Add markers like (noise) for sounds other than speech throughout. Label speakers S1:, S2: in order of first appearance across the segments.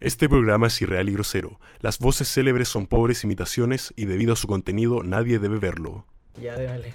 S1: Este programa es irreal y grosero. Las voces célebres son pobres imitaciones y debido a su contenido nadie debe verlo.
S2: Ya, déjale.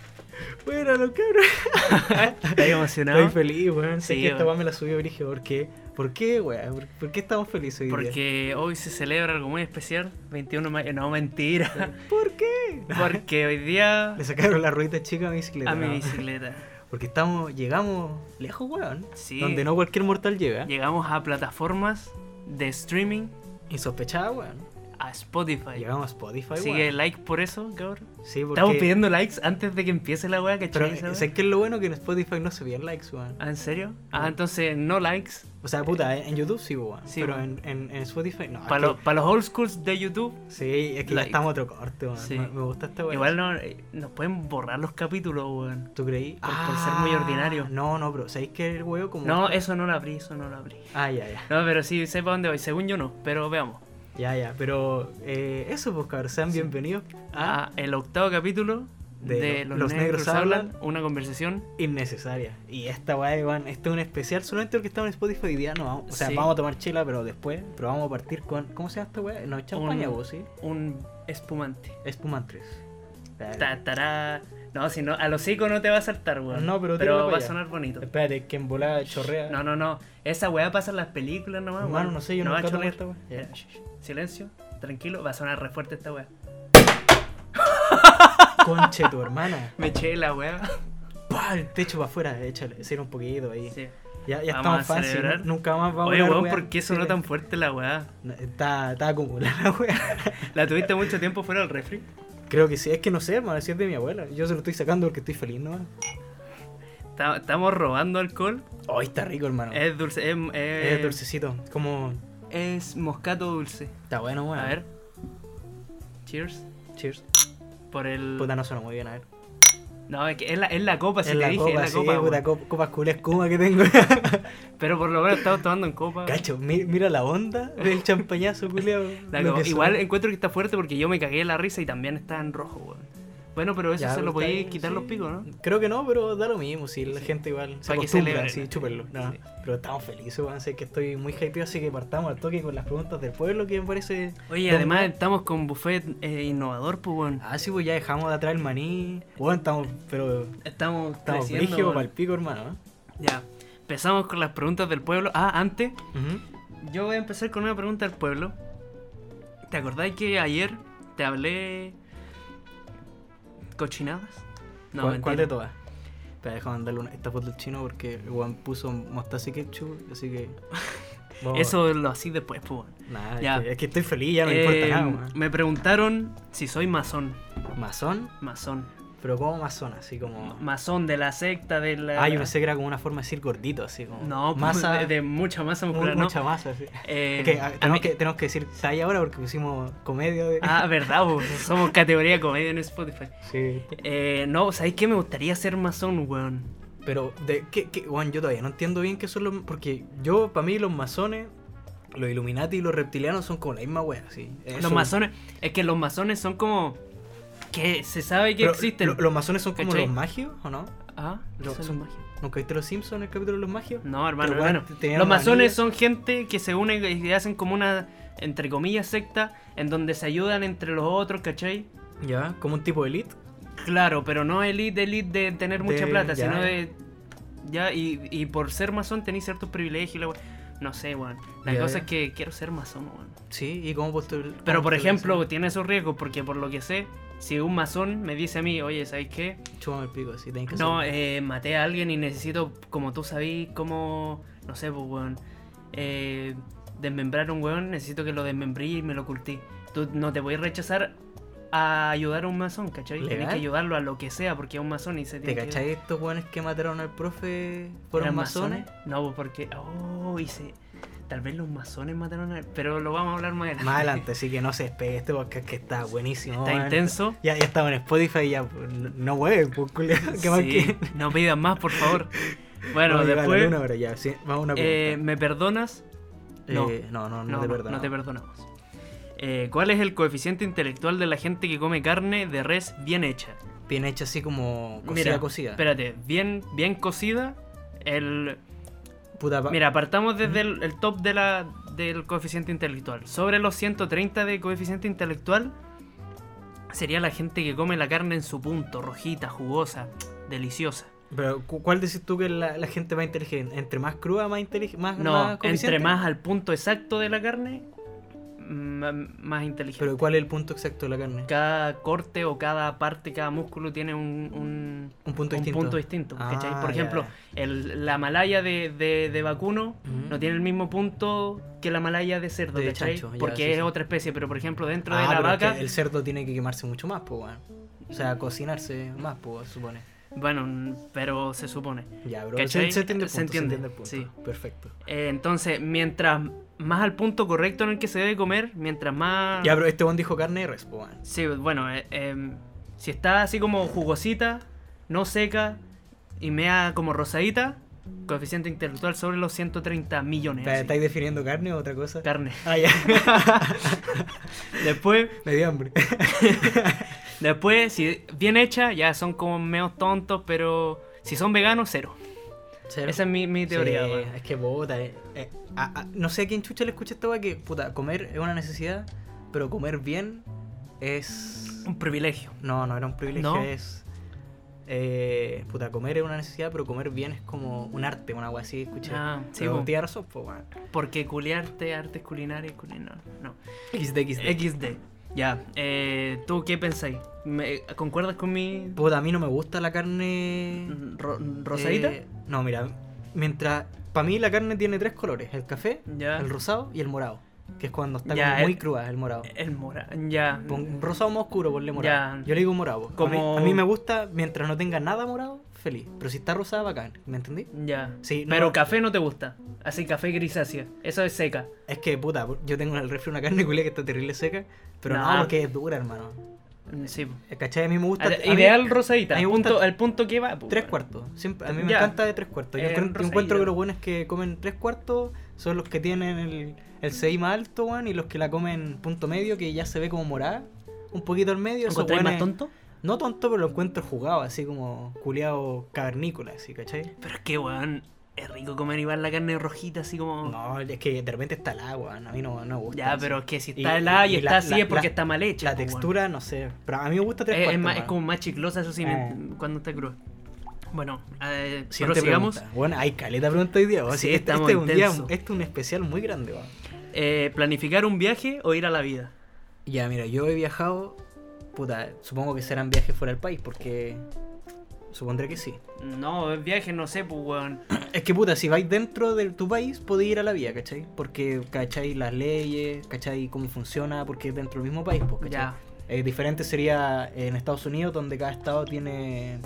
S2: Bueno, lo cabrón.
S3: ¿Estás emocionado?
S2: Estoy feliz, weón. Sé
S3: Sí,
S2: que esta
S3: weón.
S2: weá me la subió Brigio. ¿Por qué? ¿Por qué, weón? ¿Por, por qué estamos felices hoy día?
S3: Porque hoy se celebra algo muy especial. 21 de mayo. No, mentira.
S2: ¿Por qué?
S3: Porque
S2: (laughs)
S3: hoy día
S2: Le sacaron la ruedita chica a mi bicicleta.
S3: a mi
S2: ¿no?
S3: bicicleta.
S2: Porque estamos, llegamos lejos, weón.
S3: Sí.
S2: Donde no cualquier mortal llega.
S3: Llegamos a plataformas de streaming,
S2: Insospechada, weón.
S3: a Spotify.
S2: Llegamos a Spotify,
S3: Así que
S2: pues, weón.
S3: like por eso, cabrón.
S2: Sí, porque...
S3: Estamos pidiendo likes antes de que empiece la wea,
S2: Pero
S3: ¿cachai?
S2: eh,
S3: ¿sabes?
S2: sé que es lo bueno que en Spotify no se piden likes, weón.
S3: Ah, ¿En serio? Ah, entonces no likes.
S2: O sea, puta, en en YouTube sí, weón.
S3: Sí,
S2: pero
S3: weón.
S2: en, en, en Spotify no. es
S3: Para,
S2: que-
S3: los old schools de YouTube,
S2: Sí, es que ya
S3: Like.
S2: estamos a otro corte, weón.
S3: Sí.
S2: Me, me gusta esta weón.
S3: igual no- eh, nos pueden borrar los capítulos, weón.
S2: ¿Tú creí?
S3: Por- por ser muy ordinario.
S2: No, no, pero ¿sabéis que el huevo como.?
S3: Ah. No, eso no lo abrí, eso no lo abrí.
S2: Ah, ya, ya.
S3: No, pero sí, sé para dónde voy. Según yo no, pero veamos.
S2: Ya, ya. Pero eh, eso, pues, cabrón. Sean bienvenidos a
S3: Ah, el octavo capítulo
S2: De
S3: de,
S2: Lo-
S3: Los,
S2: Los
S3: Negros,
S2: Negros
S3: Hablan,
S2: Hablan.
S3: una conversación.
S2: Innecesaria. Y esta weá, weón, este es un especial solamente porque estamos en Spotify hoy día. No vamos, o sea,
S3: Sí.
S2: vamos a tomar chela, pero después. Pero vamos a partir con. ¿Cómo se llama esta weá? No, champaña,
S3: Un-
S2: vos, sí.
S3: Un espumante.
S2: Espumantres.
S3: Ta, tará. No, si no, a los hocico no te va a saltar, weón.
S2: No, pero tírala
S3: pero
S2: pa'
S3: va a
S2: allá.
S3: sonar bonito.
S2: Espérate, que en volada chorrea.
S3: No, no, no. Esa weá pasa en las películas nomás,
S2: Hermano,
S3: weón.
S2: no sé, yo
S3: va a
S2: nunca tomo
S3: chorrear.
S2: esta weá.
S3: Ya, shh, shh. Silencio, tranquilo, va a sonar re fuerte esta weá.
S2: Conche tu hermana.
S3: Me eché la weá.
S2: ¡Pah! El techo para afuera, échale, hira un poquito ahí.
S3: Sí.
S2: Ya, ya estamos
S3: Vamos a
S2: fancy,
S3: celebrar.
S2: nu- nunca más vamos
S3: Oye,
S2: a hablar,
S3: weón,
S2: weá.
S3: ¿por qué
S2: Sí,
S3: sonó
S2: la-
S3: tan fuerte la weá?
S2: No, Está, está acumulada la weá.
S3: ¿La tuviste mucho tiempo fuera del refri?
S2: Creo que sí, es que no sé, hermano, si es de mi abuela. Yo se lo estoy sacando porque estoy feliz, ¿no?
S3: Ta- Estamos robando alcohol.
S2: Hoy está rico, hermano. Es,
S3: Es dulce. Es, es-
S2: dulcecito. Como.
S3: es moscato dulce.
S2: Está bueno, weón.
S3: A ver. Cheers.
S2: Cheers.
S3: Por el.
S2: Puta, no suena muy bien, a ver.
S3: No, es que es la, es la copa, si
S2: es
S3: Ah, te
S2: la
S3: dije,
S2: copa,
S3: es
S2: sí,
S3: la copa.
S2: puta,
S3: weón.
S2: cop- copas culias Kuma que
S3: (laughs)
S2: tengo.
S3: Pero por lo menos estamos tomando en copa.
S2: Cacho, mi- mira la onda del champañazo, culiao.
S3: La
S2: lo
S3: copa.
S2: que
S3: Igual
S2: suena.
S3: encuentro que está fuerte porque yo me cagué de la risa y también está en rojo, weón. Bueno, pero eso
S2: Ya,
S3: se lo
S2: pero
S3: podía
S2: está bien,
S3: quitar
S2: sí.
S3: los picos, ¿no?
S2: Creo que no, pero da lo mismo, si la gente igual se
S3: Pa' que
S2: acostumbra,
S3: celebren.
S2: sí, chúpenlo. No,
S3: Sí.
S2: Pero estamos felices, weón, sé que estoy muy hypeo, así que partamos al toque con las preguntas del pueblo, que me parece...
S3: Oye,
S2: Don-
S3: además estamos con buffet eh, innovador, pues, weón.
S2: Ah, sí, pues ya dejamos de atrás el maní. Bueno, estamos, pero
S3: Estamos,
S2: estamos
S3: creciendo,
S2: brígidos
S3: weón.
S2: para el pico, hermano. ¿eh?
S3: Ya, empezamos con las preguntas del pueblo. Ah, antes, yo voy a empezar con una pregunta del pueblo. ¿Te acordáis que ayer te hablé cochinadas?
S2: No, ¿Cuál, cuál
S3: mentira.
S2: de todas? Te dejo mandarle una, esta foto al chino porque el weón puso mostaza y ketchup, así
S3: (laughs)
S2: que... Vamos.
S3: Eso lo así después, pues. weón.
S2: Nah,
S3: ya.
S2: Es, que, es que estoy feliz, ya no
S3: Eh,
S2: importa nada, weón.
S3: me preguntaron si soy masón.
S2: ¿Masón?
S3: Masón.
S2: Pero como masón, así como...
S3: Masón de la secta, de la...
S2: Ah, yo pensé que era como una forma de decir gordito, así como...
S3: No, pues,
S2: masa...
S3: de, de mucha masa
S2: mu-
S3: muscular,
S2: mucha
S3: no.
S2: masa, sí.
S3: Eh,
S2: Es que, ah,
S3: a
S2: tenemos,
S3: mí-
S2: que, tenemos que decir talla ahora porque pusimos comedia de...
S3: Ah, verdad, po, somos categoría comedia en Spotify.
S2: Sí.
S3: Eh, no, ¿sabéis qué? Me gustaría ser masón, weón.
S2: Pero, de, que, que, bueno, yo todavía no entiendo bien qué son los... Porque yo, para mí, los masones, los Illuminati y los reptilianos son como la misma wea, sí. Eso.
S3: Los masones, es que los masones son como que se sabe que
S2: Pero,
S3: existen.
S2: lo- ¿Los masones son como
S3: ¿Cachai?
S2: los magios o no?
S3: ah,
S2: lo-
S3: son
S2: son-
S3: magia.
S2: ¿Nunca viste los Simpsons, el capítulo de los magios?
S3: No, hermano,
S2: Pero, weón,
S3: hermano.
S2: tenían
S3: Los
S2: una
S3: masones
S2: anilla.
S3: son gente que se une y hacen como una, entre comillas, secta en donde se ayudan entre los otros, ¿cachai?
S2: Ya, como un tipo de elite.
S3: Claro, pero no elite, elite de tener mucha
S2: De-
S3: plata,
S2: ya.
S3: sino de. Ya, y, y por ser masón tenéis ciertos privilegios y la we- No sé, weón. La
S2: Ya,
S3: cosa
S2: ya. Ah,
S3: es que quiero ser masón, weón.
S2: Sí, y como postul...
S3: Pero
S2: cómo
S3: por
S2: postular
S3: ejemplo,
S2: eso?
S3: tiene esos riesgos, porque por lo que sé, si un masón me dice a mí, oye, ¿sabéis qué?
S2: Chúpame el pico, sí, tenés que
S3: No,
S2: hacer-
S3: eh, maté a alguien y necesito, como tú sabís, como, no sé, pues, weón, eh, desmembrar un weón, necesito que lo desmembrí y me lo oculté. Tú no te voy a rechazar a ayudar a un masón, ¿cachai? Tienes
S2: ¿Legal?
S3: que ayudarlo a lo que sea, porque es un masón y se
S2: ¿Te
S3: tiene que...
S2: cachai estos weones que mataron al profe fueron
S3: eh, ¿Eran
S2: masones?
S3: No, pues, porque, oh, hice... Tal vez los masones mataron a... Pero lo vamos a hablar más adelante. (laughs)
S2: Más adelante, así que no se despegue este podcast que está buenísimo.
S3: Está
S2: weón.
S3: intenso.
S2: Ya, ya estaba en Spotify, ya pues, no hueven, pues culiao, (laughs) que más
S3: Sí,
S2: que.
S3: No pidan más,
S2: (laughs)
S3: por favor. Bueno,
S2: Vamos a llegar a la
S3: Ah, después...
S2: luna, pero ya, sí, vamos a una
S3: eh,
S2: pregunta.
S3: ¿Me perdonas? no.
S2: Eh, no, no, no,
S3: No,
S2: te
S3: no,
S2: perdono.
S3: no te perdonamos. Eh, ¿Cuál es el coeficiente intelectual de la gente que come carne de res bien hecha?
S2: Bien hecho así como cocida,
S3: Mira,
S2: cocida.
S3: Espérate, bien, bien cocida. El,
S2: Puta, pa-
S3: mira, apartamos desde el, el top de la, del coeficiente intelectual. Sobre los 130 de coeficiente intelectual sería la gente que come la carne en su punto, rojita, jugosa, deliciosa.
S2: Pero, ¿cu- ¿cuál decís tú que es la, la gente más inteligente? ¿Entre más cruda, más inteligente? Más,
S3: No,
S2: más
S3: entre
S2: coeficiente?
S3: más al punto exacto de la carne, ma- más inteligente.
S2: Pero, ¿cuál es el punto exacto de la carne?
S3: cada corte o cada parte, cada músculo tiene un, un-
S2: Un punto
S3: un
S2: distinto.
S3: punto distinto. ¿cachai?
S2: Ah,
S3: Por
S2: ya,
S3: ejemplo, el- la malaya de, de, de vacuno
S2: Ujú.
S3: no tiene el mismo punto que la malaya de cerdo,
S2: De
S3: ¿cachai?
S2: chancho, ya,
S3: Porque
S2: sí,
S3: es
S2: sí.
S3: otra especie, pero por ejemplo, dentro
S2: Ah,
S3: de la
S2: pero es que
S3: vaca,
S2: el cerdo tiene que quemarse mucho más, pues, weón. O sea, cocinarse más, pues, supone.
S3: bueno, n- pero se supone.
S2: Ya, bro.
S3: ¿Cachai?
S2: Se, se entiende el
S3: Se
S2: punto. Se
S3: entiende,
S2: entiende, el punto.
S3: sí.
S2: Perfecto.
S3: Eh, entonces, mientras más al punto correcto en el que se debe comer, mientras más...
S2: Ya, pero este buen dijo carne de res, pues, weón.
S3: Sí, bueno, eh, em, si está así como jugosita, no seca y mea como rosadita, coeficiente intelectual sobre los 130 millones.
S2: ¿Está-
S3: así.
S2: ¿Estáis definiendo carne o otra cosa? (laughs)
S3: Carne. (laughs)
S2: ah, ya.
S3: Después,
S2: Me dio hambre.
S3: después, si bien hecha, ya son como meos tontos, pero si son veganos, cero. Esa es mi, mi teoría.
S2: Sí,
S3: weón.
S2: es que puta, eh, eh, a- a- no sé a quién chucha le escucha esta weá que puta, comer es una necesidad, pero comer bien es.
S3: Un privilegio.
S2: No, no era un privilegio,
S3: No.
S2: es. eh, puta, comer es una necesidad, pero comer bien es como un arte, una weá así, escuché.
S3: Ah, sí,
S2: pero
S3: po.
S2: tienes razón, po, weón.
S3: Porque culiarte, artes culinarias, culinario. No.
S2: XD, XD.
S3: XD. Ya. eh, ¿Tú qué pensáis? ¿Me- ¿Concuerdas con mi
S2: Puta, a mí no me gusta la carne.
S3: Mm, ro- rosadita?
S2: eh, no, mira, mientras. Para mí la carne tiene tres colores: el café,
S3: ya.
S2: el rosado y el morado. Que es cuando está
S3: Ya,
S2: como
S3: el-
S2: muy cruda el morado.
S3: El mora, ya.
S2: Pon rosado más oscuro, ponle morado.
S3: Ya.
S2: Yo le digo morado. A mí-
S3: Como-
S2: A, mí, me gusta, mientras no tenga nada morado, feliz. Pero si está rosada, bacán. ¿Me entendí?
S3: Ya.
S2: Sí, no-
S3: Pero café no te gusta. Así, café grisácea. Eso es seca.
S2: Es que, puta, yo tengo en el refri una carne culia que está terrible seca. Pero
S3: Nah.
S2: no, porque es dura, hermano.
S3: Mm, Sí.
S2: ¿Cachai? A mí me gusta.
S3: Al-
S2: a mí-
S3: Ah, ideal rosadita.
S2: a mí me gusta-
S3: punto, el punto que va. pues,
S2: Tres
S3: bueno.
S2: cuartos. Siempre, a mí me
S3: Ya.
S2: encanta de tres cuartos. Yo
S3: Eh,
S2: encuent- yo encuentro,
S3: rosadita.
S2: que los buenos que comen tres cuartos son los que tienen el, el CI más alto, weón, y los que la comen punto medio, que ya se ve como morada. Un poquito al medio. esos
S3: ¿Encontráis más
S2: weones-
S3: tonto?
S2: No tonto, pero lo encuentro jugado, así como culiado cavernícola, así, ¿cachai?
S3: Pero es que, weón, es rico comer igual la carne rojita, así como.
S2: No, es que de repente está el agua, a mí no, no me gusta.
S3: ya,
S2: así.
S3: pero es que si
S2: Y-
S3: está helada y,
S2: y
S3: está
S2: la-
S3: así
S2: la-
S3: es porque
S2: la-
S3: está mal hecha.
S2: La
S3: pues, weón.
S2: textura, no sé, pero a mí me gusta tres
S3: Es, es
S2: cuartos.
S3: más- es
S2: weón.
S3: como más chiclosa, eso sí, me-
S2: Eh.
S3: cuando está cruda. Bueno, eh,
S2: Siguiente
S3: prosigamos.
S2: pregunta. Bueno, hay caleta pregunta hoy día, weón.
S3: Sí,
S2: Este- este,
S3: estamos
S2: es un día,
S3: intenso.
S2: este es un especial muy grande, weón.
S3: Eh, ¿Planificar un viaje o ir a la vida?
S2: Ya, mira, yo he viajado, puta, supongo que serán viajes fuera del país, porque supondré que sí.
S3: No, el viaje no sé, pues, weón.
S2: Es que puta, si vais dentro de tu país, podéis ir a la vía, ¿cachai? Porque, ¿cachai? Las leyes, ¿cachai? Cómo funciona, porque es dentro del mismo país, pues, ¿cachai?
S3: Ya.
S2: Eh, diferente sería en Estados Unidos, donde cada estado tiene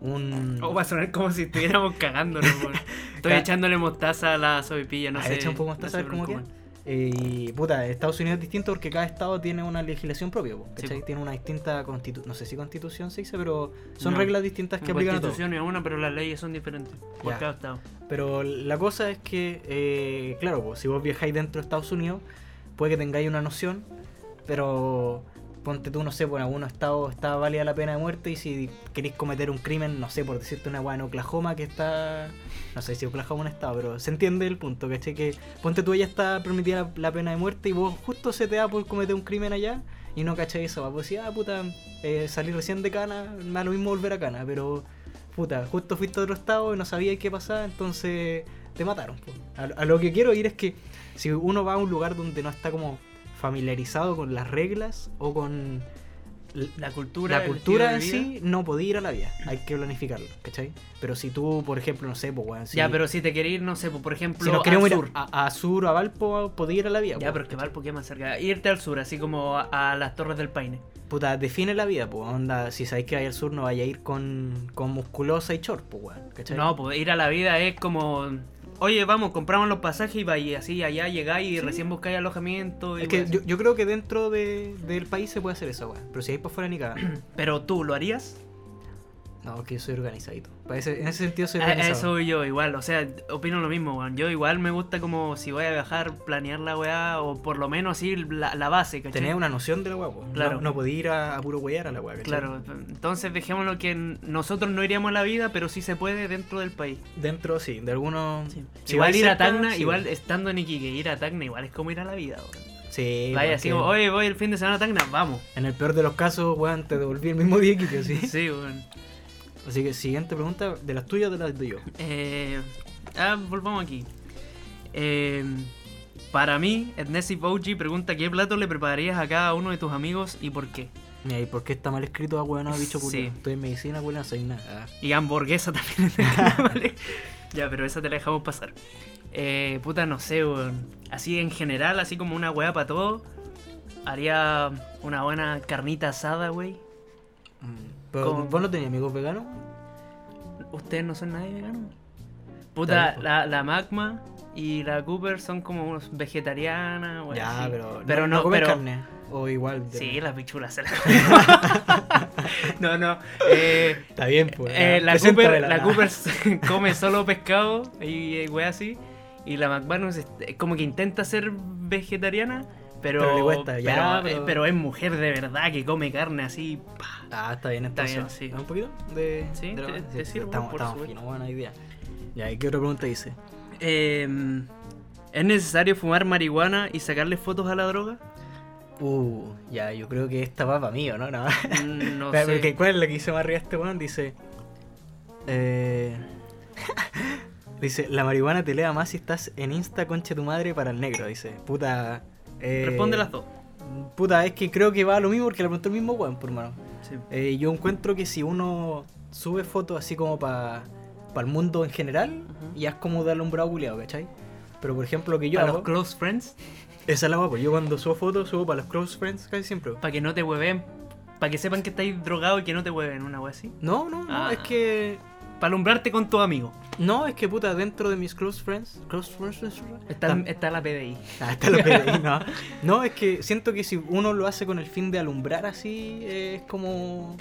S2: un...
S3: O Oh, va a sonar como si estuviéramos cagándonos, weón. Estoy
S2: Ca-
S3: echándole mostaza a la sopaipilla, no
S2: Ah,
S3: sé.
S2: echa un poco más
S3: no
S2: taza,
S3: se
S2: a ver cómo queda.
S3: preocupen.
S2: Eh, y puta, Estados Unidos es distinto porque cada estado tiene una legislación propia, pues,
S3: Sí,
S2: ¿cachai?
S3: pues.
S2: Tiene una distinta constitución, no sé si constitución se dice, pero son
S3: No.
S2: reglas distintas que
S3: La
S2: aplican a todos.
S3: constitución es una, pero las leyes son diferentes. Por
S2: Ya.
S3: cada estado.
S2: Pero la cosa es que, eh, claro, pues, si vos viajáis dentro de Estados Unidos, puede que tengáis una noción, pero ponte tú, no sé, por algunos estados está válida la pena de muerte y si queréis cometer un crimen, no sé, por decirte una weá en Oklahoma que está, no sé si Oklahoma es un estado, pero se entiende el punto, ¿cachai? Que ponte tú, ya está permitida la, la pena de muerte y vos justo se te da por cometer un crimen allá y no cacháis eso, pues si, ah, puta, eh, salí recién de Cana, me da lo mismo volver a Cana, pero puta, justo fuiste a otro estado y no sabías qué pasaba, entonces te mataron. po. A, a lo que quiero ir es que si uno va a un lugar donde no está como familiarizado con las reglas o con l-
S3: La cultura.
S2: la
S3: el
S2: cultura en
S3: estilo de vida.
S2: sí, no podía ir a la vía. Hay que planificarlo, ¿cachai? Pero si tú, por ejemplo, no sé, pues, weón, si,
S3: Ya, pero si te querés ir, no sé, pues, por ejemplo,
S2: si nos
S3: al
S2: queremos ir
S3: sur.
S2: a, Ah, a sur o a Valpo, podía ir a la vía.
S3: Ya,
S2: po,
S3: pero es que
S2: ¿cachai?
S3: Valpo queda más cerca. Irte al sur, así como a, a las Torres del Paine.
S2: Puta, define la vía, pues, onda, si sabéis que vais al sur, no vaya a ir con, con musculosa y short, pues, weón, ¿cachai?
S3: No, pues ir a la vida es como. Oye, vamos, compramos los pasajes y vais así allá, llegáis y recién buscáis alojamiento. y
S2: Es que
S3: weas
S2: yo, yo creo que dentro
S3: (clears throat)
S2: de- del país se puede hacer eso, weón. Pero si hay para afuera ni cagando.
S3: así. Pero tú, ¿lo harías?
S2: No, que yo soy organizadito. Pa' ese- en ese sentido soy
S3: A, a
S2: organizado.
S3: eso voy yo igual, o sea, opino lo mismo, weón. Yo igual me gusta como si voy a viajar, planear la weá, o por lo menos así la, la base, ¿cachai?
S2: Tenés una noción de la weá, po.
S3: Claro.
S2: No, no podía ir a, a puro huear a la weá, ¿cachai?
S3: Claro, entonces dejémoslo que n- nosotros no iríamos a la vida, pero sí se puede dentro del país.
S2: Dentro, sí, de algunos. si
S3: igual
S2: vais
S3: ir a
S2: cerca,
S3: Tacna,
S2: sí.
S3: igual estando en Iquique, ir a Tacna igual es como ir a la vida, weón.
S2: Sí,
S3: Vaya,
S2: porque
S3: así como, oye, voy el fin de semana a Tacna,
S2: (laughs)
S3: vamos.
S2: En el peor de los casos, weón, te devolví el mismo día que yo, sí.
S3: Sí, weón.
S2: Así que siguiente pregunta, de las tuyas o de las de yo.
S3: Eh, ah, volvamos aquí. Eh, para mí, Ednesi Pouchi pregunta qué plato le prepararías a cada uno de tus amigos y por qué.
S2: Mira, ¿y por qué está mal escrito, ah, weón? No, bicho,
S3: Sí. Ah,
S2: culiao? Estoy en medicina, weón, no soy nada.
S3: Y hamburguesa (laughs) también. Vale. Ya, pero esa te la dejamos pasar. Eh, puta, no sé, weón. Así en general, así como una weá para todo. Haría una buena carnita asada, wey.
S2: Mm. Pero,
S3: Con-
S2: ¿Vos no tenías amigos veganos?
S3: Ustedes no son nadie vegano.
S2: Está bien,
S3: Puta,
S2: pues.
S3: la, la Magma y la Cooper son como unos vegetarianas, weón.
S2: ya,
S3: así.
S2: pero.
S3: Pero no,
S2: comen
S3: pero.
S2: carne. O igual. de-
S3: Sí, las pichulas se las comen. (laughs) No, no. eh,
S2: Está bien, pues.
S3: eh,
S2: ya.
S3: la,
S2: Preséntamela,
S3: Cooper, la
S2: ya. (laughs)
S3: Cooper (laughs) se come solo pescado y eh, weá así. Y la McManus es- es como que intenta ser vegetariana, pero,
S2: Pero le cuesta, ya,
S3: pero-
S2: pero-
S3: eh, pero es mujer de verdad que come carne así. pa.
S2: Ah, está bien, entonces.
S3: bien, sí.
S2: ¿Un poquito? De,
S3: Sí,
S2: de la-
S3: te- te sirvo,
S2: Estamos,
S3: por
S2: estamos
S3: supuesto.
S2: finos, buena idea. Ya, ¿y qué otra pregunta hice?
S3: Eh, ¿Es necesario fumar marihuana y sacarle fotos a la droga?
S2: Uh, ya, yo creo que esta va para mí, ¿o no? No,
S3: Mm,
S2: (laughs)
S3: No
S2: Espera,
S3: sé.
S2: porque ¿Cuál es la que hizo más arriba este weón? Dice. Eh. (laughs) dice, la marihuana te lea más si estás en Insta, concha tu madre, para el negro. Dice, puta. eh,
S3: Responde las dos.
S2: Puta, es que creo que va a lo mismo porque la preguntó el mismo weón, por mano.
S3: Sí.
S2: Eh, yo encuentro que si uno sube fotos así como para el mundo en general,
S3: Ujú.
S2: ya es como de alumbrado buleado, ¿cachai? Pero por ejemplo, lo que yo
S3: Para
S2: hago.
S3: los close friends,
S2: Esa es la guapa. Yo cuando subo fotos, subo para los close friends casi siempre.
S3: para que no te hueven. Para que sepan que estáis drogado y que no te hueven, una wea así.
S2: No, no, no,
S3: Ah.
S2: es que.
S3: Para alumbrarte con tu amigo.
S2: No, es que puta, dentro de mis close friends. Close friends. friends, friends,
S3: Está,
S2: tam-
S3: está la PDI.
S2: Ah, (laughs) está lo que leí, no. No, es que siento que si uno lo hace con el fin de alumbrar así, eh, es como.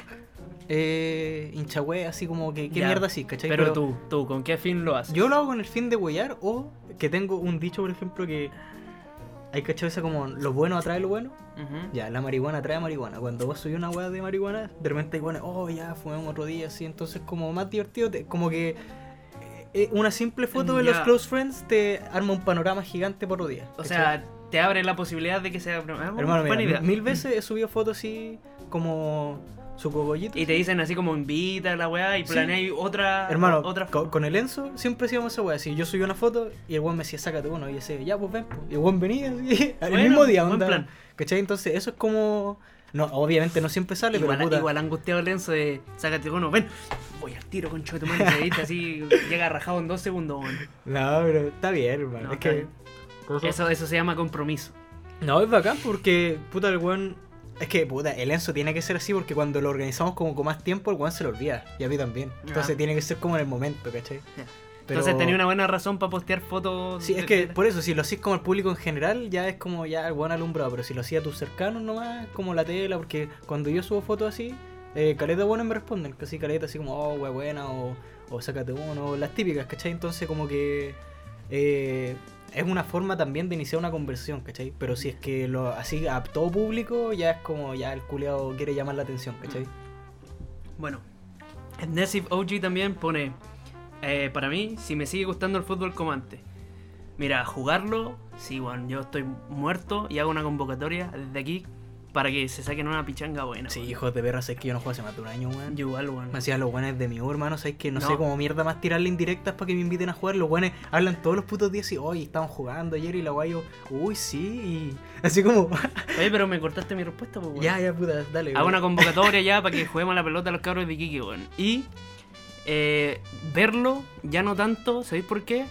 S2: Eh, hinchagüe, así como que. ¿Qué
S3: Ya,
S2: mierda así, cachai?
S3: Pero, tú, tú, ¿con qué fin lo haces?
S2: Yo lo hago con el fin de huellar o que tengo un dicho, por ejemplo, que. Hay cachado esa como lo bueno atrae lo bueno.
S3: Ujú.
S2: Ya, la marihuana trae marihuana. Cuando vos subís una hueá de marihuana, de repente hay hueones, oh, ya, fumemos otro día, así. Entonces, como más divertido, te- como que eh, eh, una simple foto de los
S3: Ya.
S2: close friends te arma un panorama gigante por otro día.
S3: O
S2: ¿cachai?
S3: sea, te abre la posibilidad de que sea. ah,
S2: hermano, mira,
S3: buena idea.
S2: mil veces he subido fotos así, como su cogollito.
S3: Y te dicen así como invita a la weá y
S2: Sí.
S3: planeáis otra.
S2: Hermano,
S3: otra
S2: co- con, el Enzo siempre hacíamos esa wea. Así yo subí una foto y el weón me decía, sácate uno. Y yo decía, ya, pues ven. pues". Y el weón venía así, (laughs) el
S3: Bueno,
S2: mismo día,
S3: buen
S2: onda.
S3: plan.
S2: ¿Cachai? Entonces, eso es como. No, obviamente no siempre sale,
S3: igual,
S2: pero puta.
S3: igual angustiado Lenzo de sácate uno, ven, voy al tiro con tu madre, te viste así, llega rajado en dos segundos, weón.
S2: No, pero está bien, hermano.
S3: No,
S2: es
S3: está
S2: que.
S3: bien. Eso, eso se llama compromiso.
S2: No, es bacán porque, puta, el weón. Es que, puta, el Enzo tiene que ser así porque cuando lo organizamos como con más tiempo, el weón se lo olvida. Y a mí también. Entonces
S3: Ah.
S2: tiene que ser como en el momento, ¿cachai?
S3: Ya.
S2: Pero-
S3: Entonces tenía una buena razón para postear fotos.
S2: Sí, es
S3: de-
S2: que
S3: de-
S2: por eso, si lo hacís como el público en general, ya es como ya el buen alumbrado, pero si lo hacía a tus cercanos nomás, como la tela, porque cuando yo subo fotos así, eh, caleta buenas me responden, casi caleta así como, oh, wea buena, o, o sácate uno, o las típicas, ¿cachai? Entonces como que eh, es una forma también de iniciar una conversación, ¿cachai? Pero si es que lo así a todo público, ya es como ya el culeado quiere llamar la atención, ¿cachai?
S3: Bueno, Nesif OG también pone, eh, para mí, si me sigue gustando el fútbol como antes. Mira, jugarlo, sí, bueno, yo estoy muerto y hago una convocatoria desde aquí para que se saquen una pichanga buena.
S2: Sí,
S3: weón.
S2: hijos de perra, es que yo no juego hace más de un año, weón.
S3: Yo igual, weón.
S2: Me hacían los buenos de mi U, hermano, ¿sabes que no,
S3: No.
S2: sé cómo mierda más tirarle indirectas para que me inviten a jugar? Los buenos hablan todos los putos días y hoy estaban jugando ayer y la guayo, uy, sí. y (laughs) Así como,
S3: Oye, pero me cortaste mi respuesta, pues, weón.
S2: ya, ya, puta, dale.
S3: Hago
S2: weón.
S3: una convocatoria ya para que juguemos la pelota a los cabros de Iquique, weón. Y eh, verlo, ya no tanto, ¿sabéis por qué?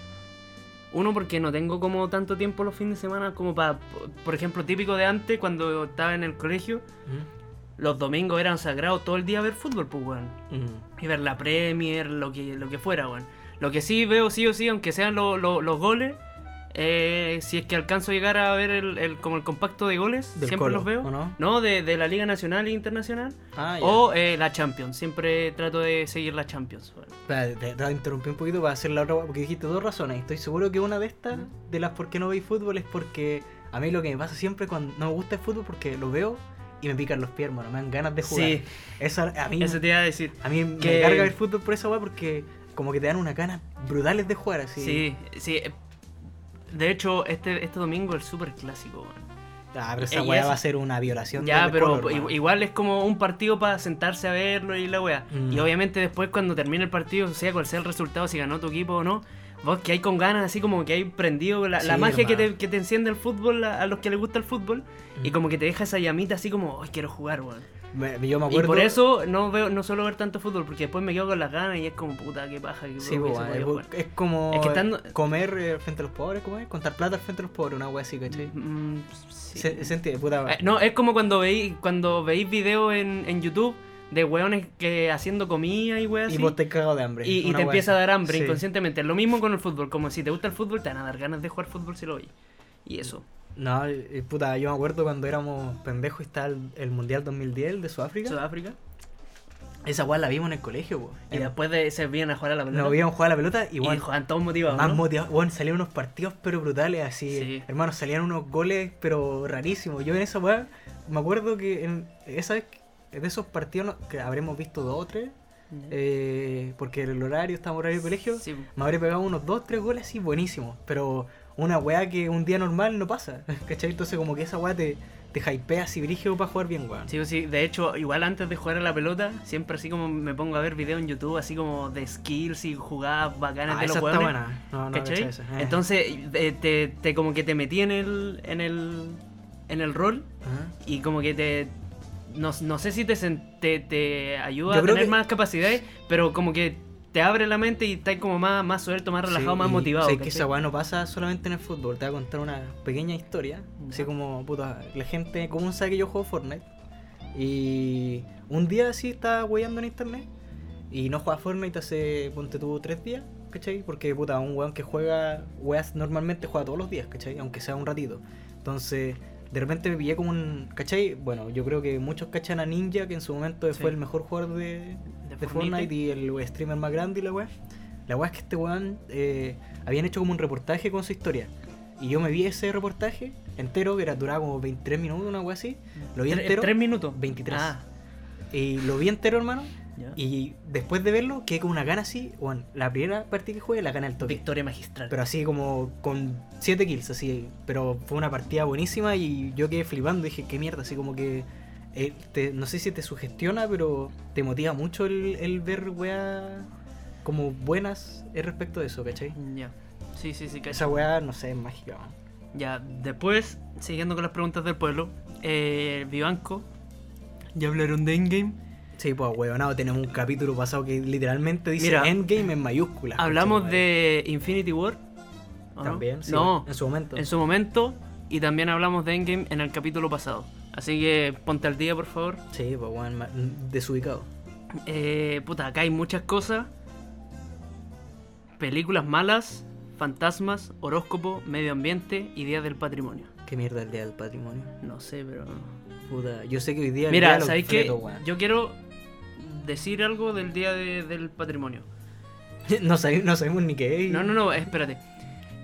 S3: Uno, porque no tengo como tanto tiempo los fines de semana como para, por ejemplo, típico de antes, cuando estaba en el colegio, los domingos eran sagrados todo el día a ver fútbol, pues, weón.
S2: Mm, mm.
S3: Y ver la Premier, lo que, lo que fuera, weón. Lo que sí veo, sí o sí, aunque sean lo- lo- los goles, eh, si es que alcanzo a llegar a ver el, el- como el compacto de goles,
S2: Del
S3: siempre
S2: Colo,
S3: los veo.
S2: ¿o no?
S3: de, de la Liga Nacional e Internacional.
S2: Ah, ya.
S3: O eh, la Champions, siempre trato de seguir la Champions. bueno.
S2: Espera, te, te voy a interrumpir un poquito para hacer la otra, porque dijiste dos razones. Estoy seguro que una de estas, de las por qué no veis fútbol, es porque a mí lo que me pasa siempre cuando no me gusta el fútbol, porque lo veo y me pican los pies, hermano. Me dan ganas de jugar.
S3: Sí,
S2: Esa- a mí,
S3: eso te iba a decir.
S2: a mí me
S3: que-
S2: carga ver fútbol por esa weá, porque como que te dan unas ganas brutales de jugar así.
S3: Sí, sí. eh, De hecho, este, este domingo el super clásico,
S2: Ah, pero esa
S3: Y
S2: weá
S3: es-
S2: va a ser una violación.
S3: Ya,
S2: del
S3: pero
S2: color,
S3: i-
S2: hermano.
S3: igual es como un partido para sentarse a verlo y la wea.
S2: Mm.
S3: Y obviamente después cuando termine el partido, sea cual sea el resultado, si ganó tu equipo o no, vos que hay con ganas, así como que hay prendido la, la
S2: Sí,
S3: magia que te,
S2: hermano.
S3: que te enciende el fútbol a, a los que les gusta el fútbol. Y
S2: Mm.
S3: como que te deja esa llamita así como, hoy quiero jugar, weón.
S2: Me- yo me
S3: Y
S2: acuerdo.
S3: por eso no veo no suelo ver tanto fútbol, porque después me quedo con las ganas y es como, puta, qué paja, que
S2: Sí, weá, es, es como
S3: pues, Es que estando-
S2: comer eh, frente a los pobres, ¿cómo es? Contar plata frente a los pobres, una weá así, ¿cachai? Se, se entiende, puta.
S3: Mm, Eh, no, es como cuando veis cuando veis videos en, en YouTube de weones que haciendo comida y weas
S2: y
S3: así.
S2: vos te cagas de hambre.
S3: y, y
S2: una wea
S3: te empieza a
S2: así.
S3: dar hambre
S2: Sí.
S3: inconscientemente. Lo mismo con el fútbol. Como si te gusta el fútbol, te van a dar ganas de jugar fútbol si lo oyes. Y eso.
S2: No, eh, puta, yo me acuerdo cuando éramos pendejos y estaba el, el Mundial 2010 de Sudáfrica.
S3: Sudáfrica.
S2: Esa weá la vimos en el colegio, po.
S3: Y
S2: En-
S3: después de se vienen a jugar a la pelota.
S2: Nos vieron jugar a la pelota y,
S3: y
S2: bueno,
S3: juegan todos motivados.
S2: más
S3: ¿no?
S2: motivados. Bueno, salían unos partidos pero brutales así.
S3: Sí.
S2: Hermano, salían unos goles pero rarísimos. Yo en esa weá me acuerdo que en esa vez de esos partidos no- que habremos visto dos o tres, eh, porque el horario, estamos en horario de colegio,
S3: Sí. pues.
S2: me habré pegado unos 2, 3 goles así buenísimos, pero una weá que un día normal no pasa, (laughs) ¿cachai? Entonces como que esa weá te, te hypea así brígido para jugar bien, weón.
S3: Sí, sí, de hecho, igual antes de jugar a la pelota, siempre así como me pongo a ver videos en YouTube, así como de skills y jugadas bacanas
S2: Ah,
S3: de los
S2: esa está
S3: jugadores.
S2: buena. No, no,
S3: ¿Cachai?
S2: cachai esa. Eh.
S3: Entonces, eh, te, te como que te metí en el, en el, en el rol
S2: Ajá.
S3: y como que te... No, no sé si te, sen- te, te ayuda
S2: Yo
S3: a
S2: creo
S3: tener
S2: que-
S3: más capacidades, pero como que te abre la mente y estás como más, más suelto, más relajado,
S2: Sí,
S3: más
S2: y
S3: motivado.
S2: sé que
S3: ¿cachai?
S2: esa weá no pasa solamente en el fútbol. Te voy a contar una pequeña historia.
S3: Ya.
S2: Así como, puta, la gente común sabe que yo juego Fortnite. Y un día así estaba weyando en internet. Y no juega Fortnite hace, ponte tú, tres días, ¿cachai? Porque, puta, un weón que juega, weas normalmente juega todos los días, ¿cachai? Aunque sea un ratito. Entonces, de repente me pillé como un, ¿cachai? Bueno, yo creo que muchos cachan a Ninja, que en su momento
S3: Sí.
S2: fue el mejor jugador de,
S3: De
S2: de
S3: Fortnite.
S2: Fortnite y el streamer más grande y la weá. La weá es que este weón eh, habían hecho como un reportaje con su historia. Y yo me vi ese reportaje entero, que era, duraba como 23 minutos, una weá así. Lo vi
S3: Tre-
S2: entero.
S3: ¿Tres minutos?
S2: 23.
S3: Ah,
S2: Y lo vi entero, hermano.
S3: ya.
S2: Y después de verlo, quedé con una gana así. Bueno, la primera partida que jugué la gana el toque.
S3: Victoria magistral.
S2: Pero así como con 7 kills, así. Pero fue una partida buenísima y yo quedé flipando. Dije, qué mierda, así como que. eh, te- no sé si te sugestiona, pero te motiva mucho el, el ver weas como buenas eh, respecto de eso, ¿cachai?
S3: Ya. Sí, sí, sí, cacho.
S2: Esa wea, no sé, es mágica. man.
S3: Ya, después, siguiendo con las preguntas del pueblo, eh, Vivanco, ya hablaron de Endgame.
S2: Sí, pues weonado, tenemos un capítulo pasado que literalmente dice
S3: Mira,
S2: Endgame en mayúsculas.
S3: Hablamos
S2: Ah, conchetumare.
S3: de Infinity War. ¿o no?
S2: También, sí,
S3: No,
S2: en su momento.
S3: en su momento. Y también hablamos de Endgame en el capítulo pasado. Así que ponte al día, por favor.
S2: Sí, pues weón, ma- desubicado.
S3: Eh, puta, acá hay muchas cosas. Películas malas, fantasmas, horóscopo, medio ambiente y días del patrimonio.
S2: Qué mierda el día del patrimonio.
S3: No sé, pero...
S2: Puta, yo sé que hoy día. el día
S3: Mira,
S2: de los
S3: ¿sabéis qué?
S2: fetos, weón.
S3: Yo quiero decir algo del día de- del patrimonio.
S2: (laughs) No, sabi- no sabemos ni qué es.
S3: No, no, no, espérate.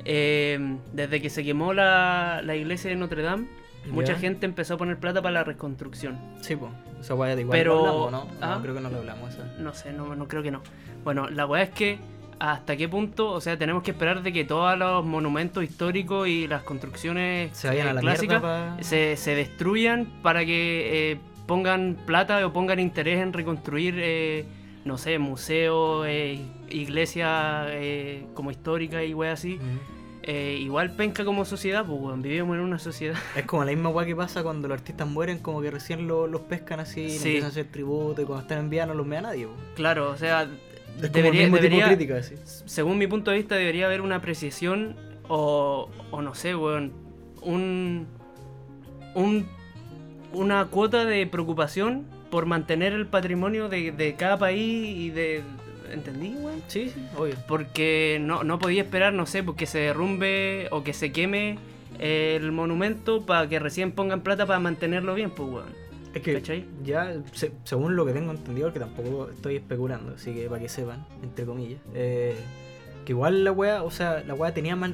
S3: Eh, desde que se quemó la, la iglesia de Notre Dame, mucha
S2: Ya.
S3: gente empezó a poner plata para la reconstrucción.
S2: Sí, pues. Esa weá de igual
S3: Pero-
S2: lo hablamos, ¿no?
S3: ¿Ah?
S2: No, creo que no lo hablamos eso.
S3: No sé, no, no creo que no. Bueno, la weá es que hasta qué punto, o sea, tenemos que esperar de que todos los monumentos históricos y las construcciones
S2: Se vayan
S3: eh,
S2: a la
S3: clásicas
S2: mierda pa-
S3: se, se destruyan para que eh, pongan plata o pongan interés en reconstruir, eh, no sé, museos, eh, iglesias eh, como históricas y weá así.
S2: Ujú.
S3: Eh, igual penca como sociedad, pues weón, vivimos en una sociedad. (laughs)
S2: Es como la misma weá que pasa cuando los artistas mueren, como que recién lo- los pescan así, les
S3: Sí.
S2: empiezan a hacer tributo y cuando están en vida no los mea nadie. po.
S3: Claro, o sea,
S2: Es como
S3: debería-
S2: el mismo tipo
S3: debería-
S2: de crítica, así.
S3: según mi punto de vista, debería haber una apreciación o, o no sé, weón, un, un- una cuota de preocupación por mantener el patrimonio de, de cada país y de, ¿Entendí, weón?
S2: Sí, sí, obvio.
S3: Porque no, no podía esperar, no sé, porque se derrumbe o que se queme el monumento para que recién pongan plata para mantenerlo bien, pues, weón.
S2: Es que
S3: ¿Cachai?
S2: ya, se- según lo que tengo entendido, que tampoco estoy especulando, así que para que sepan, entre comillas, eh, que igual la wea, o sea, la wea tenía man...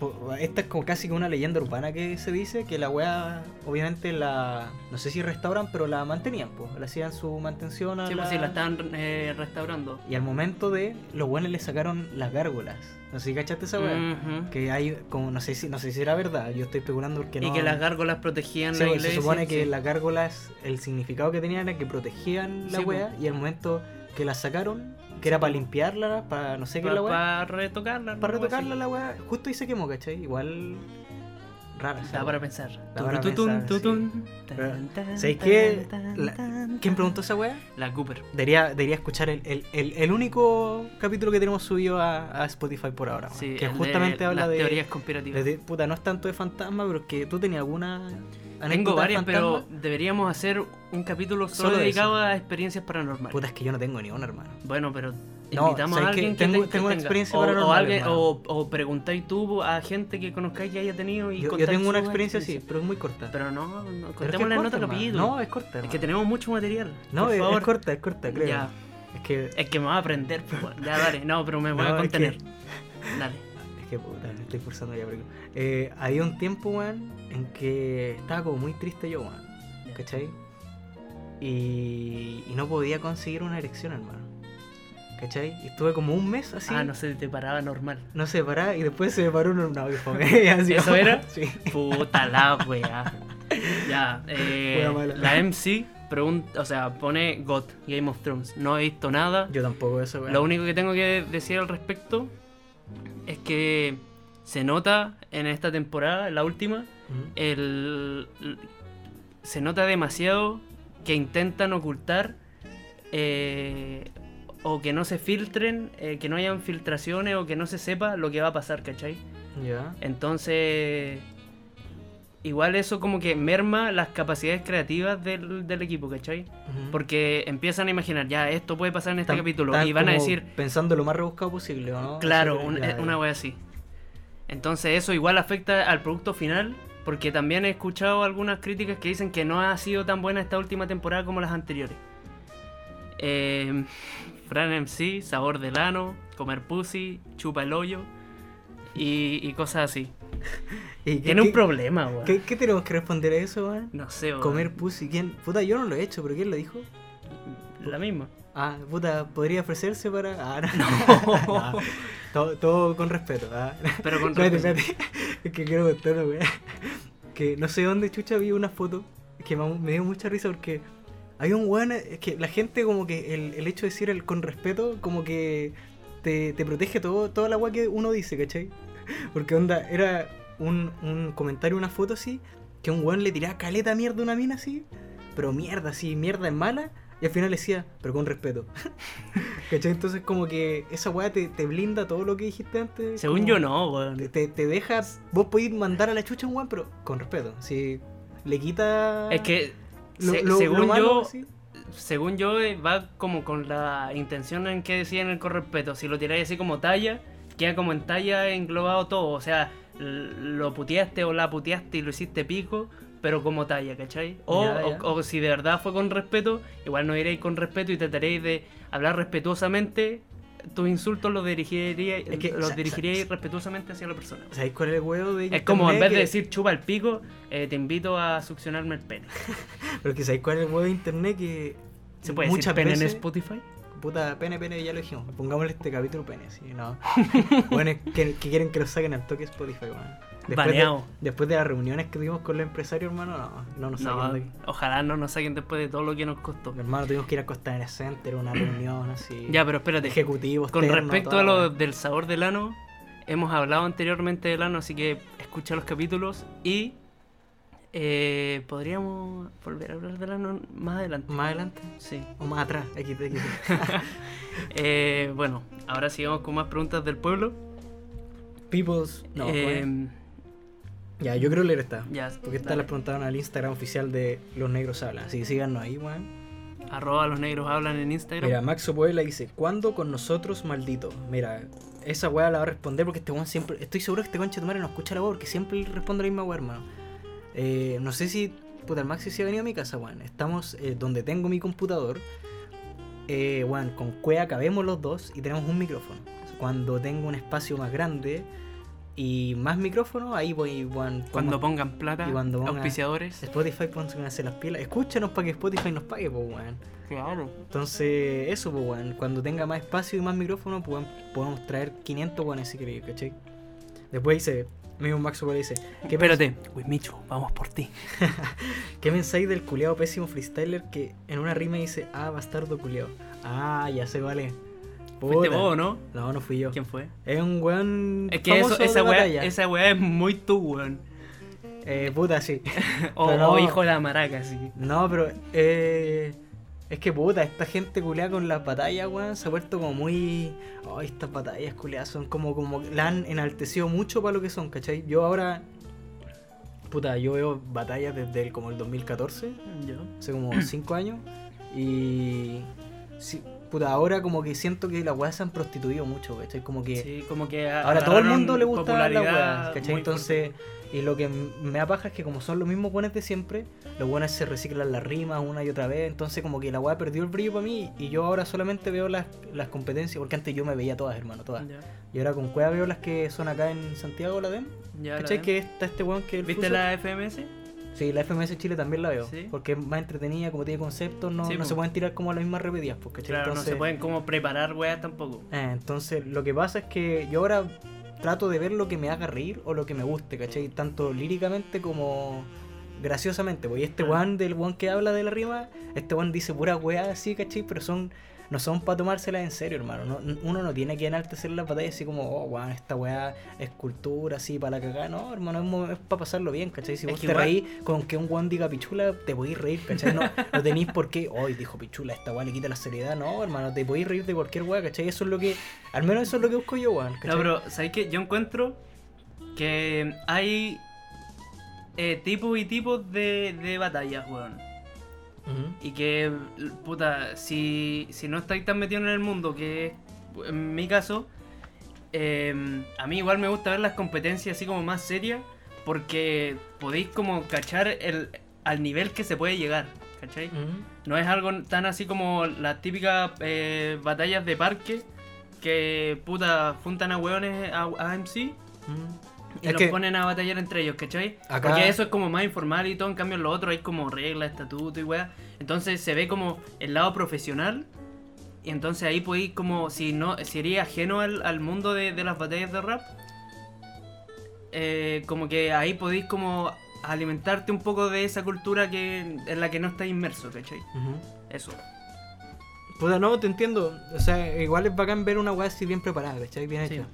S2: po- Esta es como casi que una leyenda urbana que se dice, que la wea, obviamente la... No sé si restauran, pero la mantenían, pues, le hacían su mantención a
S3: Sí, pues sí, la estaban eh, restaurando.
S2: Y al momento de, los buenos le sacaron las gárgolas. No sé si cachaste esa wea.
S3: Ujú.
S2: Que hay, como, no sé si, no sé si era verdad, yo estoy especulando porque no...
S3: Y que las gárgolas protegían
S2: Sí, pues,
S3: la
S2: se
S3: iglesia.
S2: supone que
S3: sí.
S2: las gárgolas, el significado que tenían era que protegían la
S3: Sí, po.
S2: wea y al momento que la sacaron, que
S3: Sí,
S2: era para
S3: po.
S2: limpiarla, para no sé qué
S3: Pa-
S2: la wea,
S3: pa retocarla.
S2: para
S3: ¿no?
S2: retocarla
S3: Así.
S2: la wea, justo ahí se quemó, ¿cachai? Igual rara. esa
S3: Da
S2: wea.
S3: para pensar.
S2: Da para pensar,
S3: Tan,
S2: Pero,
S3: tan,
S2: ¿sabéis
S3: tan,
S2: qué?
S3: tan,
S2: La-
S3: tan,
S2: ¿Quién
S3: tan.
S2: preguntó esa wea?
S3: La Cooper.
S2: Debería, debería escuchar el, el, el, el único capítulo que tenemos subido a, a Spotify por ahora, wea,
S3: Sí,
S2: que
S3: el de
S2: justamente habla
S3: las
S2: de,
S3: teorías conspirativas.
S2: de- de- Puta, no es tanto de fantasma, pero es que tú tenías alguna... anécdota
S3: Tengo
S2: de
S3: varias, pero
S2: fantasma?
S3: deberíamos hacer un capítulo solo,
S2: Solo de
S3: dedicado
S2: eso.
S3: a experiencias paranormales.
S2: Puta, es que yo no tengo ni una, hermano.
S3: Bueno, pero
S2: No,
S3: invitamos a
S2: ¿sabes qué?
S3: alguien que,
S2: Tengo-
S3: te- que
S2: tengo una
S3: tenga.
S2: experiencia
S3: o,
S2: paranormal,
S3: o, alguien-
S2: hermano.
S3: o, o preguntáis tú a gente que conozcáis que haya tenido y
S2: Yo, yo
S3: contáis
S2: tengo una
S3: sus
S2: experiencia así, pero es muy corta.
S3: Pero no,
S2: Pero
S3: no
S2: es que
S3: contémosla
S2: es
S3: en otro
S2: corta, hermano.
S3: capítulo.
S2: No, es corta.
S3: es que
S2: hermano.
S3: tenemos mucho material.
S2: No,
S3: por
S2: es, es
S3: favor.
S2: corta, es corta, creo.
S3: Ya,
S2: Es que.
S3: es que me va a aprender. pues, bueno. Ya, dale, no, pero me voy
S2: No, es
S3: a
S2: que-
S3: contener. Dale.
S2: Es que puta, me estoy forzando ya, pero. Eh, había un tiempo, weón, en que estaba como muy triste yo, weón. ¿Cachai? Y, y no podía conseguir una erección, hermano. ¿Cachai? Y estuve como un mes así.
S3: Ah, no sé, te paraba normal.
S2: No se paraba y después se me paró un no, hijo. (laughs) así,
S3: ¿Eso era?
S2: Sí.
S3: Puta la wea. Ya, eh,
S2: Wea mala.
S3: la MC pregunta, o sea, pone God, Game of Thrones. No he visto nada.
S2: Yo tampoco eso, weón.
S3: Lo único que tengo que decir al respecto es que se nota en esta temporada, en la última,
S2: Ujú.
S3: el, l- se nota demasiado que intentan ocultar eh, o que no se filtren, eh, que no hayan filtraciones o que no se sepa lo que va a pasar, ¿cachai?
S2: Ya.
S3: Entonces, igual eso como que merma las capacidades creativas del, del equipo, ¿cachai?
S2: Ujú.
S3: Porque empiezan a imaginar, ya, esto puede pasar en este
S2: Tan-
S3: capítulo,
S2: tan
S3: y van a
S2: como
S3: decir,
S2: Pensando lo más rebuscado posible, ¿o ¿no?
S3: claro,
S2: Así,
S3: un- eh,
S2: ya, ya.
S3: una wea así. Entonces eso igual afecta al producto final, porque también he escuchado algunas críticas que dicen que no ha sido tan buena esta última temporada como las anteriores. Eh, Fran MC, sabor de lano, comer pussy, chupa el hoyo y, y cosas así.
S2: ¿Y qué-
S3: Tiene un
S2: qué-
S3: problema, weón.
S2: ¿Qué, qué tenemos que responder a eso, weón?
S3: No sé, weón.
S2: Comer pussy, ¿quién? Puta, yo no lo he hecho, pero ¿quién lo dijo?
S3: La misma.
S2: Ah, puta, podría ofrecerse para. Ah,
S3: (laughs)
S2: no. (laughs) No. Todo, todo con respeto, ah.
S3: Pero
S2: (laughs)
S3: con
S2: Espérate,
S3: respeto.
S2: espérate. (laughs) Es que quiero contar una weá. Que no sé dónde chucha vi una foto que me, me dio mucha risa porque había un weón. Es que la gente, como que el, el hecho de decir el con respeto, como que te, te protege todo, toda la weá que uno dice, ¿cachai? (laughs) Porque onda, era un, un comentario, una foto así, que un weón le tiraba caleta mierda a una mina así, pero mierda, así, mierda es mala. Y al final le decía, pero con respeto. (laughs) ¿Cachai? Entonces como que esa weá te, te blinda todo lo que dijiste antes.
S3: Según
S2: como-
S3: yo no,
S2: te,
S3: weón.
S2: te, te deja. Vos podés mandar a la chucha a un weón, pero con respeto. Si le quita.
S3: Es que
S2: lo-
S3: se-
S2: lo-
S3: según
S2: lo malo,
S3: yo,
S2: así.
S3: según yo eh, va como con la intención en que decían el correspeto. Si lo tiráis así como talla, queda como en talla englobado todo, o sea, l- lo puteaste o la puteaste y lo hiciste pico. Pero como talla, ¿cachai? O,
S2: Ya, ya.
S3: o- o si de verdad fue con respeto, igual no iréis con respeto y trataréis de hablar respetuosamente. Tus insultos los dirigiríais,
S2: Es que, sa-
S3: los
S2: sa-
S3: dirigiríais
S2: sa-
S3: respetuosamente hacia la persona.
S2: ¿Sabéis cuál es el huevo de
S3: Es como en
S2: internet
S3: vez de
S2: que-
S3: decir chupa el pico, eh, te invito a succionarme el pene.
S2: Pero es que ¿sabéis cuál es el huevo de internet que.
S3: ¿Se puede
S2: muchas
S3: decir pene en
S2: veces-
S3: Spotify?
S2: Puta, pene, pene, ya lo dijimos. Pongámosle este capítulo pene, sí,
S3: (laughs)
S2: no. bueno, es que, que quieren que lo saquen al toque Spotify, weón. Después de,
S3: Baneado.
S2: después de las reuniones que tuvimos con los empresarios, hermano, no, no nos saquen
S3: No,
S2: de aquí.
S3: ojalá no nos saquen después de todo lo que nos costó.
S2: Hermano, tuvimos que ir a Costanera Center, una reunión así.
S3: Ya, pero espérate.
S2: ejecutivos,
S3: Con
S2: terno,
S3: respecto
S2: toda
S3: a
S2: la
S3: lo
S2: weá.
S3: del sabor del ano, hemos hablado anteriormente del ano, así que escucha los capítulos y eh, podríamos volver a hablar del ano más adelante.
S2: Más adelante.
S3: Sí.
S2: O más atrás, aquí, aquí.
S3: Eh, bueno, ahora sigamos con más preguntas del pueblo.
S2: (laughs) Peoples. No, pues.
S3: Eh,
S2: bueno. Ya, yo creo leer esta.
S3: ya,
S2: Porque esta
S3: dale.
S2: la preguntaron al Instagram oficial de Los Negros Hablan. Así que síganos ahí, weón.
S3: Arroba los negros hablan en Instagram.
S2: Mira, Maxo Puebla dice, ¿cuándo con nosotros, maldito? Mira, esa weá la va a responder porque este weón siempre... Estoy seguro que este concha de tu madre no escucha la weá porque siempre responde la misma weá, hermano. Eh, no sé si... Puta, el Maxi sí ha venido a mi casa, weón. Estamos eh, donde tengo mi computador. Eh, weón, con cuea cabemos los dos y tenemos un micrófono. Cuando tengo un espacio más grande y más micrófono, ahí voy, weón.
S3: Cuando
S2: pongo-
S3: pongan plata,
S2: y cuando pongan-
S3: auspiciadores.
S2: Spotify pongan hacer las pilas. Escúchanos para que Spotify nos pague, pues, weón.
S3: Claro.
S2: Entonces, eso, pues, weón. Cuando tenga más espacio y más micrófono, pues, weón, podemos traer 500 weones si queréis, ¿cachai? Después dice, mismo Max Super dice, ¿qué, pens-
S3: Espérate, Micho, vamos por ti.
S2: ¿qué pensáis del culiado pésimo freestyler que en una rima dice, ah, bastardo culiao? Ah, ya se vale.
S3: ¿Fuiste
S2: Puta.
S3: vos o no?
S2: No, no fui yo.
S3: ¿Quién fue?
S2: Es un weón.
S3: Es que eso,
S2: famoso
S3: esa,
S2: de
S3: weá,
S2: batalla.
S3: esa weá es muy tú, weón.
S2: Eh, puta, sí.
S3: O,
S2: Pero no.
S3: o hijo de la maraca, sí.
S2: No, pero eh, es que puta, esta gente culeada con las batallas, weón, se ha vuelto como muy. Oh, estas batallas culeadas son como, como. La han enaltecido mucho para lo que son, ¿cachai? Yo ahora. Puta, yo veo batallas desde el- como el 2014,
S3: Yo.
S2: hace como 5 años. Y. sí, puta, ahora como que siento que las weas se han prostituido mucho, ¿cachai? Como que.
S3: Sí, como que
S2: Ahora todo el
S3: agarraron
S2: mundo le gusta la
S3: popularidad
S2: weá, ¿cachai?
S3: muy
S2: Entonces, y lo que m- me apaja es que como son los mismos buenos de siempre, los buenos se reciclan las rimas una y otra vez, entonces como que la weá perdió el brillo para mí y yo ahora solamente veo las, las competencias, porque antes yo me veía todas, hermano, todas.
S3: fuerte. Ya,
S2: Y ahora con cueva veo las que son acá en Santiago, la DEM.
S3: ya la
S2: ¿Cachai?
S3: veo.
S2: Que está este weón que... el
S3: ¿Viste
S2: Fuso-
S3: la FMS?
S2: Sí, la FMS Chile también la veo,
S3: Sí.
S2: porque es más entretenida, como tiene conceptos, no,
S3: Sí,
S2: no
S3: po.
S2: se pueden tirar como las mismas repetidas, pues, ¿cachai?
S3: Claro, no
S2: Entonces-
S3: se pueden como preparar weas tampoco.
S2: Ah, entonces, lo que pasa es que yo ahora trato de ver lo que me haga reír o lo que me guste, ¿cachai? Tanto líricamente como graciosamente. Porque este
S3: Ah.
S2: one del one que habla de la rima, este one dice pura weá así, ¿cachai? Pero son no son para tomárselas en serio, hermano. No- n- uno no tiene que enaltecer las batallas así como, oh, weón, esta weá es cultura, así, para la cagada. No, hermano, es, mo- es para pasarlo bien, ¿cachai? Si
S3: Es
S2: vos
S3: que
S2: te
S3: igual-
S2: reís con que un weón diga pichula, te podéis reír,
S3: (laughs)
S2: ¿cachai? No, no tenéis por qué, hoy dijo pichula, esta weá le quita la seriedad. No, hermano, te podéis reír de cualquier weá, ¿cachai? Eso es lo que, al menos eso es lo que busco yo, weón, ¿cachai?
S3: No, pero ¿sabes qué? Yo encuentro que hay eh, tipos y tipos de, de batallas, weón.
S2: Ujú.
S3: Y que, puta, si, si no estáis tan metido en el mundo, que en mi caso, eh, a mí igual me gusta ver las competencias así como más serias, porque podéis como cachar el, al nivel que se puede llegar, ¿cachai?
S2: Ujú.
S3: No es algo tan así como las típicas eh, batallas de parque que puta juntan a hueones a, a MC y
S2: Ujú. Es
S3: los
S2: que-
S3: ponen a batallar entre ellos, ¿cachai?
S2: Acá-
S3: Porque eso es como más informal y todo, en cambio en lo otro hay como reglas, estatuto y weá. Entonces se ve como el lado profesional. Y entonces ahí podéis como si no, si eres ajeno al, al mundo de, de las batallas de rap. eh, como que ahí podéis como alimentarte un poco de esa cultura que, en la que no estás inmerso, ¿cachai?
S2: Ujú.
S3: Eso.
S2: Puta, no, Pues te entiendo. O sea, igual es bacán ver una weá así bien preparada, ¿cachai? Bien
S3: Sí.
S2: hecha.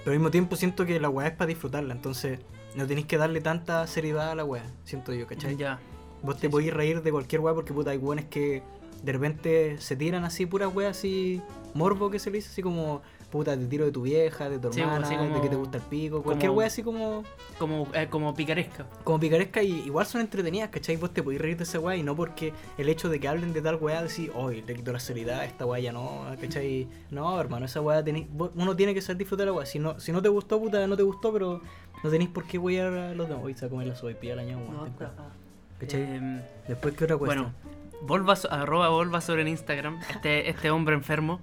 S2: Pero al mismo tiempo siento que la weá es para disfrutarla, entonces no tenéis que darle tanta seriedad a la weá, siento yo, ¿cachai?
S3: Ya.
S2: Vos te podéis reír de cualquier weá porque puta, hay weones que de repente se tiran así, puras weá así, morbo que se le dice, así como, puta, te tiro de tu vieja, de tu
S3: Sí, pues,
S2: hermana,
S3: así como-
S2: de que te gusta el pico, cualquier
S3: como-
S2: weá así como,
S3: Como, eh, como picaresca.
S2: como picaresca y igual son entretenidas, ¿cachai? Vos te podéis reír de esa weá y no porque el hecho de que hablen de tal weá decís, hoy le quito la seriedad, a esta weá ya no, ¿cachai? No, hermano, esa weá tenéis, vos- uno tiene que saber disfrutar la weá. Si no, si no te gustó, puta, no te gustó, pero no tenéis por qué wear a los demás. Hoy se va a comer la sopa y pilla la ña, weón,
S3: No,
S2: temprano.
S3: está-
S2: ¿Cachai?
S3: Em,
S2: Después, ¿qué otra cuestión?
S3: bueno, Volva, arroba Volvasor en Instagram, este, este
S2: (laughs)
S3: hombre enfermo,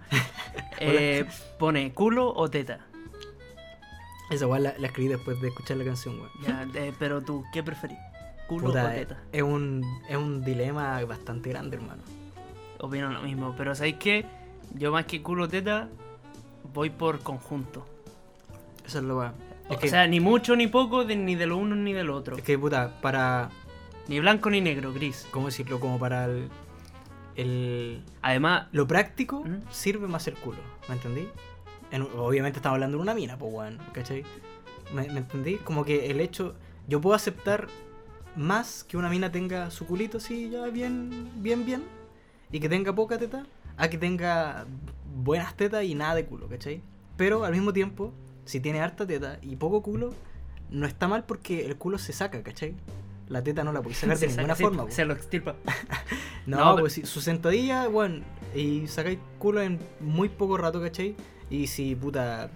S3: eh, pone culo o teta.
S2: Esa weá la, la escribí después de escuchar la canción, weón.
S3: Ya, eh, pero tú, ¿qué preferís? ¿Culo o
S2: Puta, eh. es,
S3: teta?
S2: es un, es un dilema bastante grande, hermano.
S3: Opino lo mismo, pero ¿sabéis qué? Yo más que culo o teta, voy por conjunto.
S2: Eso es lo weá. Es
S3: o
S2: que,
S3: sea, ni mucho ni poco, de- ni de lo uno ni del otro.
S2: es que, puta, para,
S3: Ni blanco ni negro, gris.
S2: ¿cómo decirlo? Como para el- el
S3: Además,
S2: Lo práctico
S3: ¿Mm?
S2: sirve más el culo, ¿me entendí? En- obviamente estamos hablando de una mina, pues weón, ¿cachai? ¿Me, me entendí? Como que el hecho. Yo puedo aceptar más que una mina tenga su culito así, ya bien, bien, bien, y que tenga poca teta, a que tenga buenas tetas y nada de culo, ¿cachai? Pero al mismo tiempo, si tiene harta teta y poco culo, no está mal porque el culo se saca, ¿cachai? la teta no la podéis sacar de
S3: Se
S2: ninguna
S3: saca así,
S2: forma. po.
S3: Se lo extirpa.
S2: No,
S3: No,
S2: pues si- su sentadilla, weón, y sacáis culo en muy poco rato, ¿cachai? Y si, puta,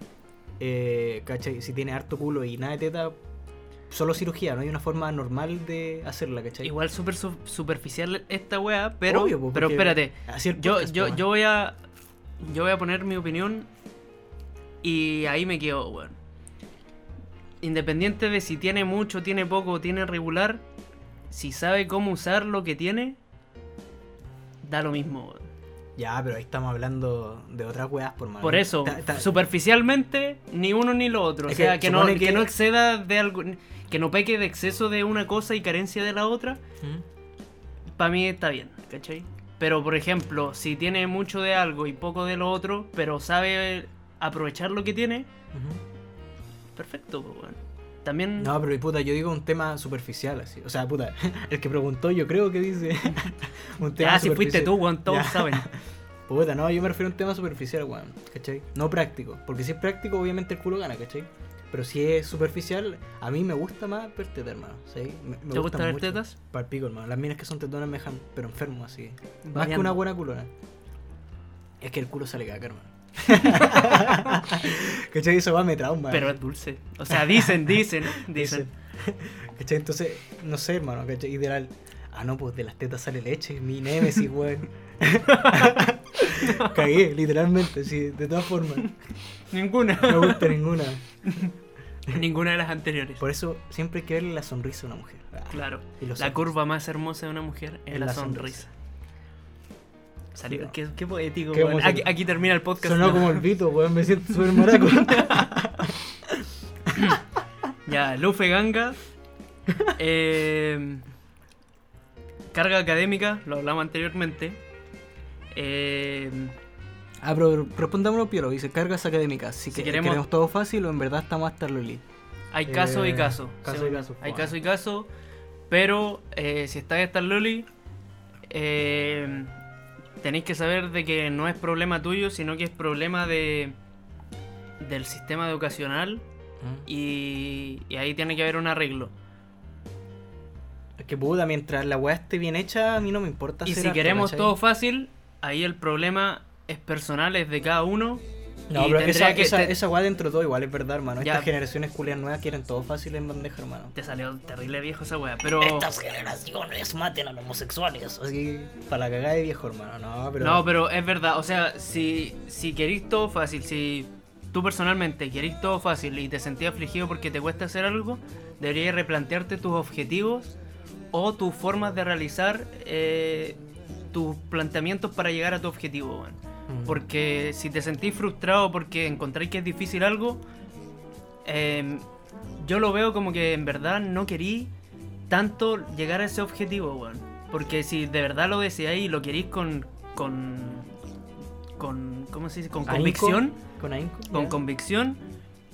S2: eh, ¿cachai? Si tiene harto culo y nada de teta, solo cirugía, no hay una forma normal de hacerla, ¿cachai?
S3: Igual súper su- superficial esta weá, pero,
S2: Obvio, po,
S3: pero
S2: porque
S3: espérate.
S2: así el
S3: Yo,
S2: podcast, pues, po,
S3: yo,
S2: weón.
S3: yo voy a. Yo voy a poner mi opinión. Y ahí me quedo, weón. Independiente de si tiene mucho, tiene poco o tiene regular. Si sabe cómo usar lo que tiene. Da lo mismo, weón.
S2: Ya, pero ahí estamos hablando de otras weas, por mano.
S3: Por eso, superficialmente, ni uno ni lo otro.
S2: Es
S3: o sea,
S2: que
S3: que, no,
S2: supone
S3: que
S2: que-
S3: no exceda de algo. Que no peque de exceso de una cosa y carencia de la otra.
S2: ¿Mm?
S3: para mí está bien, ¿cachai? Pero por ejemplo, si tiene mucho de algo y poco de lo otro, pero sabe aprovechar lo que tiene, perfecto, pues bueno. También
S2: ¿Mm? No, pero y puta, yo digo un tema superficial, así. O sea, puta, (laughs) el que preguntó yo creo que dice (laughs) un tema
S3: Ah, si fuiste
S2: superficial.
S3: tú, weón, todos
S2: Ya.
S3: saben.
S2: (laughs) Puta, no, yo me refiero a un tema superficial, weón, ¿cachai? No práctico, porque si es práctico, obviamente el culo gana, ¿cachai? Pero si es superficial, a mí me gusta más ver tetas, hermano, ¿sí? Me, me
S3: ¿Te gusta ver
S2: mucho.
S3: tetas?
S2: Pa'l pico, hermano. Las minas que son tetonas me dejan, pero enfermo, así. Más que
S3: Variando.
S2: una buena culona. Es que el culo sale caca,
S3: (laughs)
S2: hermano. (laughs) ¿Cachai? Eso va me trauma.
S3: Pero es dulce. O
S2: (laughs)
S3: sea, dicen, dicen, dicen.
S2: ¿Cachai? Entonces, no sé, hermano, ¿cachai? Ideal. Ah, no, pues de las tetas sale leche, mi
S3: (laughs)
S2: némesis, weón. (laughs) Cagué, literalmente, sí, de todas formas. No
S3: Ninguna.
S2: me gusta ninguna.
S3: (laughs) Ninguna de las anteriores.
S2: Por eso siempre hay que verle la sonrisa a una mujer. Ah,
S3: Claro.
S2: y los
S3: La
S2: ojos.
S3: curva más hermosa de una mujer es la, sonrisa. Salió.
S2: No.
S3: Qué, qué poético,
S2: Qué
S3: weón. Aquí,
S2: emocionante.
S3: aquí termina el podcast.
S2: Sonó
S3: ¿no?
S2: como el Vito, weón, me siento súper
S3: (laughs)
S2: maraco.
S3: Ya, Lufe
S2: (laughs)
S3: Ganga. eh, carga académica, lo hablamos anteriormente. Eh,
S2: ah, pero respondámonos piolo, dice cargas académicas. Si,
S3: Si
S2: que- queremos...
S3: queremos-
S2: todo fácil o en verdad estamos hasta el Loli.
S3: hay caso
S2: Eh,
S3: y caso.
S2: caso y
S3: según-
S2: caso,
S3: Hay
S2: bueno.
S3: caso y caso. Pero eh, si estáis hasta el Loli, eh, tenéis que saber de que no es problema tuyo, sino que es problema de del sistema educacional ¿Mm? y, y ahí tiene que haber un arreglo.
S2: Es que puta, mientras la weá esté bien hecha, a mí no me importa
S3: Y
S2: hacer
S3: si
S2: arte,
S3: queremos
S2: ¿cachai?
S3: todo fácil, ahí el problema es personal, es de cada uno.
S2: No,
S3: y
S2: pero
S3: tendría
S2: esa,
S3: que-
S2: esa,
S3: te-
S2: esa weá dentro de todo igual es verdad, hermano.
S3: Ya.
S2: Estas generaciones culias nuevas quieren todo fácil en bandeja, hermano.
S3: Te salió terrible viejo esa wea, pero.
S2: generaciones maten a los homosexuales. Así, para la cagada de viejo, hermano. No, pero.
S3: No, pero es verdad, o sea, si, si querís todo fácil, si tú personalmente querís todo fácil y te sentís afligido porque te cuesta hacer algo, deberías replantearte tus objetivos o tus formas de realizar eh, tus planteamientos para llegar a tu objetivo, weón.
S2: Mm.
S3: Porque si te sentís frustrado porque encontráis que es difícil algo, eh, yo lo veo como que en verdad no querí tanto llegar a ese objetivo, weón. Porque si de verdad lo deseáis y lo querís con. con. con. ¿cómo se dice? con
S2: ¿Ahínco?
S3: convicción.
S2: Con ahínco.
S3: Con
S2: ya.
S3: convicción,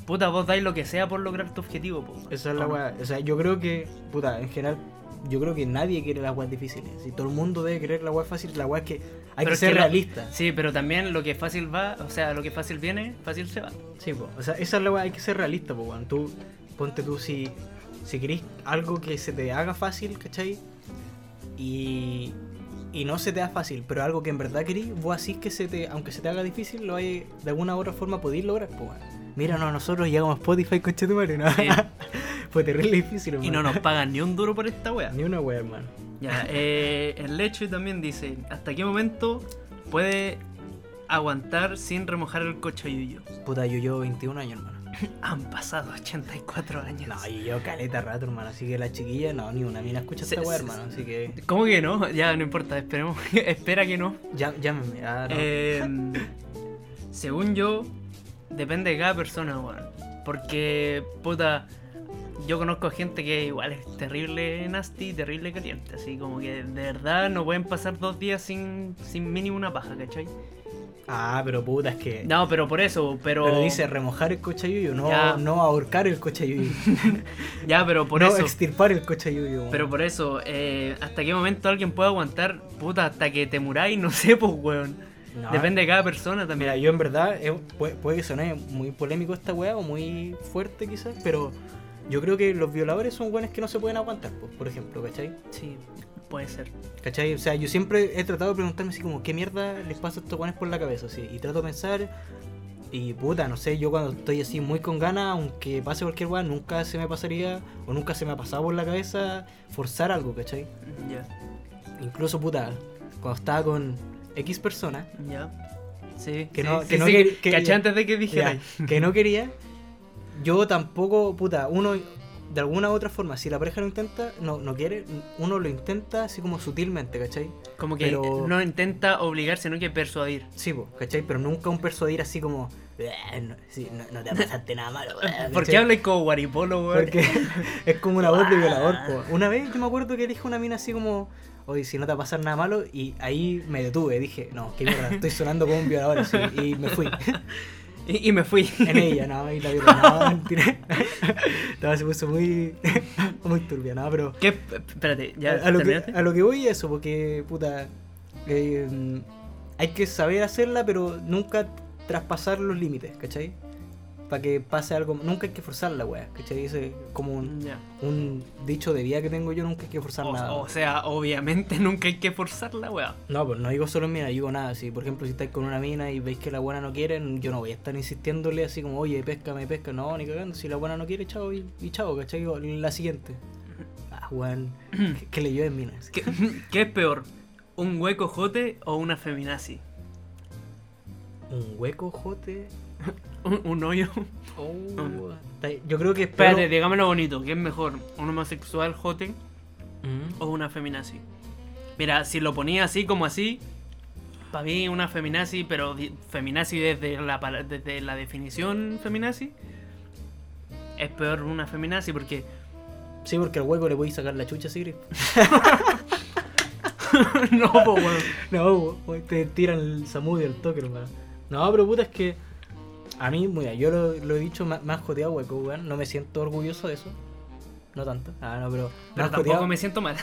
S3: puta, vos dais lo que sea por lograr tu objetivo, po, weón.
S2: Esa es la
S3: ¿O no?
S2: weá. O sea, yo creo que. Puta, en general. Yo creo que nadie quiere las weas difíciles. Si todo el mundo debe querer la weá fácil, la weá es que hay
S3: Pero
S2: que
S3: es
S2: ser
S3: que la-
S2: realista.
S3: Sí, pero también lo que fácil va, o sea, lo que fácil viene, fácil se va.
S2: Sí, po. o sea, esa es la weá, hay que ser realista, po, weón. Tú, ponte tú si, si querés algo que se te haga fácil, ¿cachai? Y, y no se te da fácil, pero algo que en verdad querís, vos así que se te, aunque se te haga difícil, lo hay, de alguna u otra forma podéis lograr, po, weón. Mira, no, nosotros llegamos a Spotify, coche tu madre, ¿no?
S3: Sí.
S2: (laughs) Fue terrible difícil, hermano. (laughs)
S3: Y no nos pagan ni un duro por esta wea.
S2: Ni una weá, hermano.
S3: Ya, eh, el lecho también dice, ¿hasta qué momento puede aguantar sin remojar el cochoyuyo?
S2: Puta, yo llevo 21 años, hermano.
S3: Han pasado 84 años.
S2: No, yo llevo caleta rato, hermano. Así que la chiquilla, no, ni una mina escucha
S3: Se-
S2: esta weá,
S3: se-
S2: hermano. Así que
S3: ¿Cómo que no? Ya, no importa, esperemos, (laughs) espera que no.
S2: ya, llámame. Ah, no.
S3: Em, según yo, depende de cada persona, weón. Porque, puta, yo conozco gente que igual es terrible nasty, terrible caliente. Así como que de verdad no pueden pasar dos días sin, sin mínimo una paja, ¿cachai?
S2: Ah, pero puta, es que.
S3: No, pero por eso, pero...
S2: Pero, dice remojar el cochayuyo, no,
S3: Ya.
S2: no ahorcar el cochayuyo.
S3: Ya, pero (laughs) por
S2: no
S3: eso.
S2: extirpar el cochayuyo.
S3: Pero por eso, eh, ¿hasta qué momento alguien puede aguantar? Puta, hasta que te muráis, (laughs) no sé, pues, weón.
S2: No,
S3: Depende de cada persona también.
S2: Ah. Mira, yo en verdad, eh, puede, puede que suene muy polémico esta weá o muy fuerte quizás, pero Yo creo que los violadores son buenos que no se pueden aguantar, po, por ejemplo, ¿cachai?
S3: Sí, puede ser.
S2: ¿Cachai? O sea, yo siempre he tratado de preguntarme así como, ¿qué mierda les pasa a estos guanes por la cabeza? Así, y trato de pensar, y puta, no sé, yo cuando estoy así muy con ganas, aunque pase cualquier guan, nunca se me pasaría, o nunca se me ha pasado por la cabeza forzar algo, ¿cachai?
S3: Ya,
S2: Incluso, puta, cuando estaba con X
S3: (laughs)
S2: persona,
S3: ya. Sí,
S2: Que
S3: sí,
S2: no-
S3: sí,
S2: que no
S3: sí.
S2: quer- que-
S3: Caché antes de que dijera.
S2: ya, que no quería, yo tampoco, puta, uno de alguna u otra forma, si la pareja lo intenta, no, no quiere, uno lo intenta así como sutilmente, ¿cachai?
S3: Como que
S2: Pero-
S3: no intenta obligar, sino que persuadir.
S2: Sí, po, ¿cachai? Pero nunca un persuadir así como, "Ah, no, sí, no, no te pasaste nada malo. ah",
S3: (laughs) ¿Por
S2: ¿cachai?
S3: qué hablas como guaripolo, weón?
S2: Porque (laughs) es como una
S3: (laughs)
S2: voz de violador, po. Una vez yo me acuerdo que le dije a una mina así como, oye, si no te va a pasar nada malo, y ahí me detuve, dije, no, qué mierda, estoy sonando como un violador, así, y me fui.
S3: Y, y me fui.
S2: (laughs) En ella, no, y la violé, no, (laughs) mentira. No, se puso muy, (laughs) muy turbia, no, pero
S3: ¿Qué? Espérate, ¿ya
S2: a, a lo que,
S3: terminaste?
S2: a lo que voy es eso, porque, puta, eh, hay que saber hacerla, pero nunca traspasar los límites, ¿cachai? Para que pase algo, nunca hay que forzar la wea, ¿cachai? Ese es como un,
S3: Ya.
S2: un dicho de vida que tengo yo, nunca hay que forzar
S3: O,
S2: nada.
S3: o sea, obviamente (laughs) nunca hay que forzar la weá.
S2: No, pues no digo solo en mina, digo nada. Si, por ejemplo, si estáis con una mina y veis que la buena no quiere, yo no voy a estar insistiéndole así como, oye, pescame, pesca. No, ni cagando. Si la buena no quiere, chao y, y chao, ¿cachai? O La siguiente. Ah, weón, que, que le llueve en mina.
S3: ¿Qué, (laughs) qué es peor? ¿Un hueco jote o una feminazi?
S2: Un hueco, jote.
S3: ¿Un, un hoyo?
S2: Oh, está- Yo creo que es peor-
S3: Espérate, digámoslo bonito. ¿Qué es mejor? ¿Un homosexual jote
S2: Mm.
S3: o una feminazi? Mira, si lo ponía así como así, para mí una feminazi, pero di- feminazi desde la, pala- desde la definición feminazi, es peor una
S2: (laughs)
S3: feminazi porque
S2: Sí, porque al hueco le podéis sacar la chucha, sí.
S3: no, po, weón.
S2: (laughs) No, weón, te tiran el samudio el toque, hermano. No, pero puta, es que a mí, mira, yo lo, lo he dicho, me, me han joteado hueco, weón. No me siento orgulloso de eso. No tanto. Ah, no, pero. me
S3: Pero
S2: han
S3: tampoco
S2: joteado.
S3: me
S2: (laughs)
S3: siento mal.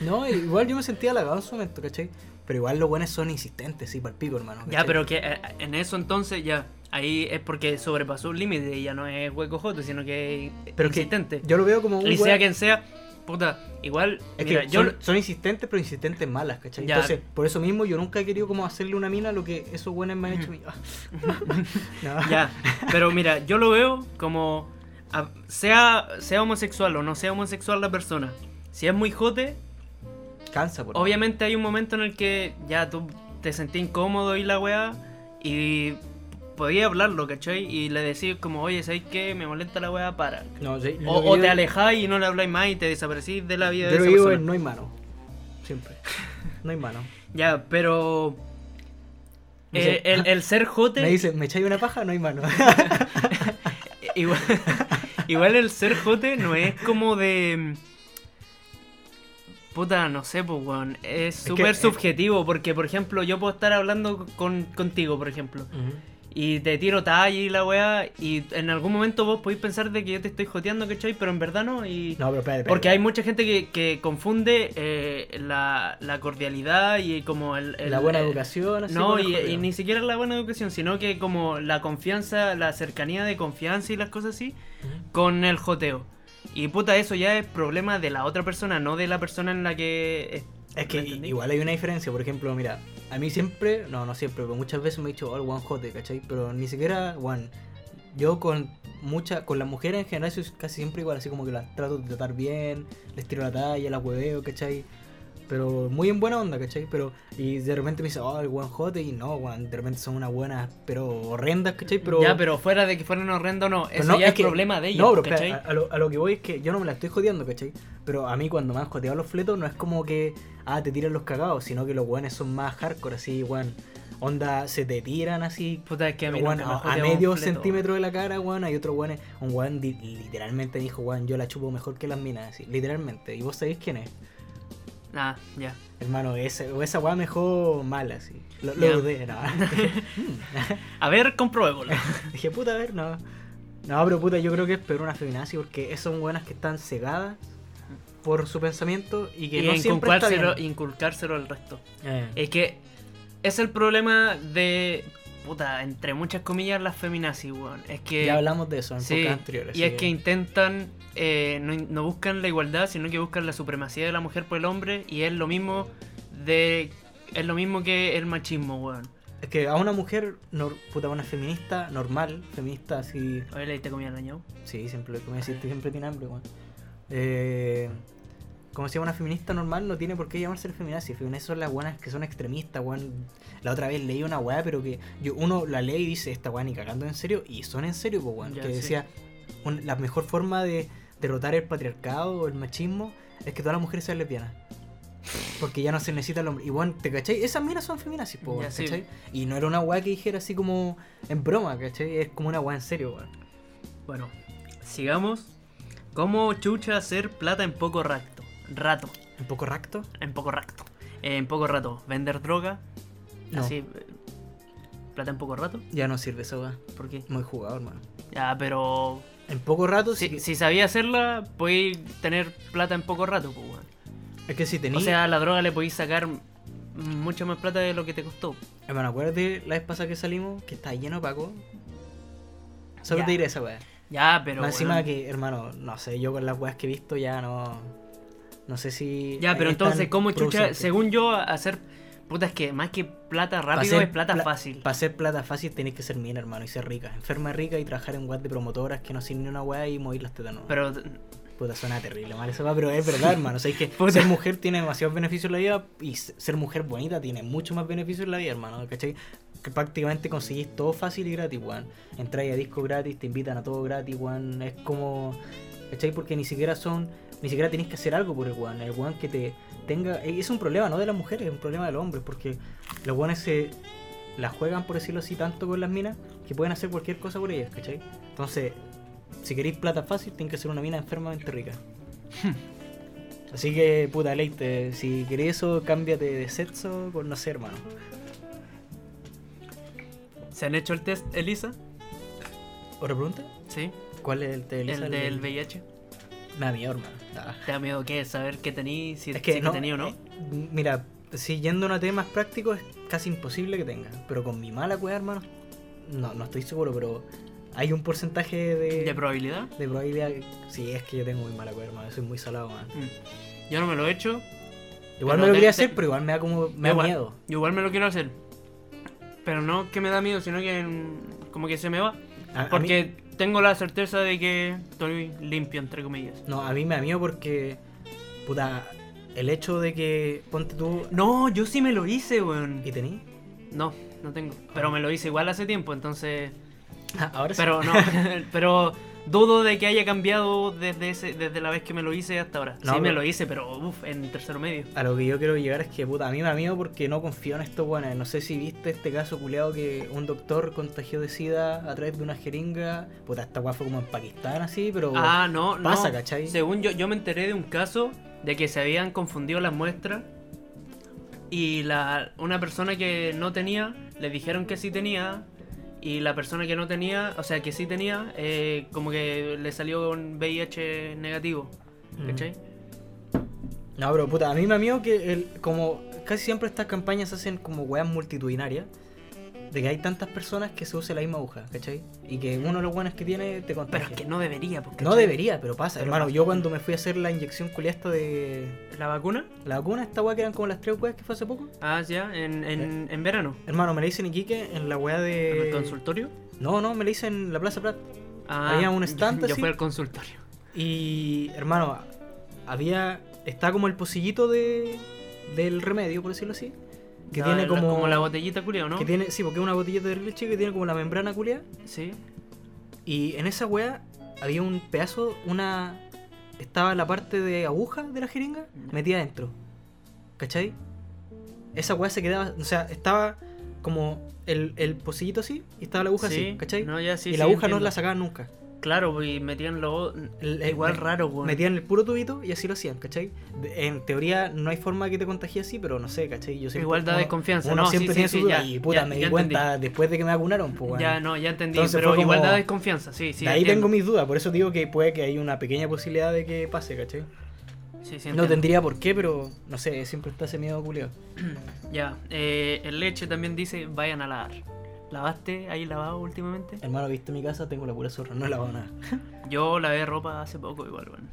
S2: No, igual yo me sentía halagado en su momento, ¿cachai? Pero igual los buenos son insistentes, sí, para pico, hermano.
S3: Ya,
S2: ¿cachai?
S3: pero que eh, en eso entonces ya ahí es porque sobrepasó un límite y ya no es hueco jote, sino que es
S2: Pero que
S3: insistente.
S2: Yo lo veo como un.
S3: y sea
S2: weón-
S3: quien sea, puta, igual,
S2: Es
S3: mira,
S2: que
S3: yo
S2: son, son insistentes, pero insistentes malas, ¿cachai?
S3: Ya.
S2: Entonces, por eso mismo yo nunca he querido como hacerle una mina lo que esos buenos me han hecho a mí. (laughs) No.
S3: ya, pero mira, yo lo veo como a- sea sea homosexual o no sea homosexual la persona. Si es muy jote,
S2: Cansa, por
S3: obviamente hay un momento en el que ya tú te sentís incómodo y la weá y podías hablarlo, ¿cachai? Y le decís como, oye, ¿sabes qué? Me molesta la weá, para.
S2: No, sí,
S3: O,
S2: lo
S3: o
S2: que
S3: te
S2: yo-
S3: alejáis y no le habláis más y te desaparecís de la vida de
S2: Yo lo
S3: esa
S2: digo
S3: persona.
S2: en no hay mano. Siempre. No hay
S3: (laughs)
S2: mano.
S3: Ya, pero.
S2: No
S3: eh,
S2: sé.
S3: el, el ser jote.
S2: Me dice, ¿me echáis una paja? No hay mano. (laughs)
S3: Igual, (laughs) igual el ser jote no es como de. mm, Puta, no sé, pues, weón. Es
S2: que,
S3: súper
S2: eh,
S3: subjetivo, porque, por ejemplo, yo puedo estar hablando con, contigo, por ejemplo, y te tiro talla y la weá, y en algún momento vos podéis pensar de que yo te estoy joteando, ¿cachai? Pero en verdad no, y.
S2: No, pero espérate, espérate.
S3: Porque hay mucha gente que, que confunde eh, la, la cordialidad y como el, el-
S2: la buena
S3: el-
S2: educación, así.
S3: No,
S2: con los
S3: y,
S2: jodidos.
S3: y ni siquiera la buena educación, sino que como la confianza, la cercanía de confianza y las cosas así
S2: Ujú.
S3: con el joteo. Y puta, eso ya es problema de la otra persona, no de la persona en la que...
S2: Es que
S3: ¿Me entendí?
S2: igual hay una diferencia. Por ejemplo, mira, a mí siempre, no, no siempre, pero muchas veces me he dicho, oh, el one jote, ¿cachai? Pero ni siquiera one. Yo con mucha, con las mujeres en general soy casi siempre igual, así como que las trato de tratar bien, les tiro la talla, las hueveo, ¿cachai? Pero muy en buena onda, ¿cachai? Pero, y de repente me dice, oh, el one jote, y no, one, de repente son unas buenas, pero horrendas, ¿cachai? Pero,
S3: Ya, pero fuera de que fueran horrendos, no,
S2: pero
S3: eso ya es,
S2: que-
S3: problema de ellos,
S2: No, pero ah,
S3: ¿cachai?
S2: espera, a, a lo, a lo que voy es que yo no me la estoy jodiendo, ¿cachai? Pero a mí cuando me han joteado los fletos no es como que, ah, te tiran los cagados, sino que los weones son más hardcore, así, weón. Onda, se te tiran así.
S3: Puta, es que a mí
S2: weón,
S3: nunca me
S2: a,
S3: ha
S2: a
S3: joteado un
S2: medio
S3: fleto.
S2: centímetro de la cara, weón, hay otro weón, un weón di- literalmente dijo, weón, yo la chupo mejor que las minas, así, literalmente. Y vos sabéis quién es.
S3: Ah, ya.
S2: Hermano, ese, esa weón me dejó mal, así. Lo, lo
S3: Ya.
S2: dudé, no.
S3: (laughs) A ver, compruébalo.
S2: Dije, puta, a ver, no. No, pero puta, yo creo que es peor una feminazi porque son buenas que están cegadas por su pensamiento (laughs) y que
S3: y
S2: no siempre está bien.
S3: inculcárselo, inculcárselo al resto.
S2: Eh,
S3: Es que es el problema de puta, entre muchas comillas, las feminazis, weón. Es que.
S2: Ya hablamos de eso en
S3: eh, Sí,
S2: podcast anteriores.
S3: y
S2: así
S3: es que intentan, eh, no, no buscan la igualdad, sino que buscan la supremacía de la mujer por el hombre y es lo mismo de es lo mismo que el machismo, weón.
S2: Es que a una mujer, nor- puta, una feminista normal, feminista así.
S3: Hoy le diste comida al baño.
S2: Sí, siempre, como decís, tú siempre tiene hambre, weón. Eh, como decía, una feminista normal no tiene por qué llamarse feminazi. Feminazis son las buenas que son extremistas, weón. La otra vez leí una weá, pero que yo, uno la lee y dice, esta weá ni cagando en serio, y son en serio, pues, weón.
S3: Ya,
S2: que
S3: sí.
S2: decía, un- la mejor forma de derrotar el patriarcado o el machismo es que todas las mujeres sean lesbianas. Porque ya no se necesita el hombre. Y bueno, ¿te cachai? Esas minas son feminazis, po,
S3: Ya,
S2: weón,
S3: sí.
S2: ¿cachai? Y no era una weá que dijera así como en broma, ¿cachai? Es como una weá en serio, weón.
S3: Bueno, sigamos. ¿Cómo chucha hacer plata en poco rato? Rato,
S2: Un poco racto.
S3: en poco rato. eh, en poco rato. Vender droga.
S2: No.
S3: Así. eh, Plata en poco rato.
S2: Ya no sirve esa weá.
S3: ¿Por qué?
S2: Muy jugado, hermano.
S3: Ya, pero.
S2: En poco rato,
S3: Si,
S2: si,
S3: si sabía hacerla, podéis tener plata en poco rato, pues, weón.
S2: es que si tenías.
S3: O sea, a la droga le podéis sacar m- mucho más plata de lo que te costó.
S2: hermano, acuérdate la vez pasada que salimos, que estaba lleno Paco. Solo
S3: Ya.
S2: te diré esa weá.
S3: Ya, pero.
S2: Más encima
S3: weón.
S2: que, hermano, no sé, yo con las weas que he visto ya no. No sé si.
S3: Ya, pero
S2: es tan
S3: entonces, ¿cómo chucha?
S2: producente.
S3: Según yo, a- hacer. Puta, es que más que plata
S2: Pa'
S3: rápido
S2: ser
S3: es plata
S2: pla-
S3: fácil.
S2: Para ser plata fácil tenés que ser mina, hermano, y ser rica. Enferma rica y trabajar en web de promotoras que no sirven ni una wea y mover las tetas, no.
S3: Pero.
S2: Puta, suena terrible mal esa wea, pero es verdad, hermano. O sea, es que
S3: Puta.
S2: ser mujer tiene demasiados beneficios en la vida y se- ser mujer bonita tiene mucho más beneficios en la vida, hermano. ¿Cachai? Que prácticamente conseguís todo fácil y gratis, weón. Entráis a disco gratis, te invitan a todo gratis, weón. Es como. ¿Cachai? Porque ni siquiera son. Ni siquiera tenés que hacer algo por el weón. El weón que te tenga. eh, Es un problema, no de las mujeres, es un problema de los hombres, porque los weones se. La juegan, por decirlo así, tanto con las minas que pueden hacer cualquier cosa por ellas, ¿cachai? Entonces, si queréis plata fácil, tiene que ser una mina enfermamente rica. (laughs) Así que, puta, leite, si querés eso, cámbiate de sexo por no sé, hermano.
S3: ¿Se han hecho el test, Elisa?
S2: ¿Otra pregunta?
S3: Sí.
S2: ¿Cuál es el
S3: El,
S2: test?
S3: del VIH.
S2: Me da miedo, hermano. Ah.
S3: ¿Te da miedo qué? Saber qué tení, si,
S2: Es que
S3: si
S2: no,
S3: tenía o no.
S2: eh, Mira, si yendo a temas prácticos, es casi imposible que tenga. Pero con mi mala cueva, hermano, no, no estoy seguro, pero hay un porcentaje de,
S3: ¿De probabilidad?
S2: de probabilidad. que- Sí, es que yo tengo muy mala cueva, hermano, soy muy salado, man.
S3: Mm. Yo no me lo he hecho.
S2: Igual
S3: Pero
S2: me lo
S3: te-
S2: quería
S3: te-
S2: hacer, pero igual me da como. me da
S3: igual,
S2: miedo.
S3: yo igual me lo quiero hacer. Pero no que me da miedo, sino que mm, como que se me va.
S2: A- a mí-
S3: Porque tengo la certeza de que estoy limpio, entre comillas.
S2: No, a mí me da miedo porque. Puta, el hecho de que. Ponte tú.
S3: No, yo sí me lo hice, weón.
S2: ¿Y tení? (laughs)
S3: No, no tengo. Pero me lo hice igual hace tiempo, entonces.
S2: Ahora Pues sí.
S3: Pero no, (laughs) pero dudo de que haya cambiado desde ese, desde la vez que me lo hice hasta ahora.
S2: No,
S3: sí me
S2: pero-
S3: lo hice, pero uff, en tercero medio.
S2: A lo que yo quiero llegar es que, puta, a mí me da miedo porque no confío en estos buenos. No sé si viste este caso culeado que un doctor contagió de sida a través de una jeringa. Puta, esta weá fue como en Pakistán así, pero.
S3: Ah, no, no.
S2: pasa, ¿cachai?
S3: Según yo, yo me enteré de un caso de que se habían confundido las muestras y la, una persona que no tenía, le dijeron que sí tenía y la persona que no tenía, o sea, que sí tenía, eh, como que le salió un VIH negativo,
S2: Mm.
S3: ¿cachai?
S2: No, pero puta, a mí me da miedo que el, como casi siempre estas campañas se hacen como weas multitudinarias, de que hay tantas personas que se usa la misma aguja, ¿cachai? Y que uno de los buenos que tiene te
S3: Pero
S2: contagia.
S3: es que no debería, pues, porque
S2: No debería, pero pasa.
S3: Pero
S2: hermano,
S3: pasa.
S2: yo cuando me fui a hacer la inyección culiasta de
S3: ¿La vacuna?
S2: la vacuna, esta weá que eran como las tres weas que fue hace poco.
S3: Ah, ya, en, en,
S2: ¿Eh?
S3: en verano.
S2: Hermano, me la hice en Iquique, en la weá de.
S3: ¿En el consultorio?
S2: No, no, me la hice en la Plaza Prat.
S3: Ah,
S2: había un stand
S3: (laughs) Yo
S2: así.
S3: fui al consultorio.
S2: Y, hermano, había. Está como el pocillito de, del remedio, por decirlo así. Que
S3: Ya,
S2: tiene
S3: Ah, la-
S2: como.
S3: la botellita culia, ¿o ¿no?
S2: Que tiene, sí, porque es una botellita de leche que tiene como la membrana culia.
S3: Sí.
S2: Y en esa weá había un pedazo, una. Estaba la parte de aguja de la jeringa
S3: Ya.
S2: metida adentro. ¿Cachai? Esa weá se quedaba. O sea, estaba como el, el pocillito así y estaba la aguja
S3: sí.
S2: así, ¿cachai?
S3: No, ya, sí,
S2: y
S3: sí,
S2: la aguja
S3: entiendo.
S2: no la sacaban nunca.
S3: Claro, y metían lo
S2: El- el-
S3: igual
S2: me-
S3: raro, weón.
S2: Metían el puro tubito y así lo hacían, ¿cachai? De- en teoría no hay forma que te contagie así, pero no sé, ¿cachai? Yo siempre,
S3: Igual da
S2: uno-
S3: desconfianza,
S2: Uno
S3: ¿no?
S2: siempre
S3: sí,
S2: tiene
S3: sí,
S2: su
S3: sí,
S2: duda
S3: ya,
S2: y puta,
S3: ya,
S2: me
S3: ya
S2: di cuenta después de que me vacunaron, pues weón.
S3: Ya, no, ya entendí,
S2: Entonces
S3: pero
S2: fue
S3: igual
S2: como-
S3: da desconfianza, sí, sí.
S2: De ahí tengo
S3: entiendo.
S2: mis dudas, por eso digo que puede que haya una pequeña posibilidad de que pase, ¿cachai?
S3: Sí, sí,
S2: No
S3: entiendo.
S2: tendría por qué, pero no sé, siempre está ese miedo culiado.
S3: Ya, eh, el leche también dice, vayan a lavar. ¿Lavaste? ¿Hay lavado últimamente?
S2: Hermano, ¿viste mi casa? Tengo la pura zorra, no he lavado nada.
S3: Yo lavé ropa hace poco igual, weón.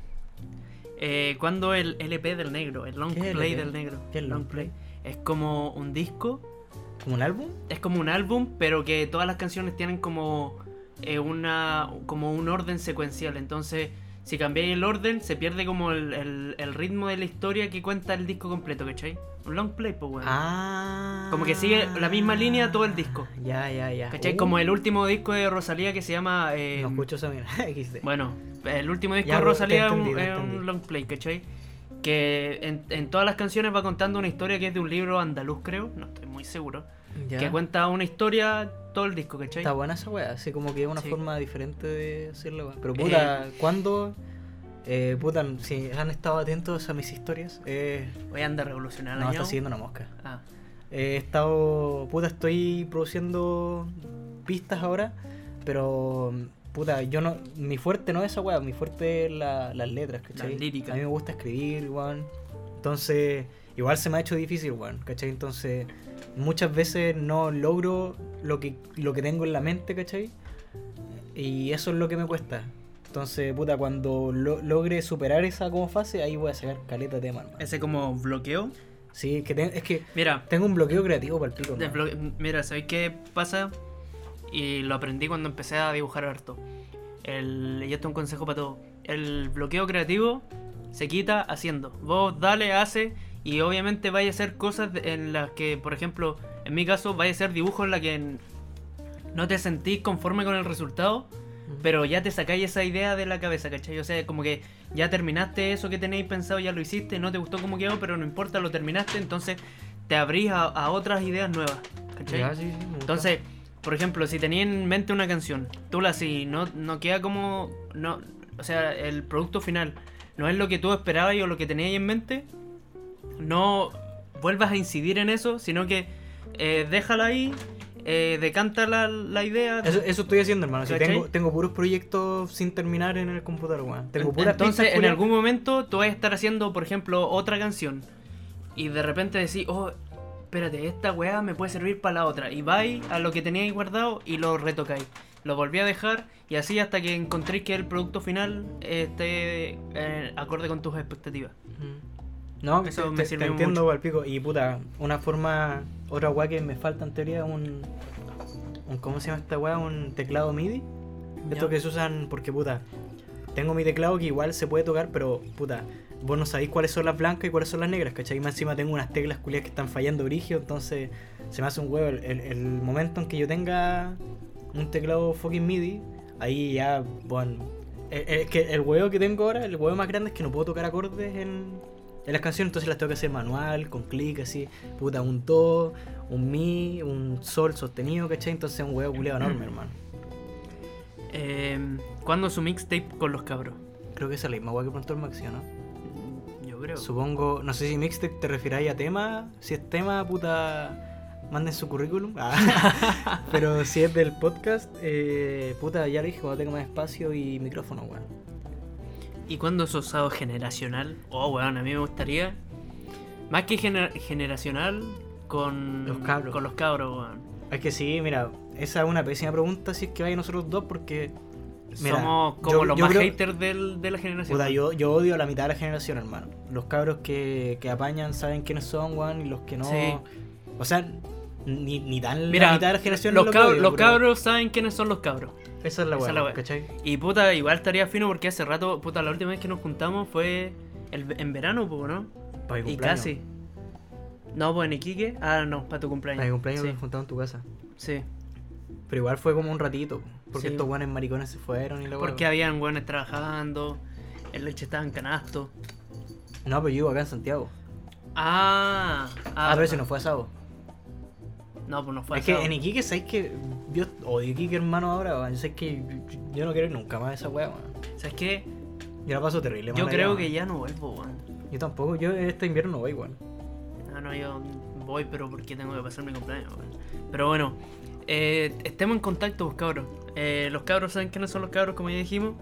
S3: Eh, ¿Cuándo el LP del negro? El long
S2: ¿Qué es
S3: play
S2: LP?
S3: del negro.
S2: ¿Qué es long
S3: Es como un disco,
S2: ¿Como un álbum?
S3: es como un álbum, pero que todas las canciones tienen como eh, una como un orden secuencial. Entonces, si cambiáis el orden, se pierde como el, el- el ritmo de la historia que cuenta el disco completo, ¿cachai? Un long play, pues weón.
S2: Ah.
S3: Como que sigue la misma línea todo el disco.
S2: Ya, ya, ya.
S3: ¿Cachai?
S2: Uh,
S3: Como el último disco de Rosalía que se llama. eh,
S2: No escucho esa (laughs) mierda. XD.
S3: Bueno, el último disco
S2: Ya,
S3: de
S2: bro, te
S3: Rosalía es un-
S2: entendí, te
S3: es un
S2: entendí.
S3: long play, ¿cachai? Que en, en todas las canciones va contando una historia que es de un libro andaluz, creo. No estoy muy seguro.
S2: Ya.
S3: Que cuenta una historia todo el disco, ¿cachai?
S2: Está buena esa weá, así como que es una
S3: Sí. Eh,
S2: forma diferente de hacer la weá. Pero puta, ¿cuándo? Eh, puta, si han estado atentos a mis historias, eh,
S3: Voy a andar revolucionar
S2: no, está siguiendo una mosca.
S3: Ah,
S2: He estado. Puta, estoy produciendo pistas ahora, pero. Puta, yo no. Mi fuerte no es esa weá, mi fuerte es la- las letras, ¿cachai?
S3: Las líricas.
S2: A mí me gusta escribir, weón. Entonces, igual se me ha hecho difícil, weón, ¿cachai? Entonces, muchas veces no logro lo que, lo que tengo en la mente, ¿cachai? Y eso es lo que me cuesta. Entonces, puta, cuando lo- logre superar esa como fase, ahí voy a sacar caleta de tema, hermano.
S3: ese como bloqueo.
S2: Sí, es que, te- es que
S3: Mira,
S2: tengo un bloqueo creativo para el pico, hermano.
S3: desbloque- mira, ¿sabéis qué pasa? Y lo aprendí cuando empecé a dibujar harto. El, y esto es un consejo para todos. El bloqueo creativo se quita haciendo. Vos dale, hace y obviamente vaya a hacer cosas de- en las que, por ejemplo, en mi caso, vaya a hacer dibujos en la que n- no te sentís conforme con el resultado, pero ya te sacáis esa idea de la cabeza, ¿cachai? O sea, como que ya terminaste eso que tenéis pensado, ya lo hiciste, no te gustó como quedó, pero no importa, lo terminaste, entonces te abrís a, a otras ideas nuevas, ¿cachai?
S2: Ya, sí, sí, me gusta.
S3: Entonces, por ejemplo, si tenía en mente una canción, tú la si no, no queda como. No, o sea, el producto final no es lo que tú esperabas o lo que tenías en mente, no vuelvas a incidir en eso, sino que eh, déjala ahí, eh, decanta la, la idea.
S2: Eso, eso estoy haciendo, hermano. Si
S3: ¿Cachai?
S2: tengo, tengo puros proyectos sin terminar en el computador, weón. Tengo puras
S3: Entonces,
S2: pistas,
S3: en
S2: culiao.
S3: algún momento tú vas a estar haciendo, por ejemplo, otra canción. Y de repente decís, oh, espérate, esta weá me puede servir para la otra. Y vais a lo que teníais guardado y lo retocáis. Lo volví a dejar y así hasta que encontréis que el producto final eh, esté eh, acorde con tus expectativas.
S2: Mm. No,
S3: Eso
S2: te-
S3: me
S2: te,
S3: sirve
S2: te entiendo, al pico. Y puta, una forma, otra weá que me falta en teoría, un, un. ¿Cómo se llama esta weá? Un teclado MIDI. Esto que se usan, porque puta, tengo mi teclado que igual se puede tocar, pero puta, vos no sabéis cuáles son las blancas y cuáles son las negras, ¿cachai? Y más encima tengo unas teclas culias que están fallando brigio, entonces se me hace un huevo. El, el- el momento en que yo tenga un teclado fucking MIDI, ahí ya, bueno. el- el- Es que el huevo que tengo ahora, el huevo más grande es que no puedo tocar acordes en, en las canciones, entonces las tengo que hacer manual, con clic, así, puta, un do, un mi, un sol sostenido, ¿cachai? Entonces es un huevo culiado enorme, hermano.
S3: Eh, ¿Cuándo su mixtape con los cabros?
S2: Creo que esa es la misma hueá que pronto el Maxi, ¿o ¿no?
S3: Yo creo.
S2: Supongo, no sé si mixtape te refiráis a tema. Si es tema, puta, manden su currículum. Ah, (laughs) Pero si es del podcast, eh, puta, ya le dije, cuando tenga más espacio y micrófono, weón.
S3: ¿Y cuándo es osado generacional? Oh, weón, a mí me gustaría. Más que gener- generacional, con
S2: Los cabros.
S3: Con los cabros, weón.
S2: Es que sí, mira, esa es una pésima pregunta si es que vaya nosotros dos, porque. Mira,
S3: Somos como
S2: yo-
S3: los
S2: yo
S3: más
S2: creo-
S3: haters del- de la generación.
S2: Puta, yo, yo odio a la mitad de la generación, hermano. Los cabros que, que apañan saben quiénes son, weón, y los que no.
S3: Sí.
S2: O sea, ni, ni tan
S3: Mira,
S2: la mitad de la generación.
S3: los,
S2: es lo que
S3: cabros,
S2: odio,
S3: los
S2: pero
S3: cabros saben quiénes son los cabros.
S2: Esa es la
S3: esa es la weá.
S2: weá, ¿cachai?
S3: Y puta, igual estaría fino porque hace rato, puta, la última vez que nos juntamos fue el- en verano, po, ¿no?
S2: Pa' mi
S3: Y
S2: cumpleaños.
S3: casi. No, pues en Iquique. Ah, no, para tu cumpleaños.
S2: Para mi cumpleaños
S3: Sí,
S2: nos juntamos en tu casa.
S3: sí.
S2: Pero igual fue como un ratito, porque
S3: Sí.
S2: estos buenos maricones se fueron y la
S3: Porque
S2: hueá.
S3: habían weones trabajando, el leche estaba en canasto.
S2: No, pero yo vivo acá en Santiago.
S3: Ah,
S2: Ah, pero si
S3: no.
S2: no fue asado.
S3: No, pues no fue
S2: es que
S3: asado.
S2: en Iquique, ¿sabes que Yo odio Iquique, hermano, ahora, weón. Yo sé que yo no quiero ir nunca más a esa weá, weón.
S3: ¿Sabes qué?
S2: Yo la paso terrible,
S3: Yo
S2: mal allá,
S3: creo
S2: weón.
S3: que ya no vuelvo, weón.
S2: Yo tampoco, yo este invierno no voy, weón.
S3: No, no, yo voy, pero porque tengo que pasar mi cumpleaños, weón. Pero bueno, eh, estemos en contacto, pues, cabros. Eh, los cabros saben quiénes son los cabros, como ya dijimos.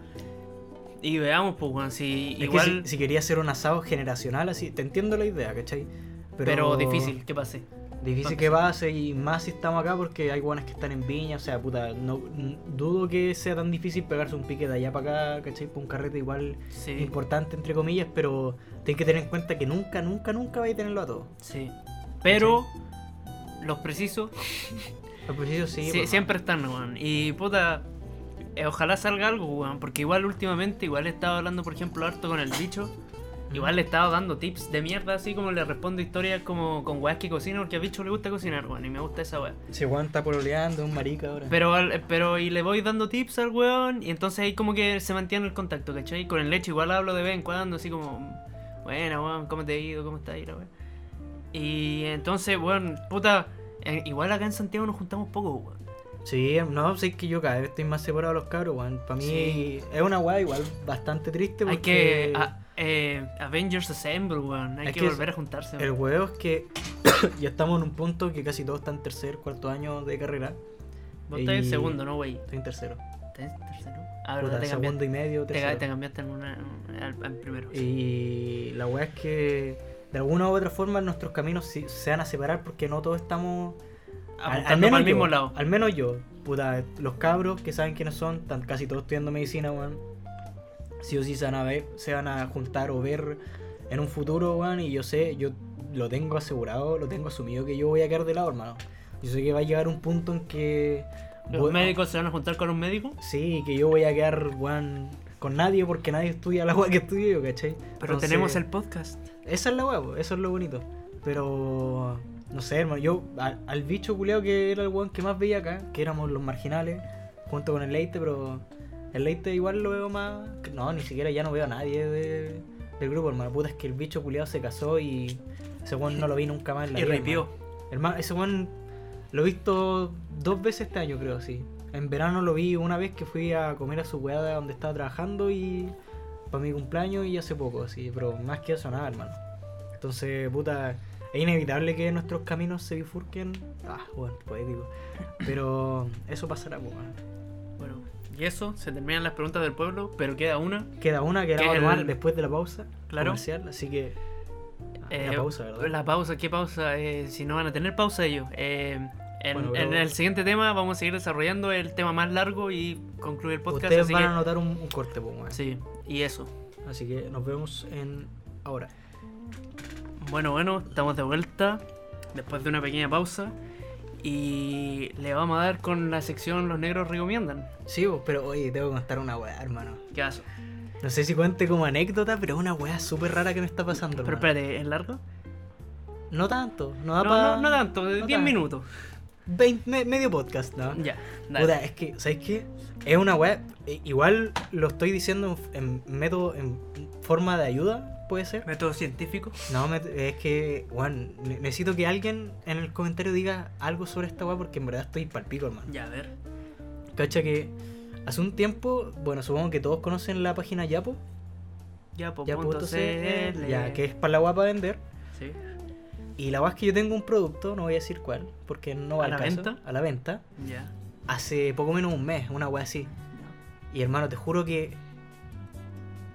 S3: Y veamos, pues, weón, si
S2: Es
S3: igual,
S2: que si, si quería hacer un asado generacional así, te entiendo la idea, ¿cachai?
S3: pero difícil, que pase.
S2: Difícil que pase y más si estamos acá porque hay guanas que están en viña, o sea, puta, no, n- dudo que sea tan difícil pegarse un pique de allá para acá, ¿cachai? Por un carrete igual
S3: Sí,
S2: importante, entre comillas, pero tenés que tener en cuenta que nunca, nunca, nunca vais a tenerlo a todo.
S3: sí. Pero los precisos
S2: Al principio sí,
S3: sí,
S2: pues, man.
S3: siempre están, weón. Y puta, eh, ojalá salga algo, weón. Porque igual últimamente, igual he estado hablando, por ejemplo, harto con el bicho. Igual le he estado dando tips de mierda, así como le respondo historias como con weas que cocina, porque a bicho le gusta cocinar, weón, y me gusta esa wea.
S2: Se aguanta pololeando, un marica ahora.
S3: Pero, al- pero y le voy dando tips al weón y entonces ahí como que se mantiene el contacto, ¿cachai? Con el leche igual hablo de vez en cuando, así como, bueno, weón, ¿cómo te ha ido? ¿Cómo está ahí la wea? Y entonces, weón, puta, eh, igual acá en Santiago nos juntamos poco, weón.
S2: Sí, no, sé que yo cada vez estoy más separado de los cabros, weón. Para mí
S3: Sí.
S2: es una weá igual bastante triste
S3: Hay
S2: porque
S3: que... a- eh, Avengers Assemble, weón, hay
S2: Es
S3: que,
S2: que es-
S3: volver a juntarse.
S2: el
S3: weón.
S2: huevo es que (coughs) ya estamos en un punto que casi todos están en tercer, cuarto año de carrera.
S3: Vos estás en
S2: y-
S3: segundo, ¿no, güey?
S2: Estoy en tercero.
S3: ¿Estás en tercero?
S2: Puta,
S3: Ah, verdad, te
S2: segundo
S3: cambiaste,
S2: y medio,
S3: te, ca-
S2: tercero.
S3: te cambiaste en, una, en- al- al primero.
S2: Y la weá es que de alguna u otra forma nuestros caminos sí- se van a separar porque no todos estamos
S3: Apuntando
S2: al menos
S3: pa'l mismo
S2: yo,
S3: lado.
S2: Al menos yo. Puta, los cabros que saben quiénes son, están casi todos estudiando medicina, weón. Sí o sí se van a ver, se van a juntar o ver en un futuro, weón. Y yo sé, yo lo tengo asegurado, lo tengo asumido que yo voy a quedar de lado, hermano. Yo sé que va a llegar un punto en que.
S3: ¿Los
S2: voy-
S3: médicos se van a juntar con un médico?
S2: Sí, que yo voy a quedar, weón, con nadie porque nadie estudia la weá que estudio yo, ¿cachai?
S3: Pero
S2: Entonces-
S3: tenemos el podcast.
S2: Esa es la hueá, po, eso es lo bonito. Pero no sé, hermano, yo al, al bicho culeado que era el weón que más veía acá, que éramos los marginales, junto con el Leite, pero el Leite igual lo veo más. No, ni siquiera ya no veo a nadie de- del grupo, hermano. Puta, es que el bicho culeado se casó y ese weón no lo vi nunca más en la
S3: Y
S2: vida.
S3: ripió.
S2: hermano. Hermano, ese weón lo he visto dos veces este año, creo, sí. En verano lo vi una vez que fui a comer a su weada donde estaba trabajando y para mi cumpleaños y hace poco, sí, pero más que eso nada, hermano. Entonces, puta, es inevitable que nuestros caminos se bifurquen. Ah, bueno, poético. Pero eso pasará, pues, bueno.
S3: Bueno, y eso, se terminan las preguntas del pueblo, pero queda una.
S2: Queda una que la
S3: Que
S2: vamos a
S3: el-
S2: tomar después de la pausa
S3: Claro.
S2: comercial, así que... ah,
S3: Eh,
S2: la pausa, ¿verdad?
S3: La pausa, ¿qué pausa? Eh, si no van a tener pausa ellos. Eh, en,
S2: Bueno, pero-
S3: en el siguiente tema vamos a seguir desarrollando el tema más largo y concluir el podcast.
S2: Ustedes
S3: así
S2: van
S3: que-
S2: a notar un, un corte, pues, bueno.
S3: Sí, y eso.
S2: Así que nos vemos en ahora.
S3: Bueno, bueno, estamos de vuelta después de una pequeña pausa y le vamos a dar con la sección Los Negros Recomiendan.
S2: Sí, pues, pero oye, tengo que contar una weá, hermano.
S3: ¿Qué haces?
S2: No sé si cuente como anécdota, pero es una weá súper rara que me está pasando,
S3: Pero
S2: hermano.
S3: espérate, ¿es largo?
S2: No tanto, no da
S3: No,
S2: para...
S3: no, no tanto, de
S2: no
S3: 10
S2: tanto.
S3: minutos.
S2: medio podcast, ¿no?
S3: Ya, dale.
S2: Puta, es que, ¿sabes qué? Es una weá. i- Igual lo estoy diciendo en, en método, en forma de ayuda, puede ser.
S3: Método científico.
S2: No, me- es que, weón, ne- necesito que alguien en el comentario diga algo sobre esta weá porque en verdad estoy palpico, hermano.
S3: Ya, a ver.
S2: Cacha que hace un tiempo, bueno, supongo que todos conocen la página Yapo,
S3: Ya, pues, punto
S2: yapo.cl,
S3: CL.
S2: ya, que es para la weá para vender.
S3: Sí.
S2: Y la weá es que yo tengo un producto, no voy a decir cuál, porque no va
S3: ¿A
S2: al
S3: la
S2: caso,
S3: venta?
S2: A la venta.
S3: Ya.
S2: Hace poco menos de un mes, una weá así. Y hermano, te juro que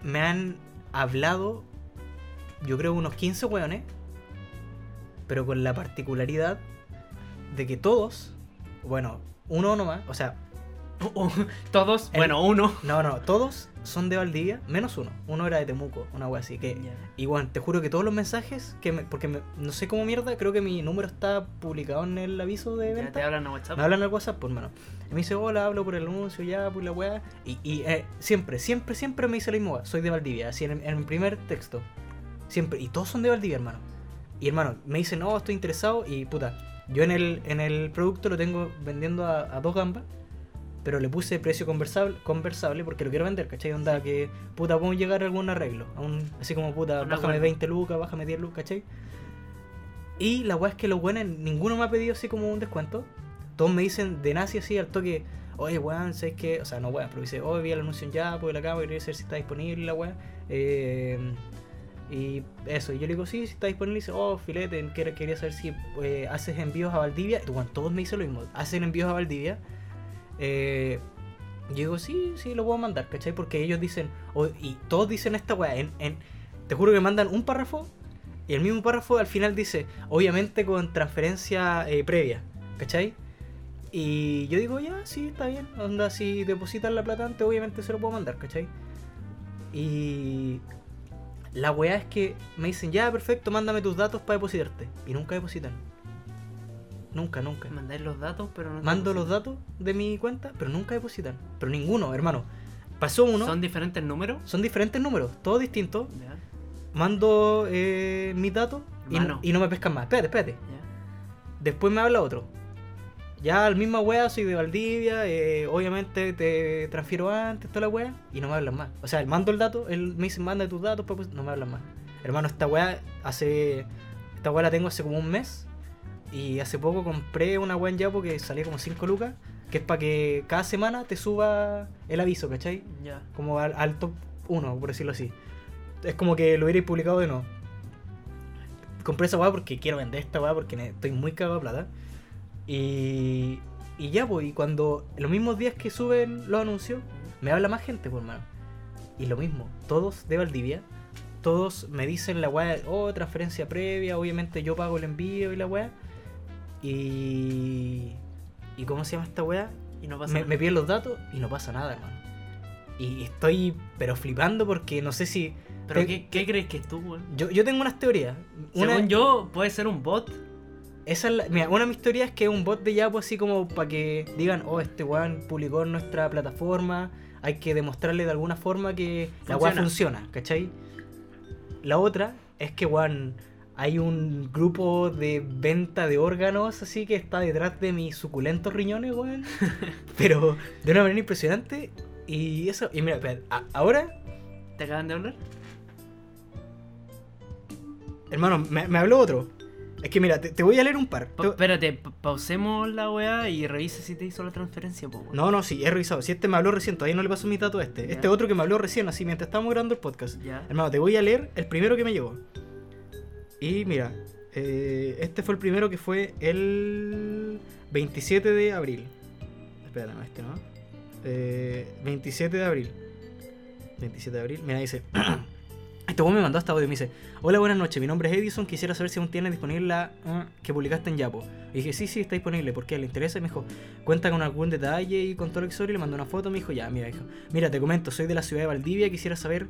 S2: me han hablado, yo creo, unos 15 weones, pero con la particularidad de que todos, bueno, uno nomás, o sea,
S3: Todos,
S2: El-
S3: bueno, uno.
S2: no, no, todos son de Valdivia, menos uno. Uno era de Temuco, una wea así. Que, y bueno, te juro que todos los mensajes, que me- porque me- no sé cómo mierda, creo que mi número está publicado en el aviso de
S3: Ya
S2: venta.
S3: te hablan a WhatsApp.
S2: Me hablan al WhatsApp, por mano. Y me dice, hola, hablo por el anuncio, ya, por la weá. Y, y, eh, siempre, siempre, siempre me dice la misma weá. Soy de Valdivia, así en el, en el primer texto. Siempre. Y todos son de Valdivia, hermano. Y hermano, me dice, no, estoy interesado. Y puta, yo en el, en el producto lo tengo vendiendo a, a dos gambas. Pero le puse precio conversable, conversable porque lo quiero vender, ¿cachai? Onda que, puta, podemos llegar a algún arreglo. a un- así como, puta,
S3: Un
S2: bájame
S3: acuerdo.
S2: 20 lucas, bájame 10 lucas, ¿cachai? Y la weá es que los buenos, ninguno me ha pedido así como un descuento. Todos me dicen de nazi así al toque, oye weón, ¿sabes qué? O sea, no weón, pero dice, oye, vi el anuncio ya, pues la cama, quería saber si está disponible la weá. Eh, y eso, y yo le digo, sí, si está disponible, y dice, oh, filete, quer- quería saber si eh, haces envíos a Valdivia. Y bueno, todos me dicen lo mismo, hacen envíos a Valdivia. Eh, yo digo, sí, sí, lo puedo mandar, ¿cachai? Porque ellos dicen, o- y todos dicen esta weá, en, en- te juro que mandan un párrafo Y el mismo párrafo al final dice, obviamente con transferencia eh, previa, ¿cachai? Y yo digo, ya, sí, está bien. Onda, si depositan la plata antes, obviamente se lo puedo mandar, ¿cachai? Y la weá es que me dicen, ya, perfecto, mándame tus datos para depositarte. Y nunca depositan. Nunca, nunca.
S3: Mandáis los datos, pero no. te
S2: Mando los
S3: depositan.
S2: datos de mi cuenta, pero nunca depositan. Pero ninguno, hermano. Pasó uno,
S3: ¿Son
S2: son,
S3: diferentes números?
S2: diferentes números, todos distintos.
S3: Ya,
S2: Mando eh, mis datos y,
S3: Hermano.
S2: y no me pescan más. Espérate, espérate.
S3: ya.
S2: Después me habla otro. Ya, al misma wea, soy de Valdivia, eh, obviamente te transfiero antes, toda la wea, y no me hablan más. O sea, él mando el dato, él me dice, manda tus datos, pues pues, no me hablan más. Hermano, esta wea hace. Esta wea la tengo hace como un mes, y hace poco compré una wea en Yapo que salía como 5 lucas, que es para que cada semana te suba el aviso, ¿cachai?
S3: ya.
S2: como al, al top 1, por decirlo así. Es como que lo hubierais publicado de nuevo. Compré esa weá porque quiero vender esta weá porque ne- estoy muy cagado de plata. Y, y ya, pues, y cuando los mismos días que suben los anuncios, me habla más gente, por hermano. Y lo mismo, todos de Valdivia, todos me dicen la weá, oh, transferencia previa, obviamente yo pago el envío y la weá. Y. ¿Y cómo se llama esta weá?
S3: Y no pasa
S2: me,
S3: nada.
S2: me piden los datos y no pasa nada, hermano. Y estoy, pero flipando porque no sé si.
S3: ¿Pero
S2: te-
S3: qué, qué crees que es tú, weón?
S2: Yo, yo tengo unas teorías. Una,
S3: Según yo, puede ser un bot.
S2: esa es la- mira, una de mis teorías es que es un bot de Yapo así como para que digan, oh, este weón publicó en nuestra plataforma, hay que demostrarle de alguna forma que la weá funciona, ¿cachai? La otra es que, weón, hay un grupo de venta de órganos así que está detrás de mis suculentos riñones, weón. Pero de una manera impresionante. Y eso, y mira, espera, a- ahora,
S3: ¿Te acaban de hablar?
S2: hermano, me, me habló otro. Es que mira, te, te voy a leer un par.
S3: Pa-
S2: Te-
S3: espérate, pa- pausemos la weá y revisa si te hizo la transferencia, po, weón.
S2: No, no, sí, he revisado. Si este me habló recién, todavía no le pasó mi dato a este.
S3: Ya.
S2: Este otro que me habló recién, así mientras estábamos grabando el podcast.
S3: Ya.
S2: Hermano, te voy a leer el primero que me llegó. Y mira, eh, este fue el primero que fue el 27 de abril. Espérate, no, este no. Eh, 27 de abril. 27 de abril. Mira, dice. (clears throat) Este vos me mandó hasta audio y me dice, hola, buenas noches, mi nombre es Edison, quisiera saber si aún tienes disponible la mm, que publicaste en Yapo. Y dije, sí, sí, está disponible, porque le interesa, y me dijo, cuenta con algún detalle y con todo lo que sobre, y le mandó una foto, me dijo, ya, mira, dijo, mira, te comento, soy de la ciudad de Valdivia, quisiera saber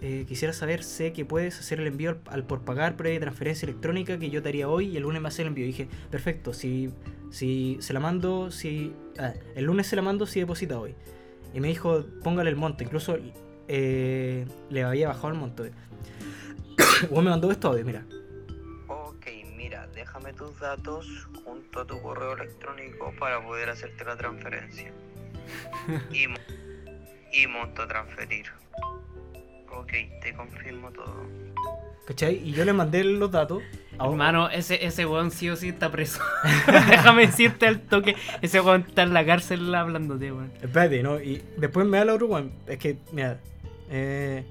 S2: eh, quisiera saber, sé que puedes hacer el envío al, al por pagar previa transferencia electrónica que yo te haría hoy y el lunes me hace el envío. Y dije, perfecto, si, si se la mando, si. ah, el lunes se la mando si deposita hoy. Y me dijo, póngale el monto. Incluso eh, le había bajado el monto. (coughs) Vos me mandó esto audio, mira.
S4: Ok, mira, déjame tus datos junto a tu correo electrónico para poder hacerte la transferencia. Y, mo- y monto transferir. Ok, te confirmo todo.
S2: ¿Cachai? Y yo le mandé los datos. a-
S3: Hermano, ese, ese weón sí o sí está preso. (laughs) Déjame decirte al toque. Ese weón está en la cárcel hablándote, weón.
S2: Espérate, ¿no? Y después me habla otro weón. Es que, mira, eh,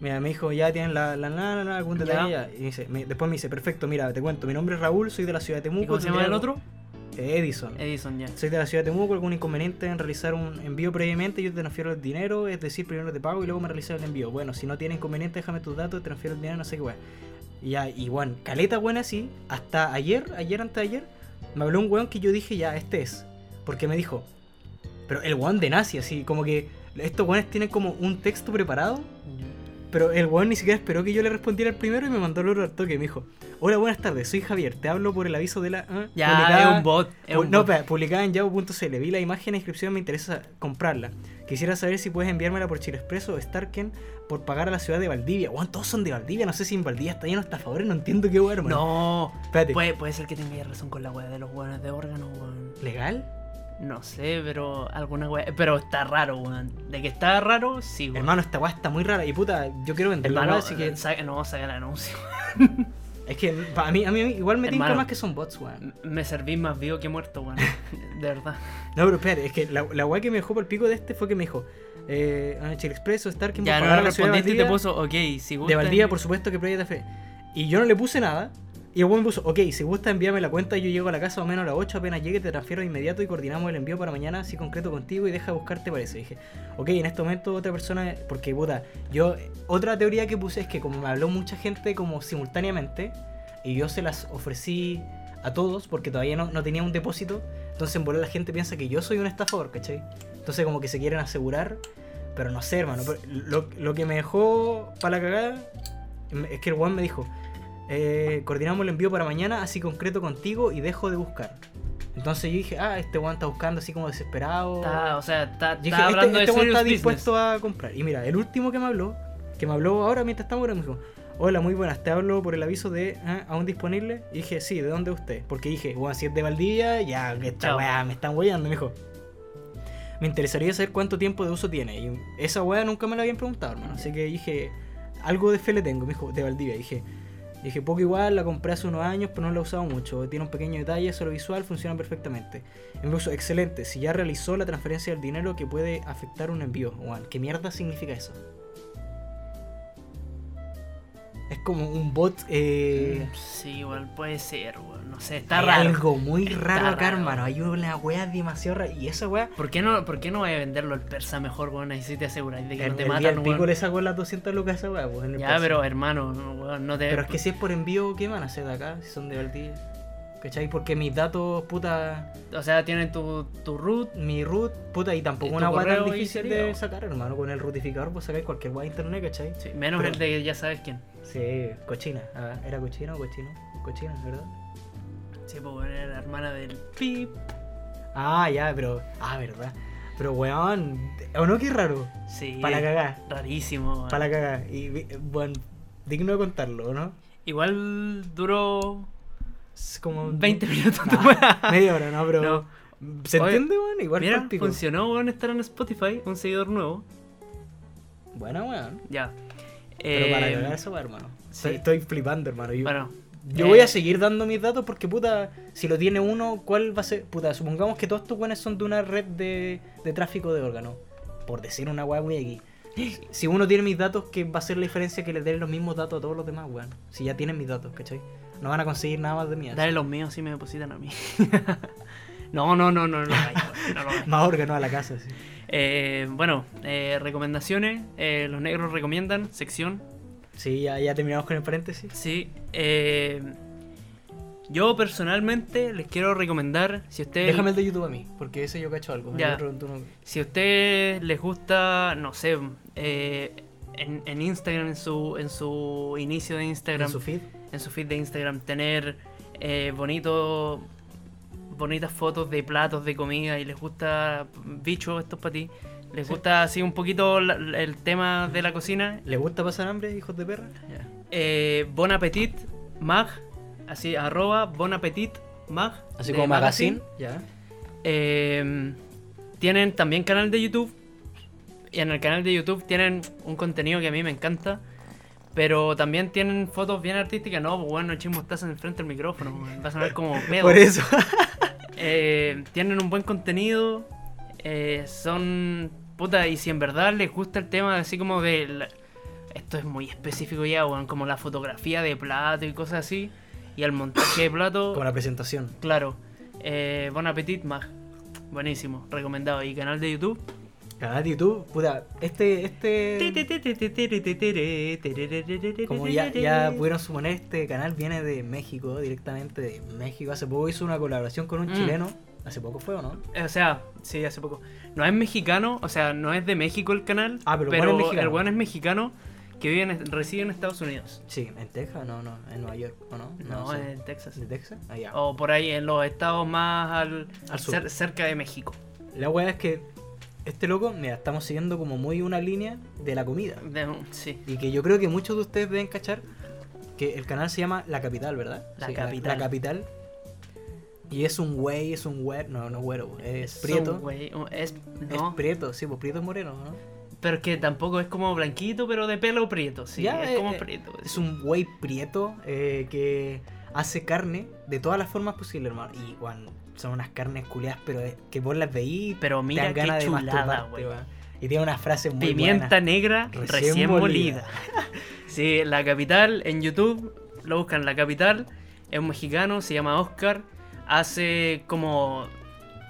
S2: mira, me dijo, ya tienen la la nana, na, algún detalle. Ya. Y dice, me- después me dice, perfecto, mira, te cuento, mi nombre es Raúl, soy de la ciudad de Temuco.
S3: ¿Y cómo se llama
S2: tendría
S3: el
S2: algo-
S3: otro?
S2: Eh, Edison.
S3: Edison, ya.
S2: Soy de la ciudad de Temuco, algún inconveniente en realizar un envío previamente, yo te transfiero el dinero, es decir, primero te pago y luego me realizas el envío. Bueno, si no tiene inconveniente, déjame tus datos, te transfiero el dinero, no sé qué weón. Y ya, y weón, caleta buena así, hasta ayer, ayer antes de ayer, me habló un weón que yo dije, ya, este es. Porque me dijo, pero el weón de nazi, así, como que estos weones tienen como un texto preparado pero el weón ni siquiera esperó que yo le respondiera el primero y me mandó el otro al toque. Me dijo: Hola, buenas tardes, soy Javier. Te hablo por el aviso de la. ah,
S3: Ya,
S2: publicada-
S3: es un bot. Es
S2: pu-
S3: un
S2: no,
S3: bot.
S2: espera, publicada en yahoo.cl. Vi la imagen en inscripción me interesa comprarla. Quisiera saber si puedes enviármela por Chile Expreso o Starken por pagar a la ciudad de Valdivia. Weón, todos son de Valdivia. No sé si en Valdivia está lleno de estafadores. No entiendo qué weón, hermano.
S3: No, pues,
S2: espérate.
S3: puede, puede ser que tenga razón con la weá de los weones de órganos, weón.
S2: ¿Legal?
S3: No sé, pero alguna weá. Pero está raro, weón. De que está raro, sí, weón.
S2: Hermano, eh, esta weá está muy rara. Y puta, yo quiero venderla.
S3: Hermano, eh,
S2: así que.
S3: sa- no, saca el anuncio.
S2: Es que pa- a mí, a mí igual me tinca
S3: Hermano.
S2: más que son bots, weón.
S3: M- Me serví más vivo que muerto,
S2: (laughs)
S3: weón. De verdad.
S2: No, pero espérate, es que la, la weá que me dejó por el pico de este fue que me dijo, eh, ah, Chile Expreso, Starkin,
S3: Ya
S2: por
S3: no
S2: pagar
S3: le
S2: a la ciudad de
S3: respondiste y te
S2: Valdivia,
S3: puso, ok, si gusta.
S2: de Valdivia, por supuesto que previa de fe. Y yo no le puse nada, Y el weón puso, ok, si gusta envíame la cuenta, yo llego a la casa más o menos a las 8, apenas llegue te transfiero de inmediato y coordinamos el envío para mañana, así concreto contigo y deja de buscarte para eso. Y dije, ok, en este momento otra persona, porque puta, yo, otra teoría que puse es que como me habló mucha gente como simultáneamente, y yo se las ofrecí a todos porque todavía no, no tenía un depósito, entonces en volar la gente piensa que yo soy un estafador, ¿cachai? Entonces como que se quieren asegurar, pero no sé, hermano, pero lo, lo que me dejó para la cagada es que el weón me dijo, eh, coordinamos el envío para mañana, así concreto contigo y dejo de buscar. Entonces yo dije, ah, este weón está buscando así como desesperado.
S3: Está, o sea, está,
S2: Yo
S3: está
S2: dije, este,
S3: hablando
S2: este
S3: de
S2: weón
S3: serious
S2: está
S3: business.
S2: dispuesto a comprar. Y mira, el último que me habló, que me habló ahora mientras estamos ahora, me dijo, hola, muy buenas, te hablo por el aviso de ah, aún disponible. Y dije, sí, ¿de dónde es usted? Porque dije, bueno, si es de Valdivia, ya, que esta
S3: Chao.
S2: weá, me están weyando, me dijo. Me interesaría saber cuánto tiempo de uso tiene. Y esa weá nunca me la habían preguntado, hermano. Así que dije, algo de fe le tengo, me dijo, de Valdivia. Y dije, y Dije, poco igual, la compré hace unos años, pero no la he usado mucho. Tiene un pequeño detalle, solo visual, funciona perfectamente. Incluso, excelente, si ya realizó la transferencia del dinero que puede afectar un envío. Juan, ¿qué mierda significa eso? Es como un bot. Eh,
S3: Mm, Sí, igual puede ser, weón. No sé, está
S2: hay
S3: raro.
S2: algo muy
S3: Está
S2: raro acá,
S3: raro.
S2: hermano. Hay una wea demasiado rara. Y esa wea.
S3: ¿Por qué no, por qué no voy a venderlo al persa mejor, weón? Ahí sí te aseguráis de que no
S2: el-
S3: te
S2: el día
S3: matan,
S2: al pico
S3: weón.
S2: le sacó las 200 lucas a esa wea, pues, en el
S3: Ya,
S2: precio.
S3: pero eh, hermano, no, weón, no te.
S2: Pero es que si es por envío, ¿qué van a hacer de acá? Si son de Valdivia. ¿Cachai? Porque mis datos, puta.
S3: O sea, tienen tu, tu root.
S2: mi root, puta, y
S3: Y
S2: tampoco
S3: tu
S2: una weá tan
S3: correo y
S2: difícil
S3: sería,
S2: de
S3: weón.
S2: sacar, hermano. Con el rutificador pues sacáis cualquier weá de internet, ¿cachai?
S3: Sí, menos
S2: Pero-
S3: el de ya sabes quién.
S2: Sí, cochina. A ver, ¿Era cochina o cochino? Cochina, ¿verdad?
S3: Sí, pues weón, era la hermana del.
S2: Pip. Ah, ya, pero. Ah, verdad. Pero weón. ¿O no? Qué raro.
S3: Sí.
S2: Para cagar.
S3: Rarísimo, weón.
S2: Para cagar. Y vi- bueno, digno de contarlo, ¿o ¿no?
S3: Igual duró
S2: Es
S3: (laughs)
S2: como.
S3: 20 minutos.
S2: Nah,
S3: (laughs)
S2: media hora, no, pero.
S3: No.
S2: ¿Se
S3: Oye,
S2: entiende, weón? Igual
S3: Mira,
S2: práctico.
S3: funcionó, weón, estar en Spotify, un seguidor nuevo.
S2: Buena, weón.
S3: Ya.
S2: Pero para
S3: Eh,
S2: cagar esa weá, hermano.
S3: sí.
S2: Estoy, estoy flipando, hermano. Yo,
S3: Bueno,
S2: Yo
S3: Eh.
S2: voy a seguir dando mis datos porque, puta, si lo tiene uno, ¿cuál va a ser? Puta, supongamos que todos estos weones son de una red de, de tráfico de órganos. Por decir una weá muy aquí. Si uno tiene mis datos, ¿qué va a ser la diferencia que le den los mismos datos a todos los demás, weón? Si ya tienen mis datos, ¿cachai? No van a conseguir nada más de mí.
S3: dale los míos si me depositan a mí. (laughs) no, no, no, no, no, lo hagas, weón, no
S2: (laughs)
S3: lo hagas.
S2: Más órganos a la casa, sí.
S3: Eh, bueno, eh, recomendaciones. eh, los negros recomiendan, sección.
S2: Sí, ya, ya terminamos con el paréntesis.
S3: Sí. eh, yo personalmente les quiero recomendar, si ustedes...
S2: Déjame el de YouTube a mí, porque ese yo cacho algo. el
S3: Ya.
S2: otro tú no-
S3: Si a ustedes les gusta, no sé, eh, en, en Instagram, en su, en su inicio de Instagram,
S2: en su feed.
S3: en su feed de Instagram, tener eh, bonito, bonitas fotos de platos de comida y les gusta, bicho, esto es para ti, les gusta así un poquito la- la- el tema de la cocina,
S2: ¿Le gusta pasar hambre, hijos de perra?
S3: eh, Bon Appetit Mag, así arroba Bon Appetit Mag.
S2: Así
S3: de
S2: como magazine. Ya.
S3: eh, tienen también canal de YouTube. Y en el canal de YouTube tienen un contenido que a mí me encanta. Pero también tienen fotos bien artísticas. No, pues bueno, chismo, estás enfrente del micrófono. weón. Va a
S2: (laughs)
S3: sonar como pedo.
S2: Por
S3: (laughs)
S2: eso.
S3: Eh, tienen un buen contenido. eh, son. Puta, y si en verdad les gusta el tema así como de. la- Esto es muy específico ya, weón. Como la fotografía de plato y cosas así. Y el montaje
S2: (coughs)
S3: de plato.
S2: como la presentación.
S3: Claro. Eh, bon Appetit Mag. Buenísimo. Recomendado. Y canal de YouTube.
S2: Canal de YouTube, puta, este, este, como ya, ya pudieron suponer, este canal viene de México, directamente de México. Hace poco hizo una colaboración con un
S3: Mm.
S2: chileno, hace poco fue, ¿o no?
S3: O sea, sí, hace poco. No es mexicano, o sea, no es de México el canal.
S2: Ah, pero el weón es mexicano.
S3: el weón es mexicano que vive en, reside en Estados Unidos.
S2: Sí, en Texas, no, no, en Nueva York, ¿o no?
S3: No,
S2: sé.
S3: en Texas. Oh.
S2: ¿De Texas? Ah, Allá.
S3: O por ahí en los estados más al,
S2: Al sur.
S3: cer- cerca de México.
S2: La weá es que este loco, mira, estamos siguiendo como muy una línea de la comida.
S3: De- sí.
S2: Y que yo creo que muchos de ustedes deben cachar que el canal se llama La Capital, ¿verdad?
S3: La
S2: Sí, La,
S3: Capital.
S2: Capital. Y es un güey, es un güero, no, no güero, es,
S3: Es
S2: prieto.
S3: un güey- un- es-
S2: Es
S3: no,
S2: prieto, sí, pues prieto es moreno, ¿no?
S3: pero es que tampoco es como blanquito, pero de pelo prieto, sí.
S2: Ya,
S3: es
S2: eh,
S3: como
S2: eh,
S3: prieto.
S2: Es un güey prieto eh, que hace carne de todas las formas posibles, hermano. Y, weón, son unas carnes culiadas, pero eh, que vos las veís,
S3: Pero
S2: te
S3: mira
S2: dan
S3: qué
S2: ganas de
S3: chulada,
S2: masturbarte,
S3: güey.
S2: weón. Y tiene unas frases muy
S3: Pimienta
S2: buenas.
S3: negra
S2: Recién
S3: recién, molida. sí, la capital en YouTube lo buscan la capital. Es un mexicano, se llama Oscar. Hace como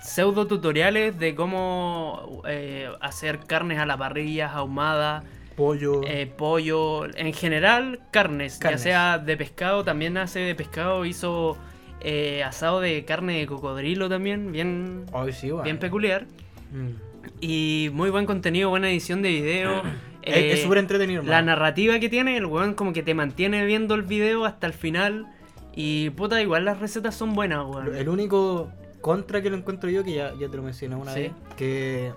S3: pseudo tutoriales de cómo eh, hacer carnes a la parrilla, ahumadas,
S2: Pollo.
S3: eh, pollo, en general carnes,
S2: Carnes.
S3: ya sea de pescado, también hace de pescado, hizo eh, asado de carne de cocodrilo también, bien,
S2: Ay, sí, weón.
S3: bien peculiar.
S2: Mm.
S3: Y muy buen contenido, buena edición de video.
S2: Es-
S3: eh,
S2: es súper entretenido,
S3: la
S2: hermano.
S3: narrativa que tiene, el weón como que te mantiene viendo el video hasta el final. Y puta, igual las recetas son buenas, weón.
S2: El único contra que lo encuentro yo, que ya, ya te lo mencioné una
S3: Sí.
S2: vez, que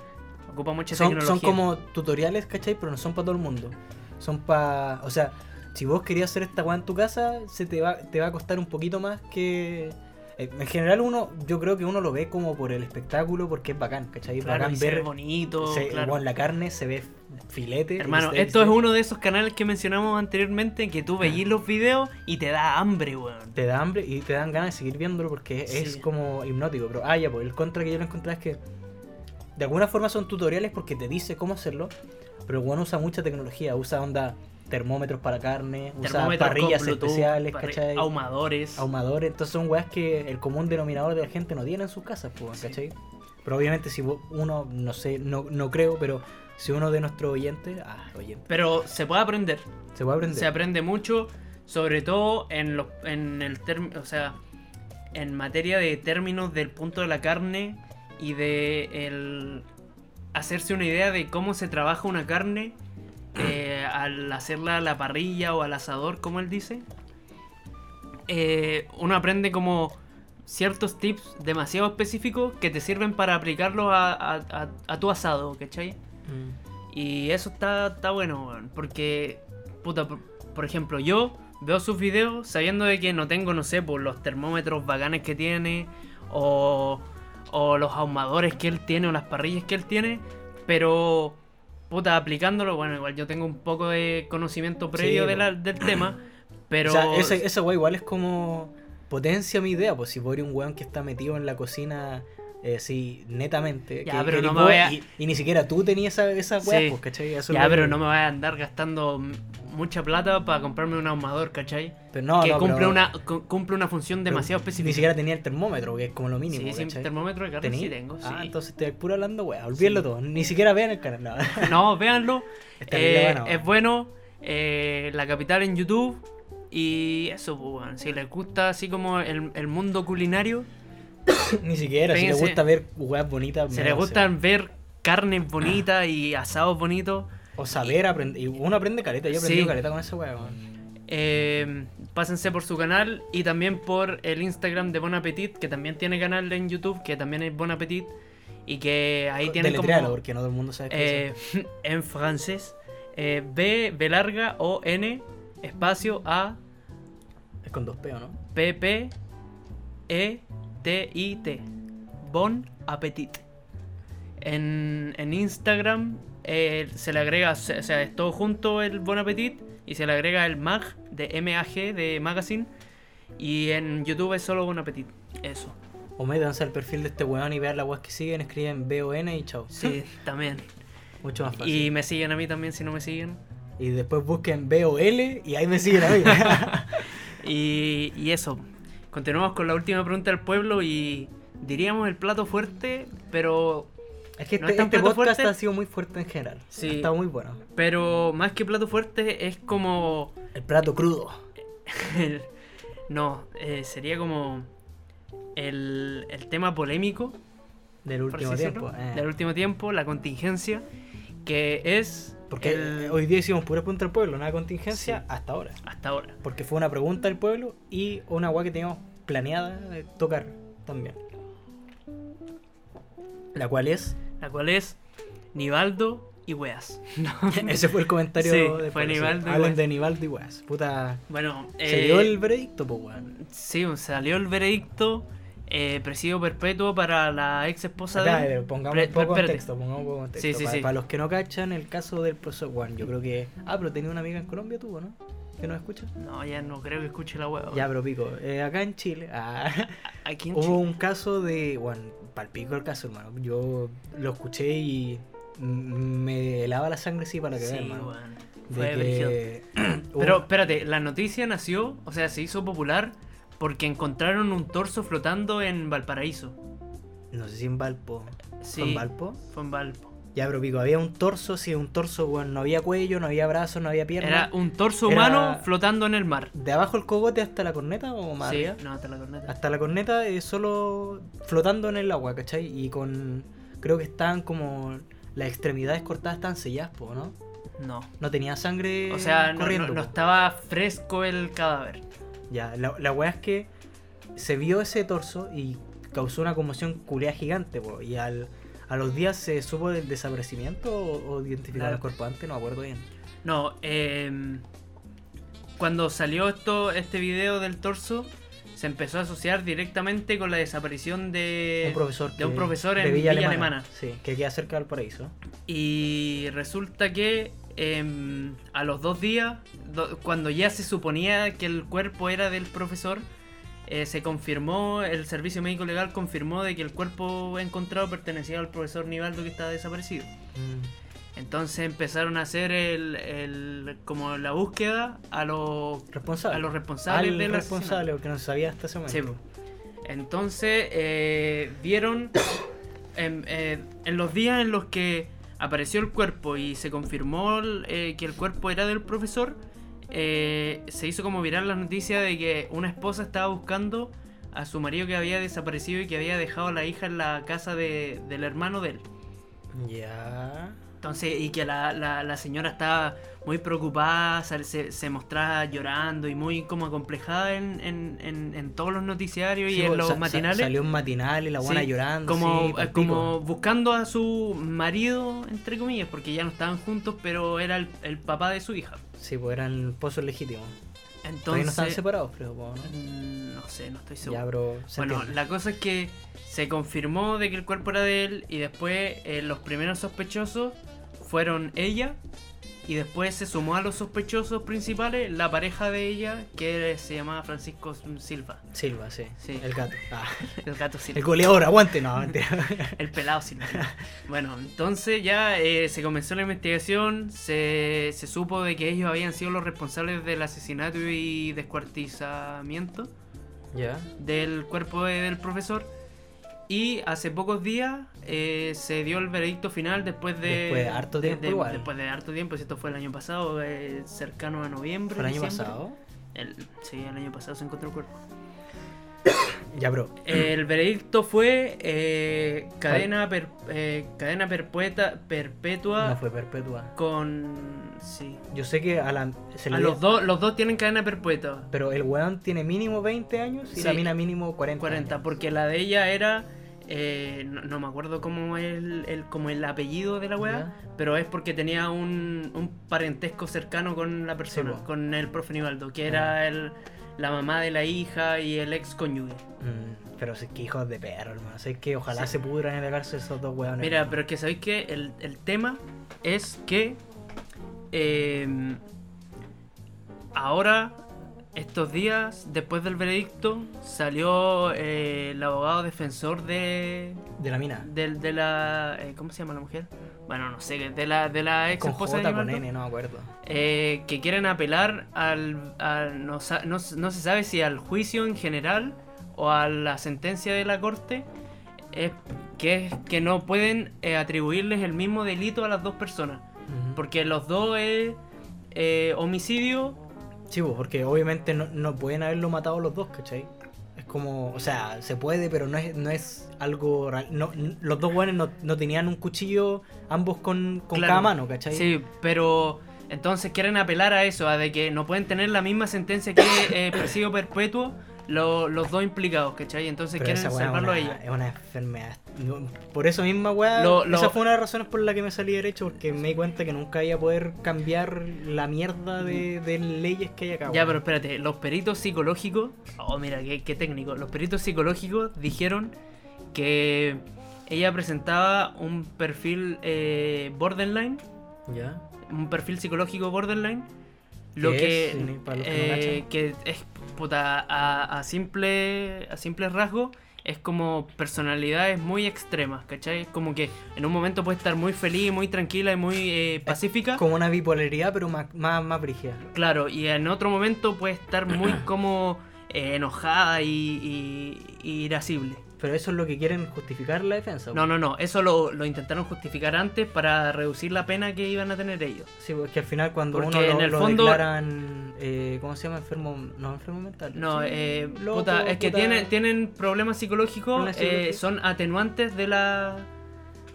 S3: Ocupa mucha
S2: son,
S3: tecnología.
S2: son como tutoriales, ¿cachai? Pero no son para todo el mundo. Son para... O sea, si vos querías hacer esta weá en tu casa, se te va, te va a costar un poquito más que... eh, En general uno, yo creo que uno lo ve como por el espectáculo, porque es bacán, ¿cachai? Es
S3: Claro, y
S2: bacán
S3: se ve
S2: ver...
S3: bonito.
S2: se-
S3: claro.
S2: bueno, la carne se ve filete.
S3: Hermano,
S2: y se-
S3: esto
S2: se-
S3: es uno de esos canales que mencionamos anteriormente que tú veís los videos y te da hambre, weón.
S2: te da hambre y te dan ganas de seguir viéndolo porque es- es
S3: Sí.
S2: como hipnótico. Pero, ah, ya, pues el contra que yo le encontré es que de alguna forma son tutoriales porque te dice cómo hacerlo, pero el weón usa mucha tecnología, usa onda termómetros para carne, usa
S3: Termómetros con
S2: parrillas
S3: Bluetooth,
S2: especiales,
S3: parri-
S2: ¿cachai?
S3: Ahumadores.
S2: Ahumadores, entonces son weas que el común denominador de la gente no tiene en sus casas, pues,
S3: Sí.
S2: ¿cachai? Pero obviamente si vo- uno, no sé, no, no creo, pero si uno de nuestros oyentes, ah, oyente,
S3: Pero se puede aprender.
S2: se va a aprender.
S3: Se aprende mucho, sobre todo en los en el término, o sea, en materia de términos del punto de la carne y de el hacerse una idea de cómo se trabaja una carne eh, al hacerla a la parrilla o al asador, como él dice. Eh, uno aprende como ciertos tips demasiado específicos que te sirven para aplicarlos a, a- a- a tu asado, ¿cachai?
S2: Mm.
S3: Y eso está, está bueno, weón. Porque, puta, por, por ejemplo, yo veo sus videos sabiendo de que no tengo, no sé, por los termómetros bacanes que tiene, o, o los ahumadores que él tiene, o las parrillas que él tiene, pero, puta, aplicándolo, bueno, igual yo tengo un poco de conocimiento previo
S2: Sí,
S3: de la-
S2: (clears throat)
S3: del tema, pero.
S2: O sea, ese- esa weá igual es como potencia mi idea, pues si fuera un weón que está metido en la cocina, eh, sí, netamente.
S3: Ya,
S2: que
S3: pero
S2: eres
S3: no me
S2: vos
S3: voy a-
S2: y, y ni siquiera tú tenías esa, esa weá,
S3: Sí.
S2: pues, ¿cachai? Eso es
S3: ya,
S2: lo
S3: pero
S2: que-
S3: no me voy a andar gastando m- mucha plata para comprarme un ahumador, ¿cachai?
S2: pero no,
S3: que
S2: no,
S3: cumple,
S2: pero-
S3: una, cu- cumple una función
S2: pero
S3: demasiado específica.
S2: Ni siquiera tenía el termómetro, que es como lo mínimo.
S3: Sí, sí,
S2: ¿cachai?
S3: termómetro de carne
S2: ¿Tení?
S3: sí tengo,
S2: Ah,
S3: sí. (laughs)
S2: entonces estoy puro hablando weá, olvídalo todo. Ni siquiera vean el canal. No. (laughs)
S3: No, véanlo.
S2: Está
S3: Eh,
S2: bien, bueno.
S3: es bueno. eh, la capital en YouTube. Y eso, pues, weón, si les gusta así como el, el mundo culinario,
S2: Ni siquiera, si les
S3: Péguense.
S2: gusta ver weas bonitas.
S3: si les
S2: métanse.
S3: gustan ver carnes bonitas y asados bonitos,
S2: O saber aprender. Y uno aprende careta, yo aprendí
S3: Sí.
S2: careta con esa weá, weón.
S3: eh, pásense por su canal y también por el Instagram de Bon Appetit, que también tiene canal en YouTube, que también es Bon Appetit. Y que ahí tienen
S2: Deletréalo,
S3: como.
S2: porque no todo el mundo sabe qué es.
S3: Eh, (laughs) en francés. eh, B, B larga, O, N, espacio, A,
S2: Es con dos peos, ¿no?
S3: P, P, E, T, I, T. Bon appetit. En, en Instagram eh, se le agrega, se- o sea, es todo junto el Bon appetit y se le agrega el mag de MAG de Magazine. Y en YouTube es solo Bon appetit. Eso.
S2: O métanse al perfil de este weón y vean las weas que siguen, escriben BON y chao.
S3: Sí, también.
S2: Mucho más fácil.
S3: Y
S2: Y,
S3: me siguen a mí también si no me siguen.
S2: después busquen BOL y ahí me siguen
S3: (laughs)
S2: a mí.
S3: Y, y eso. Continuamos con la última pregunta del pueblo y diríamos el plato fuerte, pero
S2: es que
S3: No
S2: este,
S3: es tan
S2: este
S3: plato
S2: podcast
S3: fuerte.
S2: ha sido muy fuerte en general.
S3: Sí.
S2: Ha estado muy bueno.
S3: pero más que plato fuerte es como
S2: El plato crudo.
S3: el- no, eh, sería como el, el tema polémico
S2: Del
S3: por así
S2: último
S3: decirlo,
S2: tiempo. eh.
S3: del último tiempo, la contingencia, que es
S2: Porque
S3: el-
S2: eh, hoy día hicimos pura pregunta al pueblo, nada de contingencia
S3: Sí.
S2: hasta ahora.
S3: hasta ahora.
S2: Porque fue una pregunta del pueblo y una wea que teníamos planeada eh, tocar también. La cual es. (laughs)
S3: La cual es Nivaldo y Weas. (laughs)
S2: (laughs)
S3: No.
S2: Ese fue el comentario
S3: Sí,
S2: del
S3: fue
S2: pueblo, sí.
S3: Nivaldo y
S2: Hablen
S3: Weas.
S2: de Nivaldo y Weas. Puta.
S3: Bueno,
S2: Se
S3: eh,
S2: dio el veredicto, pues, weón.
S3: Sí, salió el veredicto, eh, presidio perpetuo para la ex esposa
S2: Espera,
S3: de...
S2: eh, pongamos
S3: Pre-
S2: un poco
S3: espérate.
S2: contexto, pongamos un poco contexto.
S3: Sí, sí,
S2: para,
S3: sí.
S2: para los que no cachan, el caso del profesor Juan, yo creo que. Ah, pero tenía una amiga en Colombia, tuvo, ¿no? Que nos escucha.
S3: No, ya no creo que escuche la hueá.
S2: Ya, pero pico. eh, acá en Chile. ah,
S3: Aquí (laughs)
S2: (laughs)
S3: en
S2: hubo
S3: Chile.
S2: un caso de. Bueno, palpico el caso, hermano. Yo lo escuché y. mm, Me helaba la sangre, sí, para que vean,
S3: Sí,
S2: hermano.
S3: weón.
S2: De
S3: Fue brígido.
S2: que- (clears throat) hubo-
S3: Pero espérate, la noticia nació, o sea, se hizo popular Porque encontraron un torso flotando en Valparaíso.
S2: No sé si en Valpo.
S3: Sí,
S2: ¿Fue en Valpo?
S3: Fue en Valpo.
S2: Ya, pero pico, había un torso, sí, un torso, weón. No había cuello, no había brazos, no había piernas.
S3: Era un torso
S2: Era-
S3: humano flotando en el mar.
S2: ¿De abajo el cogote hasta la corneta o más
S3: Sí,
S2: arriba?
S3: no, hasta la corneta.
S2: Hasta la corneta es solo flotando en el agua, ¿cachai? Y con. Creo que estaban como. Las extremidades cortadas estaban selladas, po, ¿no?
S3: No.
S2: No tenía sangre
S3: O sea, no- no,
S2: Ah. Eh, corriendo. po.
S3: no estaba fresco el cadáver.
S2: Ya, la, la weá es que se vio ese torso y causó una conmoción culia gigante, po. Y al, a los días se supo del desaparecimiento o, o identificaron
S3: Claro.
S2: el cuerpo antes, no me acuerdo bien.
S3: No, em, cuando salió esto, este video del torso, se empezó a asociar directamente con la desaparición de
S2: un profesor.
S3: Eh, de un profesor en Villa Alemana.
S2: Sí, que queda cerca Mm, del paraíso.
S3: Y resulta que em, a los dos días, do- cuando ya se suponía que el cuerpo era del profesor, eh, se confirmó, el servicio médico legal confirmó de que el cuerpo encontrado pertenecía al profesor Nivaldo que estaba desaparecido. Entonces empezaron a hacer el, el- como la búsqueda a los,
S2: Responsable.
S3: a los responsables
S2: Al
S3: del
S2: responsable,
S3: asesinato.
S2: porque no se sabía hasta ese
S3: Sí,
S2: momento.
S3: po. Entonces eh, vieron (coughs) en, eh, en los días en los que apareció el cuerpo y se confirmó el- eh, que el cuerpo era del profesor, eh, se hizo como viral la noticia de que una esposa estaba buscando a su marido que había desaparecido y que había dejado a la hija en la casa de- del hermano de él.
S2: Ya.
S3: Entonces, y que la, la- la señora estaba muy preocupada, sal- se, se mostraba llorando y muy como acomplejada en, en- en- en todos los noticiarios
S2: Sí,
S3: y
S2: po,
S3: en los
S2: sa- sa-
S3: matinales.
S2: Salió en matinales, la
S3: Sí,
S2: buena llorando.
S3: como,
S2: sí, pues,
S3: eh,
S2: palpico.
S3: como buscando a su marido, entre comillas, porque ya no estaban juntos, pero era el, el papá de su hija.
S2: Sí, pues eran pozos legítimos. Todavía no
S3: Entonces,
S2: estaban separados, pero po, ¿no?
S3: mm, no sé, no estoy seguro.
S2: Ya, pero. se
S3: Bueno,
S2: entiende.
S3: la cosa es que se confirmó de que el cuerpo era de él y después eh, los primeros sospechosos fueron ella y después se sumó a los sospechosos principales la pareja de ella que se llamaba Francisco Silva,
S2: Silva, sí.
S3: Sí.
S2: El gato. Ah,
S3: el gato Silva.
S2: el goleador, aguante. No,
S3: (laughs)
S2: mentira. (laughs)
S3: El pelado Silva. Bueno, entonces ya eh, se comenzó la investigación, se, se supo de que ellos habían sido los responsables del asesinato y descuartizamiento
S2: ya.
S3: del cuerpo de- del profesor. Y hace pocos días eh, se dio el veredicto final después de...
S2: Después de harto tiempo igual.
S3: Después de harto tiempo, si esto fue el año pasado, eh, cercano a noviembre.
S2: Fue el año
S3: diciembre.
S2: pasado.
S3: El- sí, el año pasado se encontró el cuerpo.
S2: Ya, bro.
S3: El veredicto fue eh, cadena, per- eh, cadena perpueta- perpetua
S2: No fue perpetua.
S3: con... Sí.
S2: Yo sé que a la. Se
S3: A
S2: le-
S3: los, dos los dos tienen cadena perpetua.
S2: Pero el weón tiene mínimo 20 años y
S3: Sí.
S2: la mina mínimo 40.
S3: 40,
S2: años.
S3: porque la de ella era... eh, no, no me acuerdo cómo es el, el- como el apellido de la wea,
S2: Ya.
S3: pero es porque tenía un, un parentesco cercano con la persona,
S2: po.
S3: con el profe Nivaldo, que era el, la mamá de la hija y el ex cónyuge.
S2: Mm, pero sí, que hijos de perro, hermano. Sé que ojalá
S3: Sí.
S2: se pudran en la cárcel esos dos weones.
S3: Mira, pero es que sabéis que el, el tema es que eh, ahora, estos días, después del veredicto, salió eh, el abogado defensor de,
S2: De la mina.
S3: del- de la... eh, ¿Cómo se llama la mujer? Bueno, no sé, de la, de la ex
S2: Con
S3: esposa de
S2: J, con
S3: Nivaldo,
S2: N, no me acuerdo.
S3: eh, que quieren apelar al... al- no, sa- no s- no se sabe si al juicio en general o a la sentencia de la corte es que es que no pueden eh, atribuirles el mismo delito a las dos personas. Porque los dos es eh, homicidio.
S2: Sí, pues, porque obviamente no, no pueden haberlo matado los dos, ¿cachai? Es como, o sea, se puede, pero no es, no es algo real. No, n- los dos weones no, no tenían un cuchillo, ambos con, con
S3: Claro.
S2: cada mano, ¿cachai?
S3: Sí, pero entonces quieren apelar a eso, a de que no pueden tener la misma sentencia que
S2: (coughs)
S3: eh, presidio perpetuo lo- los dos implicados, ¿cachai? Entonces
S2: Pero esa
S3: quieren
S2: weá es
S3: salvarlo a
S2: una-
S3: ella.
S2: Es una enfermedad. No, Por eso misma, weá.
S3: Lo- lo-
S2: Esa fue una de las razones por la que me salí derecho, porque me di cuenta que nunca iba a poder cambiar la mierda de, de leyes que hay acá.
S3: Ya,
S2: weón.
S3: pero espérate, los peritos psicológicos. Oh, mira, qué, qué técnico. Los peritos psicológicos dijeron que ella presentaba un perfil eh, borderline
S2: Ya.
S3: un perfil psicológico borderline. Lo
S2: ¿Qué
S3: que,
S2: es? Ni- para los que no
S3: eh, que es puta, a, a simple a simple rasgo es como personalidades muy extremas, ¿cachai? Es Como que en un momento puede estar muy feliz, muy tranquila y muy eh, pacífica.
S2: Como una bipolaridad, pero más, más, más brígida. (clears throat)
S3: Claro, y en otro momento puede estar muy como eh, enojada y, y- y irascible.
S2: Pero eso es lo que quieren justificar la defensa.
S3: No, no, no, eso lo, lo intentaron justificar antes para reducir la pena que iban a tener ellos.
S2: Sí, porque al final cuando
S3: Porque
S2: uno lo,
S3: en el
S2: lo
S3: fondo-
S2: declaran, eh, ¿cómo se llama? Enfermo, no, enfermo mental.
S3: No,
S2: Sí,
S3: eh,
S2: loco,
S3: puta, es que
S2: puta.
S3: tienen, tienen problemas
S2: Problemas
S3: psicológicos, eh,
S2: psicológicos.
S3: son atenuantes de la,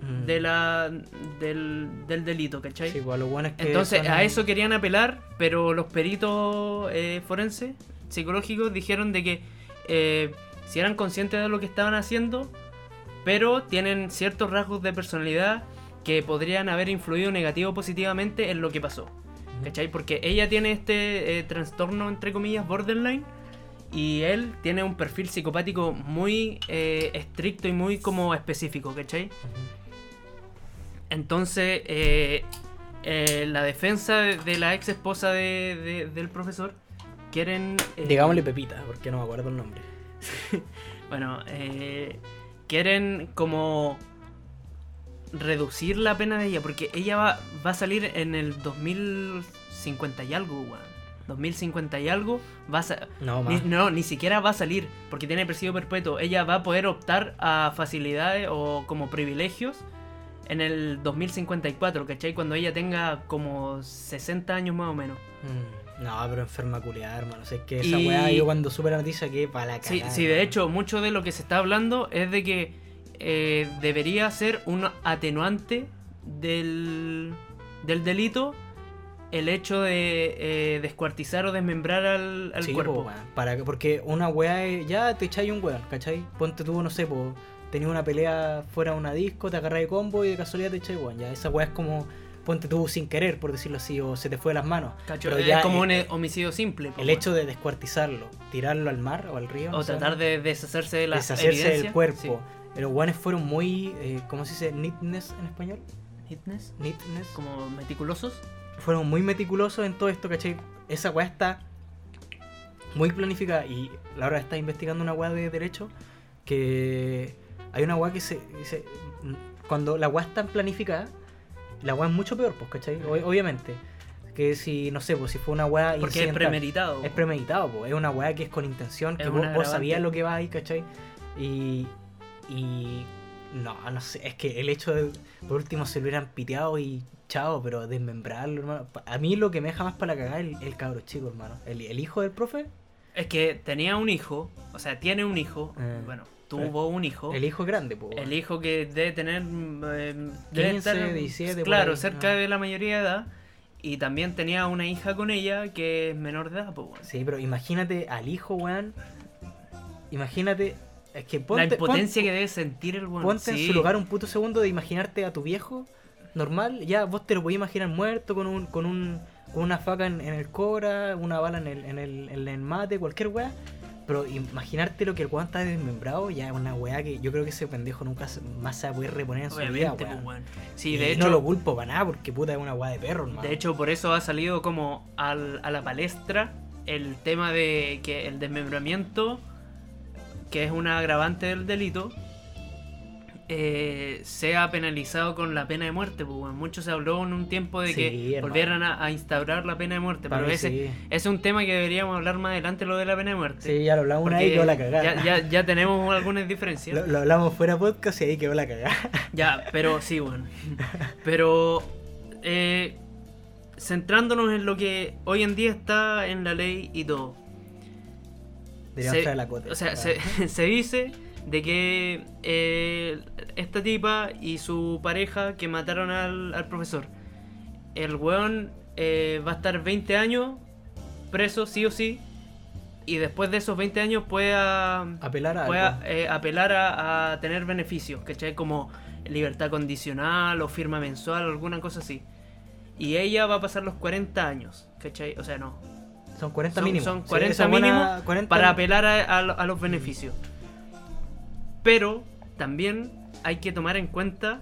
S2: Mm.
S3: de la, del, del delito, ¿cachai?
S2: Sí, pues, a lo bueno es que
S3: Entonces
S2: son-
S3: a eso querían apelar, pero los peritos eh, forenses, psicológicos, dijeron de que eh, si eran conscientes de lo que estaban haciendo, pero tienen ciertos rasgos de personalidad que podrían haber influido negativo o positivamente en lo que pasó. ¿Cachai? Porque ella tiene este eh, trastorno, entre comillas, borderline. Y él tiene un perfil psicopático muy eh, estricto y muy como específico, ¿cachai? Entonces, eh, eh, la defensa de- de la ex esposa de- de- del profesor quieren... eh,
S2: Digámosle Pepita, porque no me acuerdo el nombre.
S3: Bueno, eh, quieren como reducir la pena de ella, porque ella va, va a salir en el 2050 y algo, weón. 2050 y algo, va a sa-
S2: No,
S3: ni,
S2: más.
S3: no, ni siquiera va a salir, porque tiene presidio perpetuo. Ella va a poder optar a facilidades o como privilegios en el 2054, ¿cachai? Cuando ella tenga como 60 años más o menos.
S2: Mm, No, pero enferma culiada, hermano. O sea, es que esa
S3: Y-
S2: weá, yo cuando supe la noticia, que para la
S3: Sí,
S2: cagada.
S3: sí, de
S2: hermano.
S3: hecho, mucho de lo que se está hablando es de que eh, debería ser un atenuante del, del delito el hecho de eh, descuartizar o desmembrar al, al
S2: Sí, po,
S3: cuerpo.
S2: weón, para que- porque una weá es- ya te echáis un weón, ¿cachai? Ponte tú, no sé, po, tenías una pelea fuera de una disco, te agarráis de combo y de casualidad te echáis weón. Ya esa weá es como ponte tú sin querer, por decirlo así, o se te fue de las manos.
S3: Cacho,
S2: Pero
S3: es
S2: ya
S3: como
S2: el- e-
S3: un e- homicidio simple. po,
S2: El
S3: weón.
S2: hecho de descuartizarlo, tirarlo al mar o al río. no
S3: o
S2: sé,
S3: tratar
S2: ¿no?
S3: de deshacerse de la
S2: deshacerse
S3: evidencia.
S2: del cuerpo. Los weones fueron muy, eh, ¿cómo se dice? Neatness en español.
S3: Sí. Fitness,
S2: Neatness.
S3: Como meticulosos.
S2: fueron muy meticulosos en todo esto, ¿cachai? Esa weá está muy planificada y la hora está investigando una weá de derecho que hay una weá que se, se- Cuando la weá está planificada, la weá es mucho peor, pues, ¿cachai? O- obviamente. Que si, no sé, pues si fue una weá
S3: Porque es
S2: incidental.
S3: premeditado.
S2: Es premeditado, po. es una weá que es con intención, que
S3: Es
S2: vos,
S3: un
S2: vos
S3: agravante.
S2: sabías lo que va ahí, ¿cachai? Y. Y. No, no sé, es que el hecho de. Por último se lo hubieran piteado y chao, pero desmembrarlo, hermano. Pa- A mí lo que me deja más para la cagada es el, el cabro chico, hermano. El, el hijo del profe,
S3: Es que tenía un hijo, o sea, tiene un hijo.
S2: Eh.
S3: Bueno, tuvo un hijo.
S2: el hijo grande, pues.
S3: Oh. El hijo que debe tener. mm, eh,
S2: 15,
S3: debe estar,
S2: 17 por
S3: Claro,
S2: ahí,
S3: cerca
S2: ah.
S3: de la mayoría de edad. Y también tenía una hija con ella que es menor de edad, pues, weón.
S2: Sí, pero imagínate al hijo, weón. Imagínate. Es que ponte.
S3: La impotencia
S2: pon-
S3: que debe sentir el weón.
S2: Ponte
S3: sí.
S2: en su lugar un puto segundo de imaginarte a tu viejo normal. Ya vos te lo podías imaginar muerto con un, con un con una faca en, en el cobra, una bala en el, en el, en el mate, cualquier weá. Pero imaginarte lo que el weón está desmembrado, ya es una weá que yo creo que ese pendejo nunca se- más se va a poder reponer en su vida,
S3: Obviamente, pues,
S2: weón.
S3: weón. Sí,
S2: y
S3: de
S2: no
S3: hecho,
S2: lo culpo para nada porque puta es una weá de perro, hermano.
S3: de hecho, por eso ha salido como al- a la palestra el tema de que el desmembramiento, que es una agravante del delito, eh, sea penalizado con la pena de muerte. Pues, weón. Mucho se habló en un tiempo de
S2: Sí,
S3: que
S2: hermano.
S3: volvieran a, a instaurar la pena de muerte,
S2: Para
S3: pero
S2: mí
S3: ese,
S2: sí.
S3: Es un tema que deberíamos hablar más adelante, lo de la pena de muerte.
S2: Sí, ya lo hablamos una vez y
S3: Porque
S2: quedó la cagada.
S3: Ya, ya, ya tenemos algunas diferencias.
S2: Lo, lo hablamos fuera podcast y ahí quedó la cagada. (laughs)
S3: Ya, pero sí, bueno. Pero eh, centrándonos en lo que hoy en día está en la ley y todo.
S2: Deberíamos
S3: Se-
S2: traer la cote.
S3: O sea, se, (laughs) se dice de que eh, esta tipa y su pareja que mataron al, al profesor, el weón eh, va a estar 20 años preso, sí o sí, y después de esos 20 años ah, pueda,
S2: Apelar a
S3: pueda,
S2: algo.
S3: eh, apelar a, a tener beneficios, ¿cachai? Como libertad condicional o firma mensual, alguna cosa así. Y ella va a pasar los 40 años, ¿cachai? O sea, no,
S2: Son 40
S3: son-
S2: mínimos.
S3: son
S2: Sí,
S3: 40
S2: esa buena-
S3: mínimos
S2: 40
S3: para apelar a, a lo- a los beneficios. Pero también hay que tomar en cuenta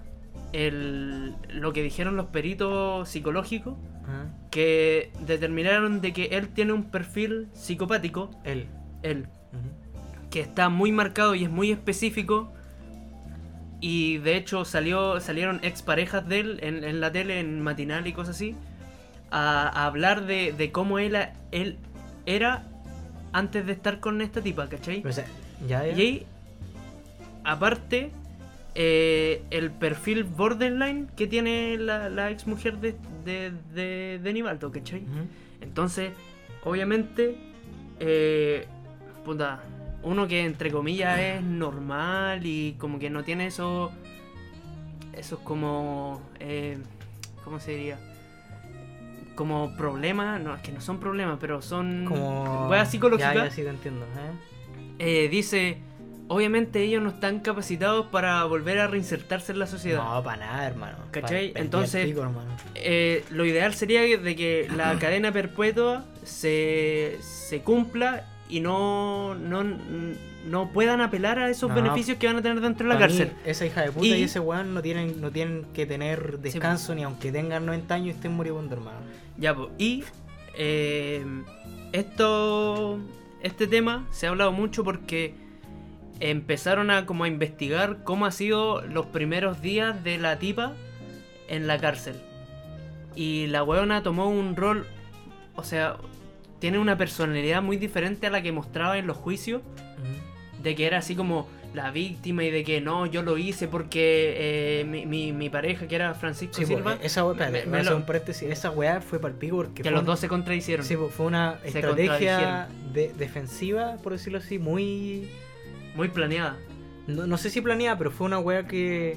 S3: el- lo que dijeron los peritos psicológicos,
S2: Ajá.
S3: que determinaron de que él tiene un perfil psicopático,
S2: Él.
S3: él, que está muy marcado y es muy específico. Y de hecho salió, salieron exparejas de él en, en la tele, en matinal y cosas así, a, a hablar de, de cómo él, a- él era antes de estar con esta tipa, ¿cachai?
S2: O sea, ya, ya.
S3: Y ahí, aparte, eh, el perfil borderline que tiene la, la ex mujer de, de, de, de Nibaldo, ¿cachai?
S2: Ujú.
S3: Entonces, obviamente, eh, puta, uno que entre comillas es normal y como que no tiene eso, esos como, eh, ¿cómo se diría? Como problemas, no, es que no son problemas, pero son...
S2: Como.
S3: Mm, Wea psicológica.
S2: Ya, ya, sí te entiendo. ¿eh?
S3: Eh, dice, obviamente ellos no están capacitados para volver a reinsertarse en la sociedad.
S2: No, para nada, hermano. Pa-
S3: ¿Cachai?
S2: perdí el
S3: Entonces-
S2: pico, hermano.
S3: Eh, lo ideal sería que- de que
S2: (clears throat)
S3: la cadena perpetua se, se cumpla y no, no, no puedan apelar a esos
S2: No.
S3: beneficios que van a tener dentro de la
S2: Pa' mí,
S3: cárcel.
S2: esa hija de puta y,
S3: Y-
S2: ese weón no tienen, no tienen que tener descanso ni aunque tengan 90 años y estén moribundo, hermano.
S3: Ya, po. y eh, esto, este tema se ha hablado mucho porque empezaron a como a investigar cómo ha sido los primeros días de la tipa en la cárcel. Y la weona tomó un rol, o sea, tiene una personalidad muy diferente a la que mostraba en los juicios de que era así como la víctima y de que no, yo lo hice porque eh, mi, mi- mi pareja, que era Francisco
S2: Sí,
S3: Silva,
S2: po, eh, esa weá, espérate,
S3: Pues
S2: voy
S3: me- me
S2: a hacer
S3: lo-
S2: un paréntesis, esa weá fue para el pico porque.
S3: que
S2: fue
S3: los
S2: un-
S3: dos se contradicieron.
S2: Sí, po, fue una
S3: Se
S2: estrategia de- defensiva, por decirlo así, muy.
S3: Muy planeada.
S2: No, no sé si planeada, pero fue una weá que.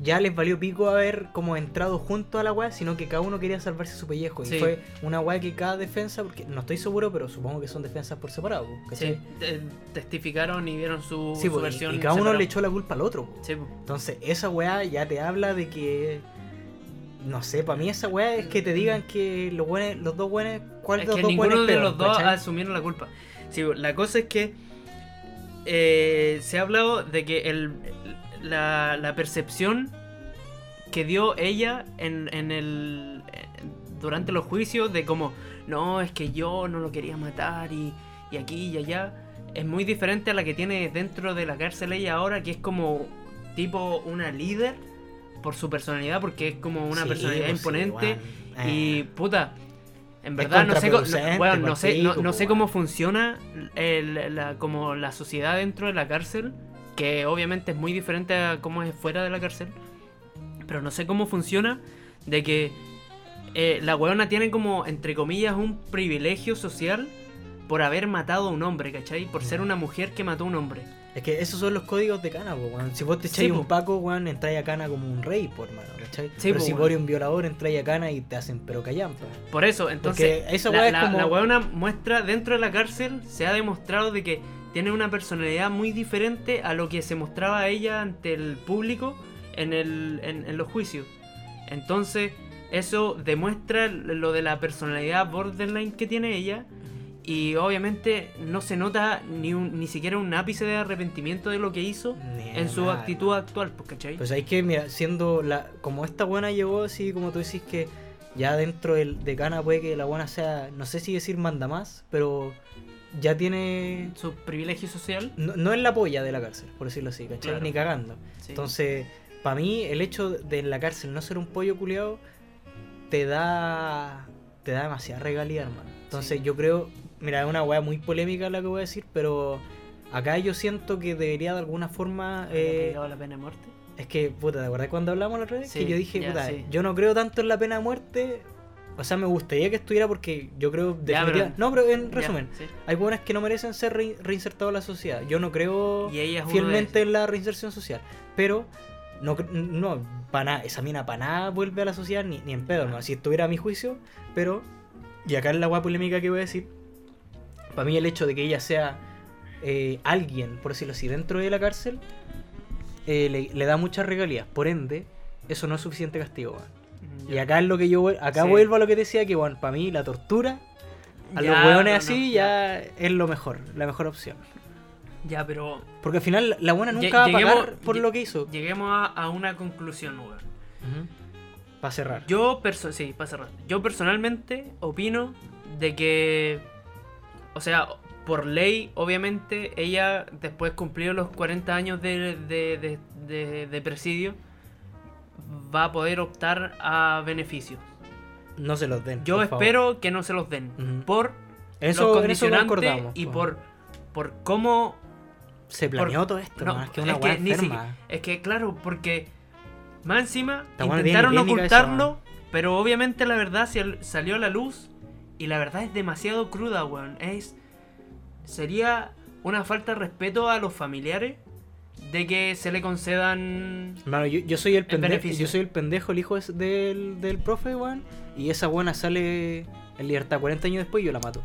S2: Ya les valió pico haber como entrado junto a la weá, sino que cada uno quería salvarse su pellejo. Y
S3: Sí.
S2: fue una weá que cada defensa, porque no estoy seguro, pero supongo que son defensas por separado. po, ¿cachai?
S3: Sí, te- Eh, testificaron y dieron su,
S2: Sí,
S3: su
S2: po, y-
S3: versión.
S2: y, cada uno
S3: separada.
S2: le echó la culpa al otro. po.
S3: Sí, pues. po.
S2: Entonces, esa weá ya te habla de que. No sé, para mí esa weá es que te digan que los, buenos, los dos buenos. ¿Cuál
S3: Es
S2: de los
S3: que
S2: dos buenos
S3: ninguno
S2: es
S3: de
S2: peor,
S3: los dos
S2: cachai?
S3: asumieron la culpa. Sí, po, la cosa es que eh, se ha hablado de que el, la, la percepción que dio ella en, en el en- durante los juicios de como no es que yo no lo quería matar y, y aquí y allá es muy diferente a la que tiene dentro de la cárcel ella ahora que es como tipo una líder por su personalidad porque es como una
S2: Sí,
S3: personalidad
S2: pues sí,
S3: imponente
S2: weón. Eh.
S3: y puta, en
S2: Es
S3: verdad no sé, co-
S2: contraproducente,
S3: no, weón, no sé, no,
S2: palpico,
S3: no sé
S2: weón.
S3: cómo funciona el- la, como la sociedad dentro de la cárcel, que obviamente es muy diferente a cómo es fuera de la cárcel, pero no sé cómo funciona de que eh, la weona tiene como, entre comillas, un privilegio social por haber matado a un hombre, ¿cachai? Por ser una mujer que mató a un hombre.
S2: Es que esos son los códigos de Cana, po, weón. Si vos te echáis
S3: Sí, po.
S2: un paco, weón, entráis a Cana como un rey, por hermano, ¿cachai?
S3: Sí,
S2: pero
S3: po,
S2: si
S3: weón.
S2: vos eres un violador, entráis a Cana y te hacen pero callampa.
S3: Por eso, entonces,
S2: Porque esa weá
S3: la,
S2: es
S3: la-
S2: como-
S3: la weona muestra dentro de la cárcel se ha demostrado de que tiene una personalidad muy diferente a lo que se mostraba a ella ante el público en, el, en, en los juicios. Entonces, eso demuestra lo de la personalidad borderline que tiene ella. Y obviamente no se nota ni, un- ni siquiera un ápice de arrepentimiento de lo que hizo en su actitud actual, pues, ¿cachai?
S2: Pues hay que, mira, siendo la. Como esta buena llegó así, como tú decís que ya dentro del, de Cana puede que la buena sea, no sé si decir manda más, pero ya tiene.
S3: Su privilegio social.
S2: No, no es la polla de la cárcel, por decirlo así, ¿cachai?
S3: Claro.
S2: Ni cagando.
S3: sí.
S2: Entonces, para mí, el hecho de en la cárcel no ser un pollo culiado te da. te da demasiada regalía, hermano. Entonces,
S3: Sí.
S2: yo creo. Mira, es una weá muy polémica la que voy a decir, pero acá yo siento que debería de alguna forma.
S3: ¿Había
S2: eh,
S3: aplicado la pena de muerte?
S2: es que, puta, ¿te acordás cuando hablamos la otra vez?
S3: Sí,
S2: que yo dije,
S3: ya,
S2: puta,
S3: sí.
S2: yo no creo tanto en la pena de muerte. O sea, me gustaría que estuviera porque yo creo
S3: Ya, pero-
S2: definitiva- No, pero en
S3: Ya,
S2: resumen,
S3: sí.
S2: hay buenas que no merecen ser rein- reinsertados a la sociedad. Yo no creo
S3: Y ella es uno de-
S2: fielmente en la reinserción social. Pero no, cre- no pa' nada, esa mina para nada vuelve a la sociedad ni, ni en pedo, hermano. Si estuviera a mi juicio, pero. Y acá es la guapa polémica que voy a decir. Para mí el hecho de que ella sea eh, alguien, por decirlo así, dentro de la cárcel, eh, le, le da muchas regalías. Por ende, eso no es suficiente castigo, weón. Y acá es lo que yo vuel- acá
S3: Sí.
S2: vuelvo a lo que decía que bueno, para mí la tortura a los
S3: Ya,
S2: hueones
S3: no,
S2: así
S3: no,
S2: ya es lo mejor, la mejor opción.
S3: Ya, pero
S2: Porque al final la buena nunca
S3: Lle-
S2: va a pagar
S3: lleguemos-
S2: por
S3: lle-
S2: lo que hizo.
S3: lleguemos a, a una conclusión, weón.
S2: Para cerrar.
S3: Yo, perso sí, para cerrar. Yo personalmente opino de que, o sea, por ley, obviamente, ella después cumplió los 40 años de, de- de- de- de presidio, va a poder optar a beneficios.
S2: no se los den.
S3: Yo
S2: por favor.
S3: espero que no se los den.
S2: Ujú.
S3: Por los
S2: Eso, en eso
S3: condicionantes
S2: concordamos.
S3: y
S2: po.
S3: por, por cómo
S2: Se planeó todo esto,
S3: no,
S2: man, es que una weá
S3: ni
S2: enferma.
S3: siquiera- es que claro, porque más encima
S2: Esta weá no tiene
S3: intentaron
S2: ni técnica
S3: ocultarlo, pero obviamente la verdad sal- salió a la luz y la verdad es demasiado cruda, weón. Es sería una falta de respeto a los familiares de que se le concedan
S2: Hermano, yo, yo soy el pendejo,
S3: beneficio.
S2: yo soy el pendejo, el hijo es del, del profe, weón. Y esa buena sale en libertad 40 años después y yo la mato.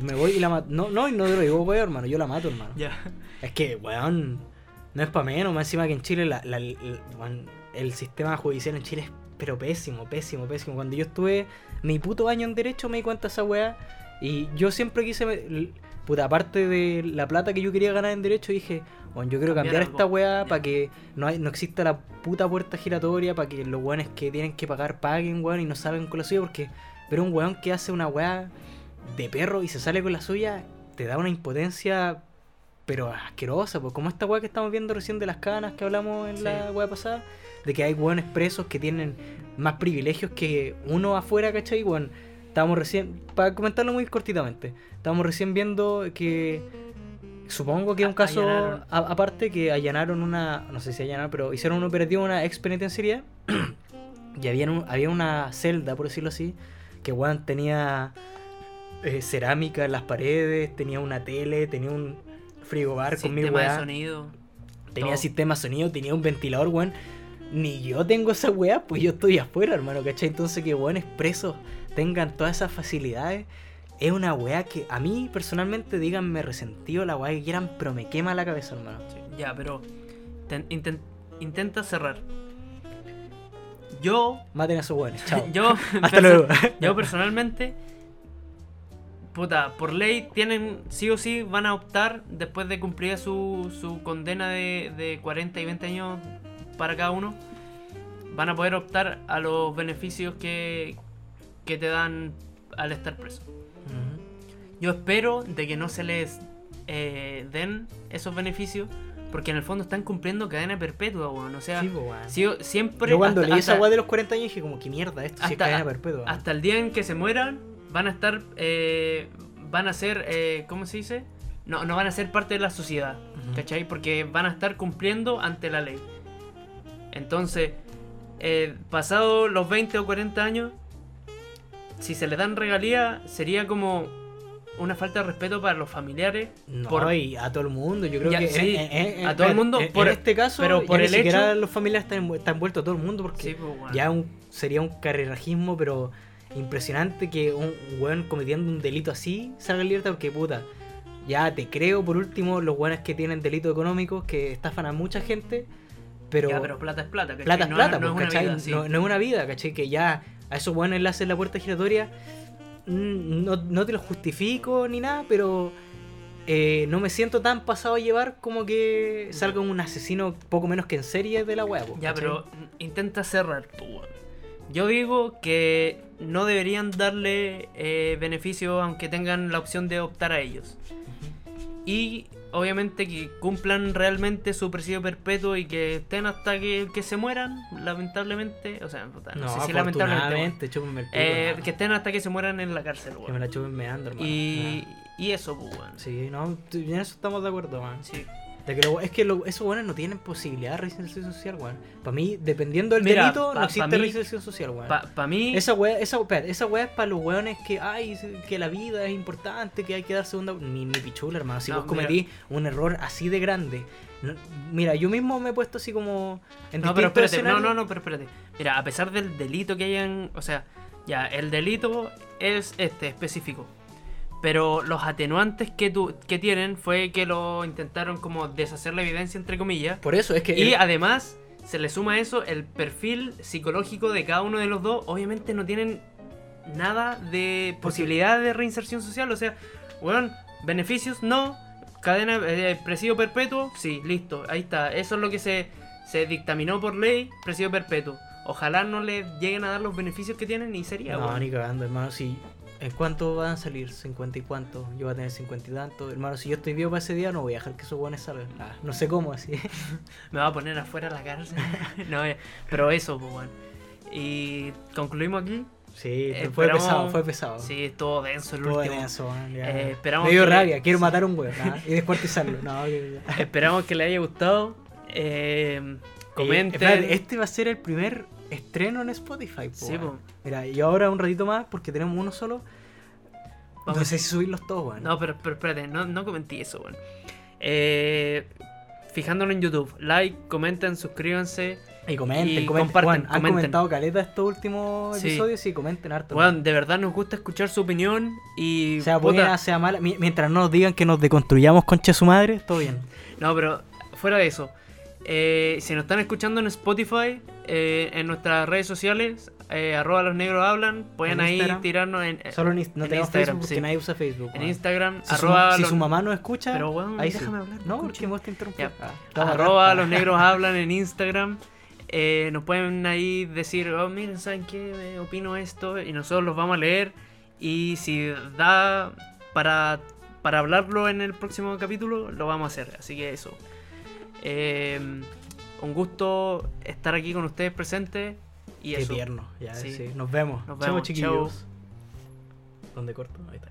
S2: Me voy y la mato. No, no, y no te lo digo, weón, hermano. Yo la mato, hermano.
S3: ya
S2: Es que, weón, no es para menos. Más encima que en Chile la- la- la- weón, el sistema judicial en Chile es pero pésimo, pésimo, pésimo. Cuando yo estuve mi puto año en Derecho me di cuenta de esa weá. Y yo siempre quise, me- l- puta, aparte de la plata que yo quería ganar en Derecho, dije, bueno, yo quiero
S3: Cambiar
S2: cambiar
S3: algo.
S2: esta weá
S3: Ya.
S2: para que no, hay- no exista la puta puerta giratoria, para que los weones que tienen que pagar paguen, weón, y no saben con la suya, porque pero un weón que hace una weá de perro y se sale con la suya, te da una impotencia, pero asquerosa, pues como esta weá que estamos viendo recién de las canas que hablamos en la
S3: Sí.
S2: weá pasada, de que hay weones presos que tienen más privilegios que uno afuera, ¿cachai? Weón, estábamos recién, para comentarlo muy cortitamente, estábamos recién viendo que supongo que es un
S3: A-
S2: caso
S3: allanaron.
S2: a- aparte que allanaron una, no sé si allanaron, pero hicieron un operativo en una ex penitenciaría (clears throat) y había, un- había una celda, por decirlo así, que weón tenía eh, cerámica en las paredes, tenía una tele, tenía un frigobar con mil
S3: sistema de
S2: weá.
S3: sonido.
S2: Tenía
S3: Todo.
S2: sistema de sonido, tenía un ventilador, weón. Ni yo tengo esa weá, pues yo estoy afuera, hermano, ¿cachai? Entonces que weones presos tengan todas esas facilidades. Es una weá que a mí personalmente, digan, me resentido la weá que quieran, pero me quema la cabeza, hermano.
S3: Ya, pero ten- inten- intenta cerrar. Yo
S2: Maten a esos weones,
S3: (laughs)
S2: chao.
S3: yo
S2: (laughs) Hasta luego.
S3: Yo personalmente, puta, por ley tienen, sí o sí, van a optar después de cumplir su, su condena de, de 40 y 20 años para cada uno, van a poder optar a los beneficios que, que te dan al estar preso.
S2: Ujú.
S3: Yo espero de que no se les eh, den esos beneficios, porque en el fondo están cumpliendo cadena perpetua, weón. O sea,
S2: Sí, pues, weón.
S3: sí o- siempre...
S2: Yo cuando
S3: hasta-
S2: leí esa
S3: hasta-
S2: weá de los 40 años dije como que mierda, esto sí es
S3: hasta-
S2: cadena perpetua.
S3: hasta el día en que se mueran, van a estar. eh, van a ser. eh, ¿Cómo se dice? No, no van a ser parte de la sociedad.
S2: Ujú.
S3: ¿Cachai? Porque van a estar cumpliendo ante la ley. Entonces, eh, pasado los 20 o 40 años, si se le dan regalía, sería como una falta de respeto para los familiares.
S2: No,
S3: por-
S2: y a todo el mundo, yo creo
S3: Ya,
S2: que
S3: sí,
S2: en- en- en-
S3: a todo el
S2: en-
S3: mundo,
S2: en,
S3: por-
S2: en este caso,
S3: pero
S2: ya
S3: por
S2: ni
S3: el
S2: siquiera
S3: hecho-
S2: los familiares están, envu- están envueltos todo el mundo porque
S3: Sí, pues, weón.
S2: ya un- sería un carrerajismo, pero impresionante que un weón cometiendo un delito así salga en libertad, porque puta, ya te creo por último los weones que tienen delitos económicos, que estafan a mucha gente, pero,
S3: Ya, pero plata es plata, ¿cachai?
S2: plata es
S3: Este, No-
S2: plata, pues,
S3: no es una
S2: ¿cachai?
S3: vida, sí.
S2: no, no es una vida, ¿cachai? Que ya a esos buenos enlaces en la puerta giratoria, mm, no, no te los justifico ni nada, pero eh, no me siento tan pasado a llevar como que salga un asesino poco menos que en serie de la pues, web.
S3: Ya, pero intenta cerrar, po, weón. Yo digo que no deberían darle eh, beneficio aunque tengan la opción de optar a ellos. Y obviamente que cumplan realmente su presidio perpetuo y que estén hasta que, que se mueran, lamentablemente. O sea, puta, no,
S2: No,
S3: sé si lamentablemente. weón.
S2: afortunadamente, chúpenme el pico,
S3: Eh,
S2: no.
S3: que estén hasta que se mueran en la cárcel,
S2: Que
S3: weón.
S2: me la chupen meando, hermano.
S3: Y,
S2: Ah.
S3: y eso, pues, weón.
S2: Sí, no, t- en eso estamos de acuerdo, man.
S3: Sí.
S2: De que lo- es que lo- esos buenos no tienen posibilidad de reinserción social, weón. Para mí, dependiendo del
S3: Mira,
S2: delito,
S3: pa-
S2: no
S3: pa'
S2: existe
S3: mí-
S2: reinserción social, weón.
S3: Para mí,
S2: Esa weá, esa, espérate, esa weá es para los weones que, ay, que la vida es importante, que hay que dar segunda. Ni, ni pichula, hermano. Si
S3: No,
S2: vos cometí un error así de grande. no- mira, yo mismo me he puesto así como. En
S3: No,
S2: distintos
S3: pero espérate, no, no,
S2: escenarios.
S3: no, pero espérate. Mira, a pesar del delito que hayan, o sea, ya, el delito es este específico. Pero los atenuantes que, tu- que tienen fue que lo intentaron como deshacer la evidencia, entre comillas.
S2: Por eso es que. el-
S3: Y además, se le suma a eso el perfil psicológico de cada uno de los dos. Obviamente no tienen nada de posibilidad de reinserción social. O sea, weón, beneficios no. Cadena, eh, presidio perpetuo, sí, listo, ahí está. Eso es lo que se, se dictaminó por ley, presidio perpetuo. Ojalá no le lleguen a dar los beneficios que tienen y sería,
S2: no,
S3: weón.
S2: ni cagando, hermano. Si. ¿En cuánto van a salir? ¿50 y cuánto? Yo voy a tener 50 y tanto. Hermano, si yo estoy vivo para ese día, no voy a dejar que esos weones salgan. Ah, no sé cómo así. (laughs)
S3: Me va a poner eh, afuera de la cárcel. no, ya. pero eso, pues, weón. Y concluimos aquí.
S2: Sí,
S3: Eh,
S2: fue
S3: esperamos-
S2: pesado, fue pesado.
S3: Sí, estuvo denso el
S2: Todo
S3: último.
S2: denso, weón, ya.
S3: Eh, esperamos
S2: Me dio
S3: que-
S2: rabia, quiero matar a un
S3: (laughs)
S2: weón ah, y descuartizarlo. No, que-
S3: Esperamos que les haya gustado. Eh, comenten.
S2: Eh, espérate, este va a ser el primer estreno en Spotify. po,
S3: Sí,
S2: weón.
S3: po.
S2: Mira, y ahora un ratito más, porque tenemos uno solo.
S3: Vamos.
S2: No sé si subirlos todos, weón.
S3: No, pero, pero espérate, no, no comenté eso, weón. Eh, fijándolo en YouTube. Like, comenten, suscríbanse.
S2: y comenten,
S3: y
S2: comenten.
S3: comparten,
S2: Weón, han
S3: comenten.
S2: comentado caleta estos últimos
S3: Sí.
S2: episodios y comenten harto.
S3: Weón, de verdad nos gusta escuchar su opinión y...
S2: O sea
S3: puta,
S2: buena, sea mala. mi- Mientras no nos digan que nos deconstruyamos concha su madre, todo bien.
S3: No, pero fuera de eso. eh, si nos están escuchando en Spotify, eh, en nuestras redes sociales, eh, arroba los negros hablan, pueden
S2: En
S3: ahí
S2: Instagram.
S3: tirarnos en,
S2: Solo en, Inst- no
S3: Eh, en
S2: tenemos
S3: Instagram,
S2: Facebook porque
S3: sí.
S2: nadie usa Facebook.
S3: en
S2: weón.
S3: Instagram,
S2: Si, su,
S3: arroba,
S2: si
S3: los,
S2: su mamá no escucha,
S3: Pero, weón,
S2: ahí sí.
S3: déjame hablar,
S2: No,
S3: concha.
S2: porque vos te interrumpí.
S3: Ya.
S2: Ah, te vas a
S3: arroba
S2: agarrar. (laughs)
S3: los negros hablan en Instagram. eh, nos pueden ahí decir, oh, miren, ¿saben qué? Eh, opino esto. Y nosotros los vamos a leer. Y si da para, para hablarlo en el próximo capítulo, lo vamos a hacer. Así que eso. Eh, un gusto estar aquí con ustedes presentes. Y
S2: Qué
S3: eso.
S2: tierno. Ya,
S3: Sí.
S2: sí. Nos vemos. Chao,
S3: Nos vemos, chao.
S2: chiquillos. ¿Dónde corto? Ahí está.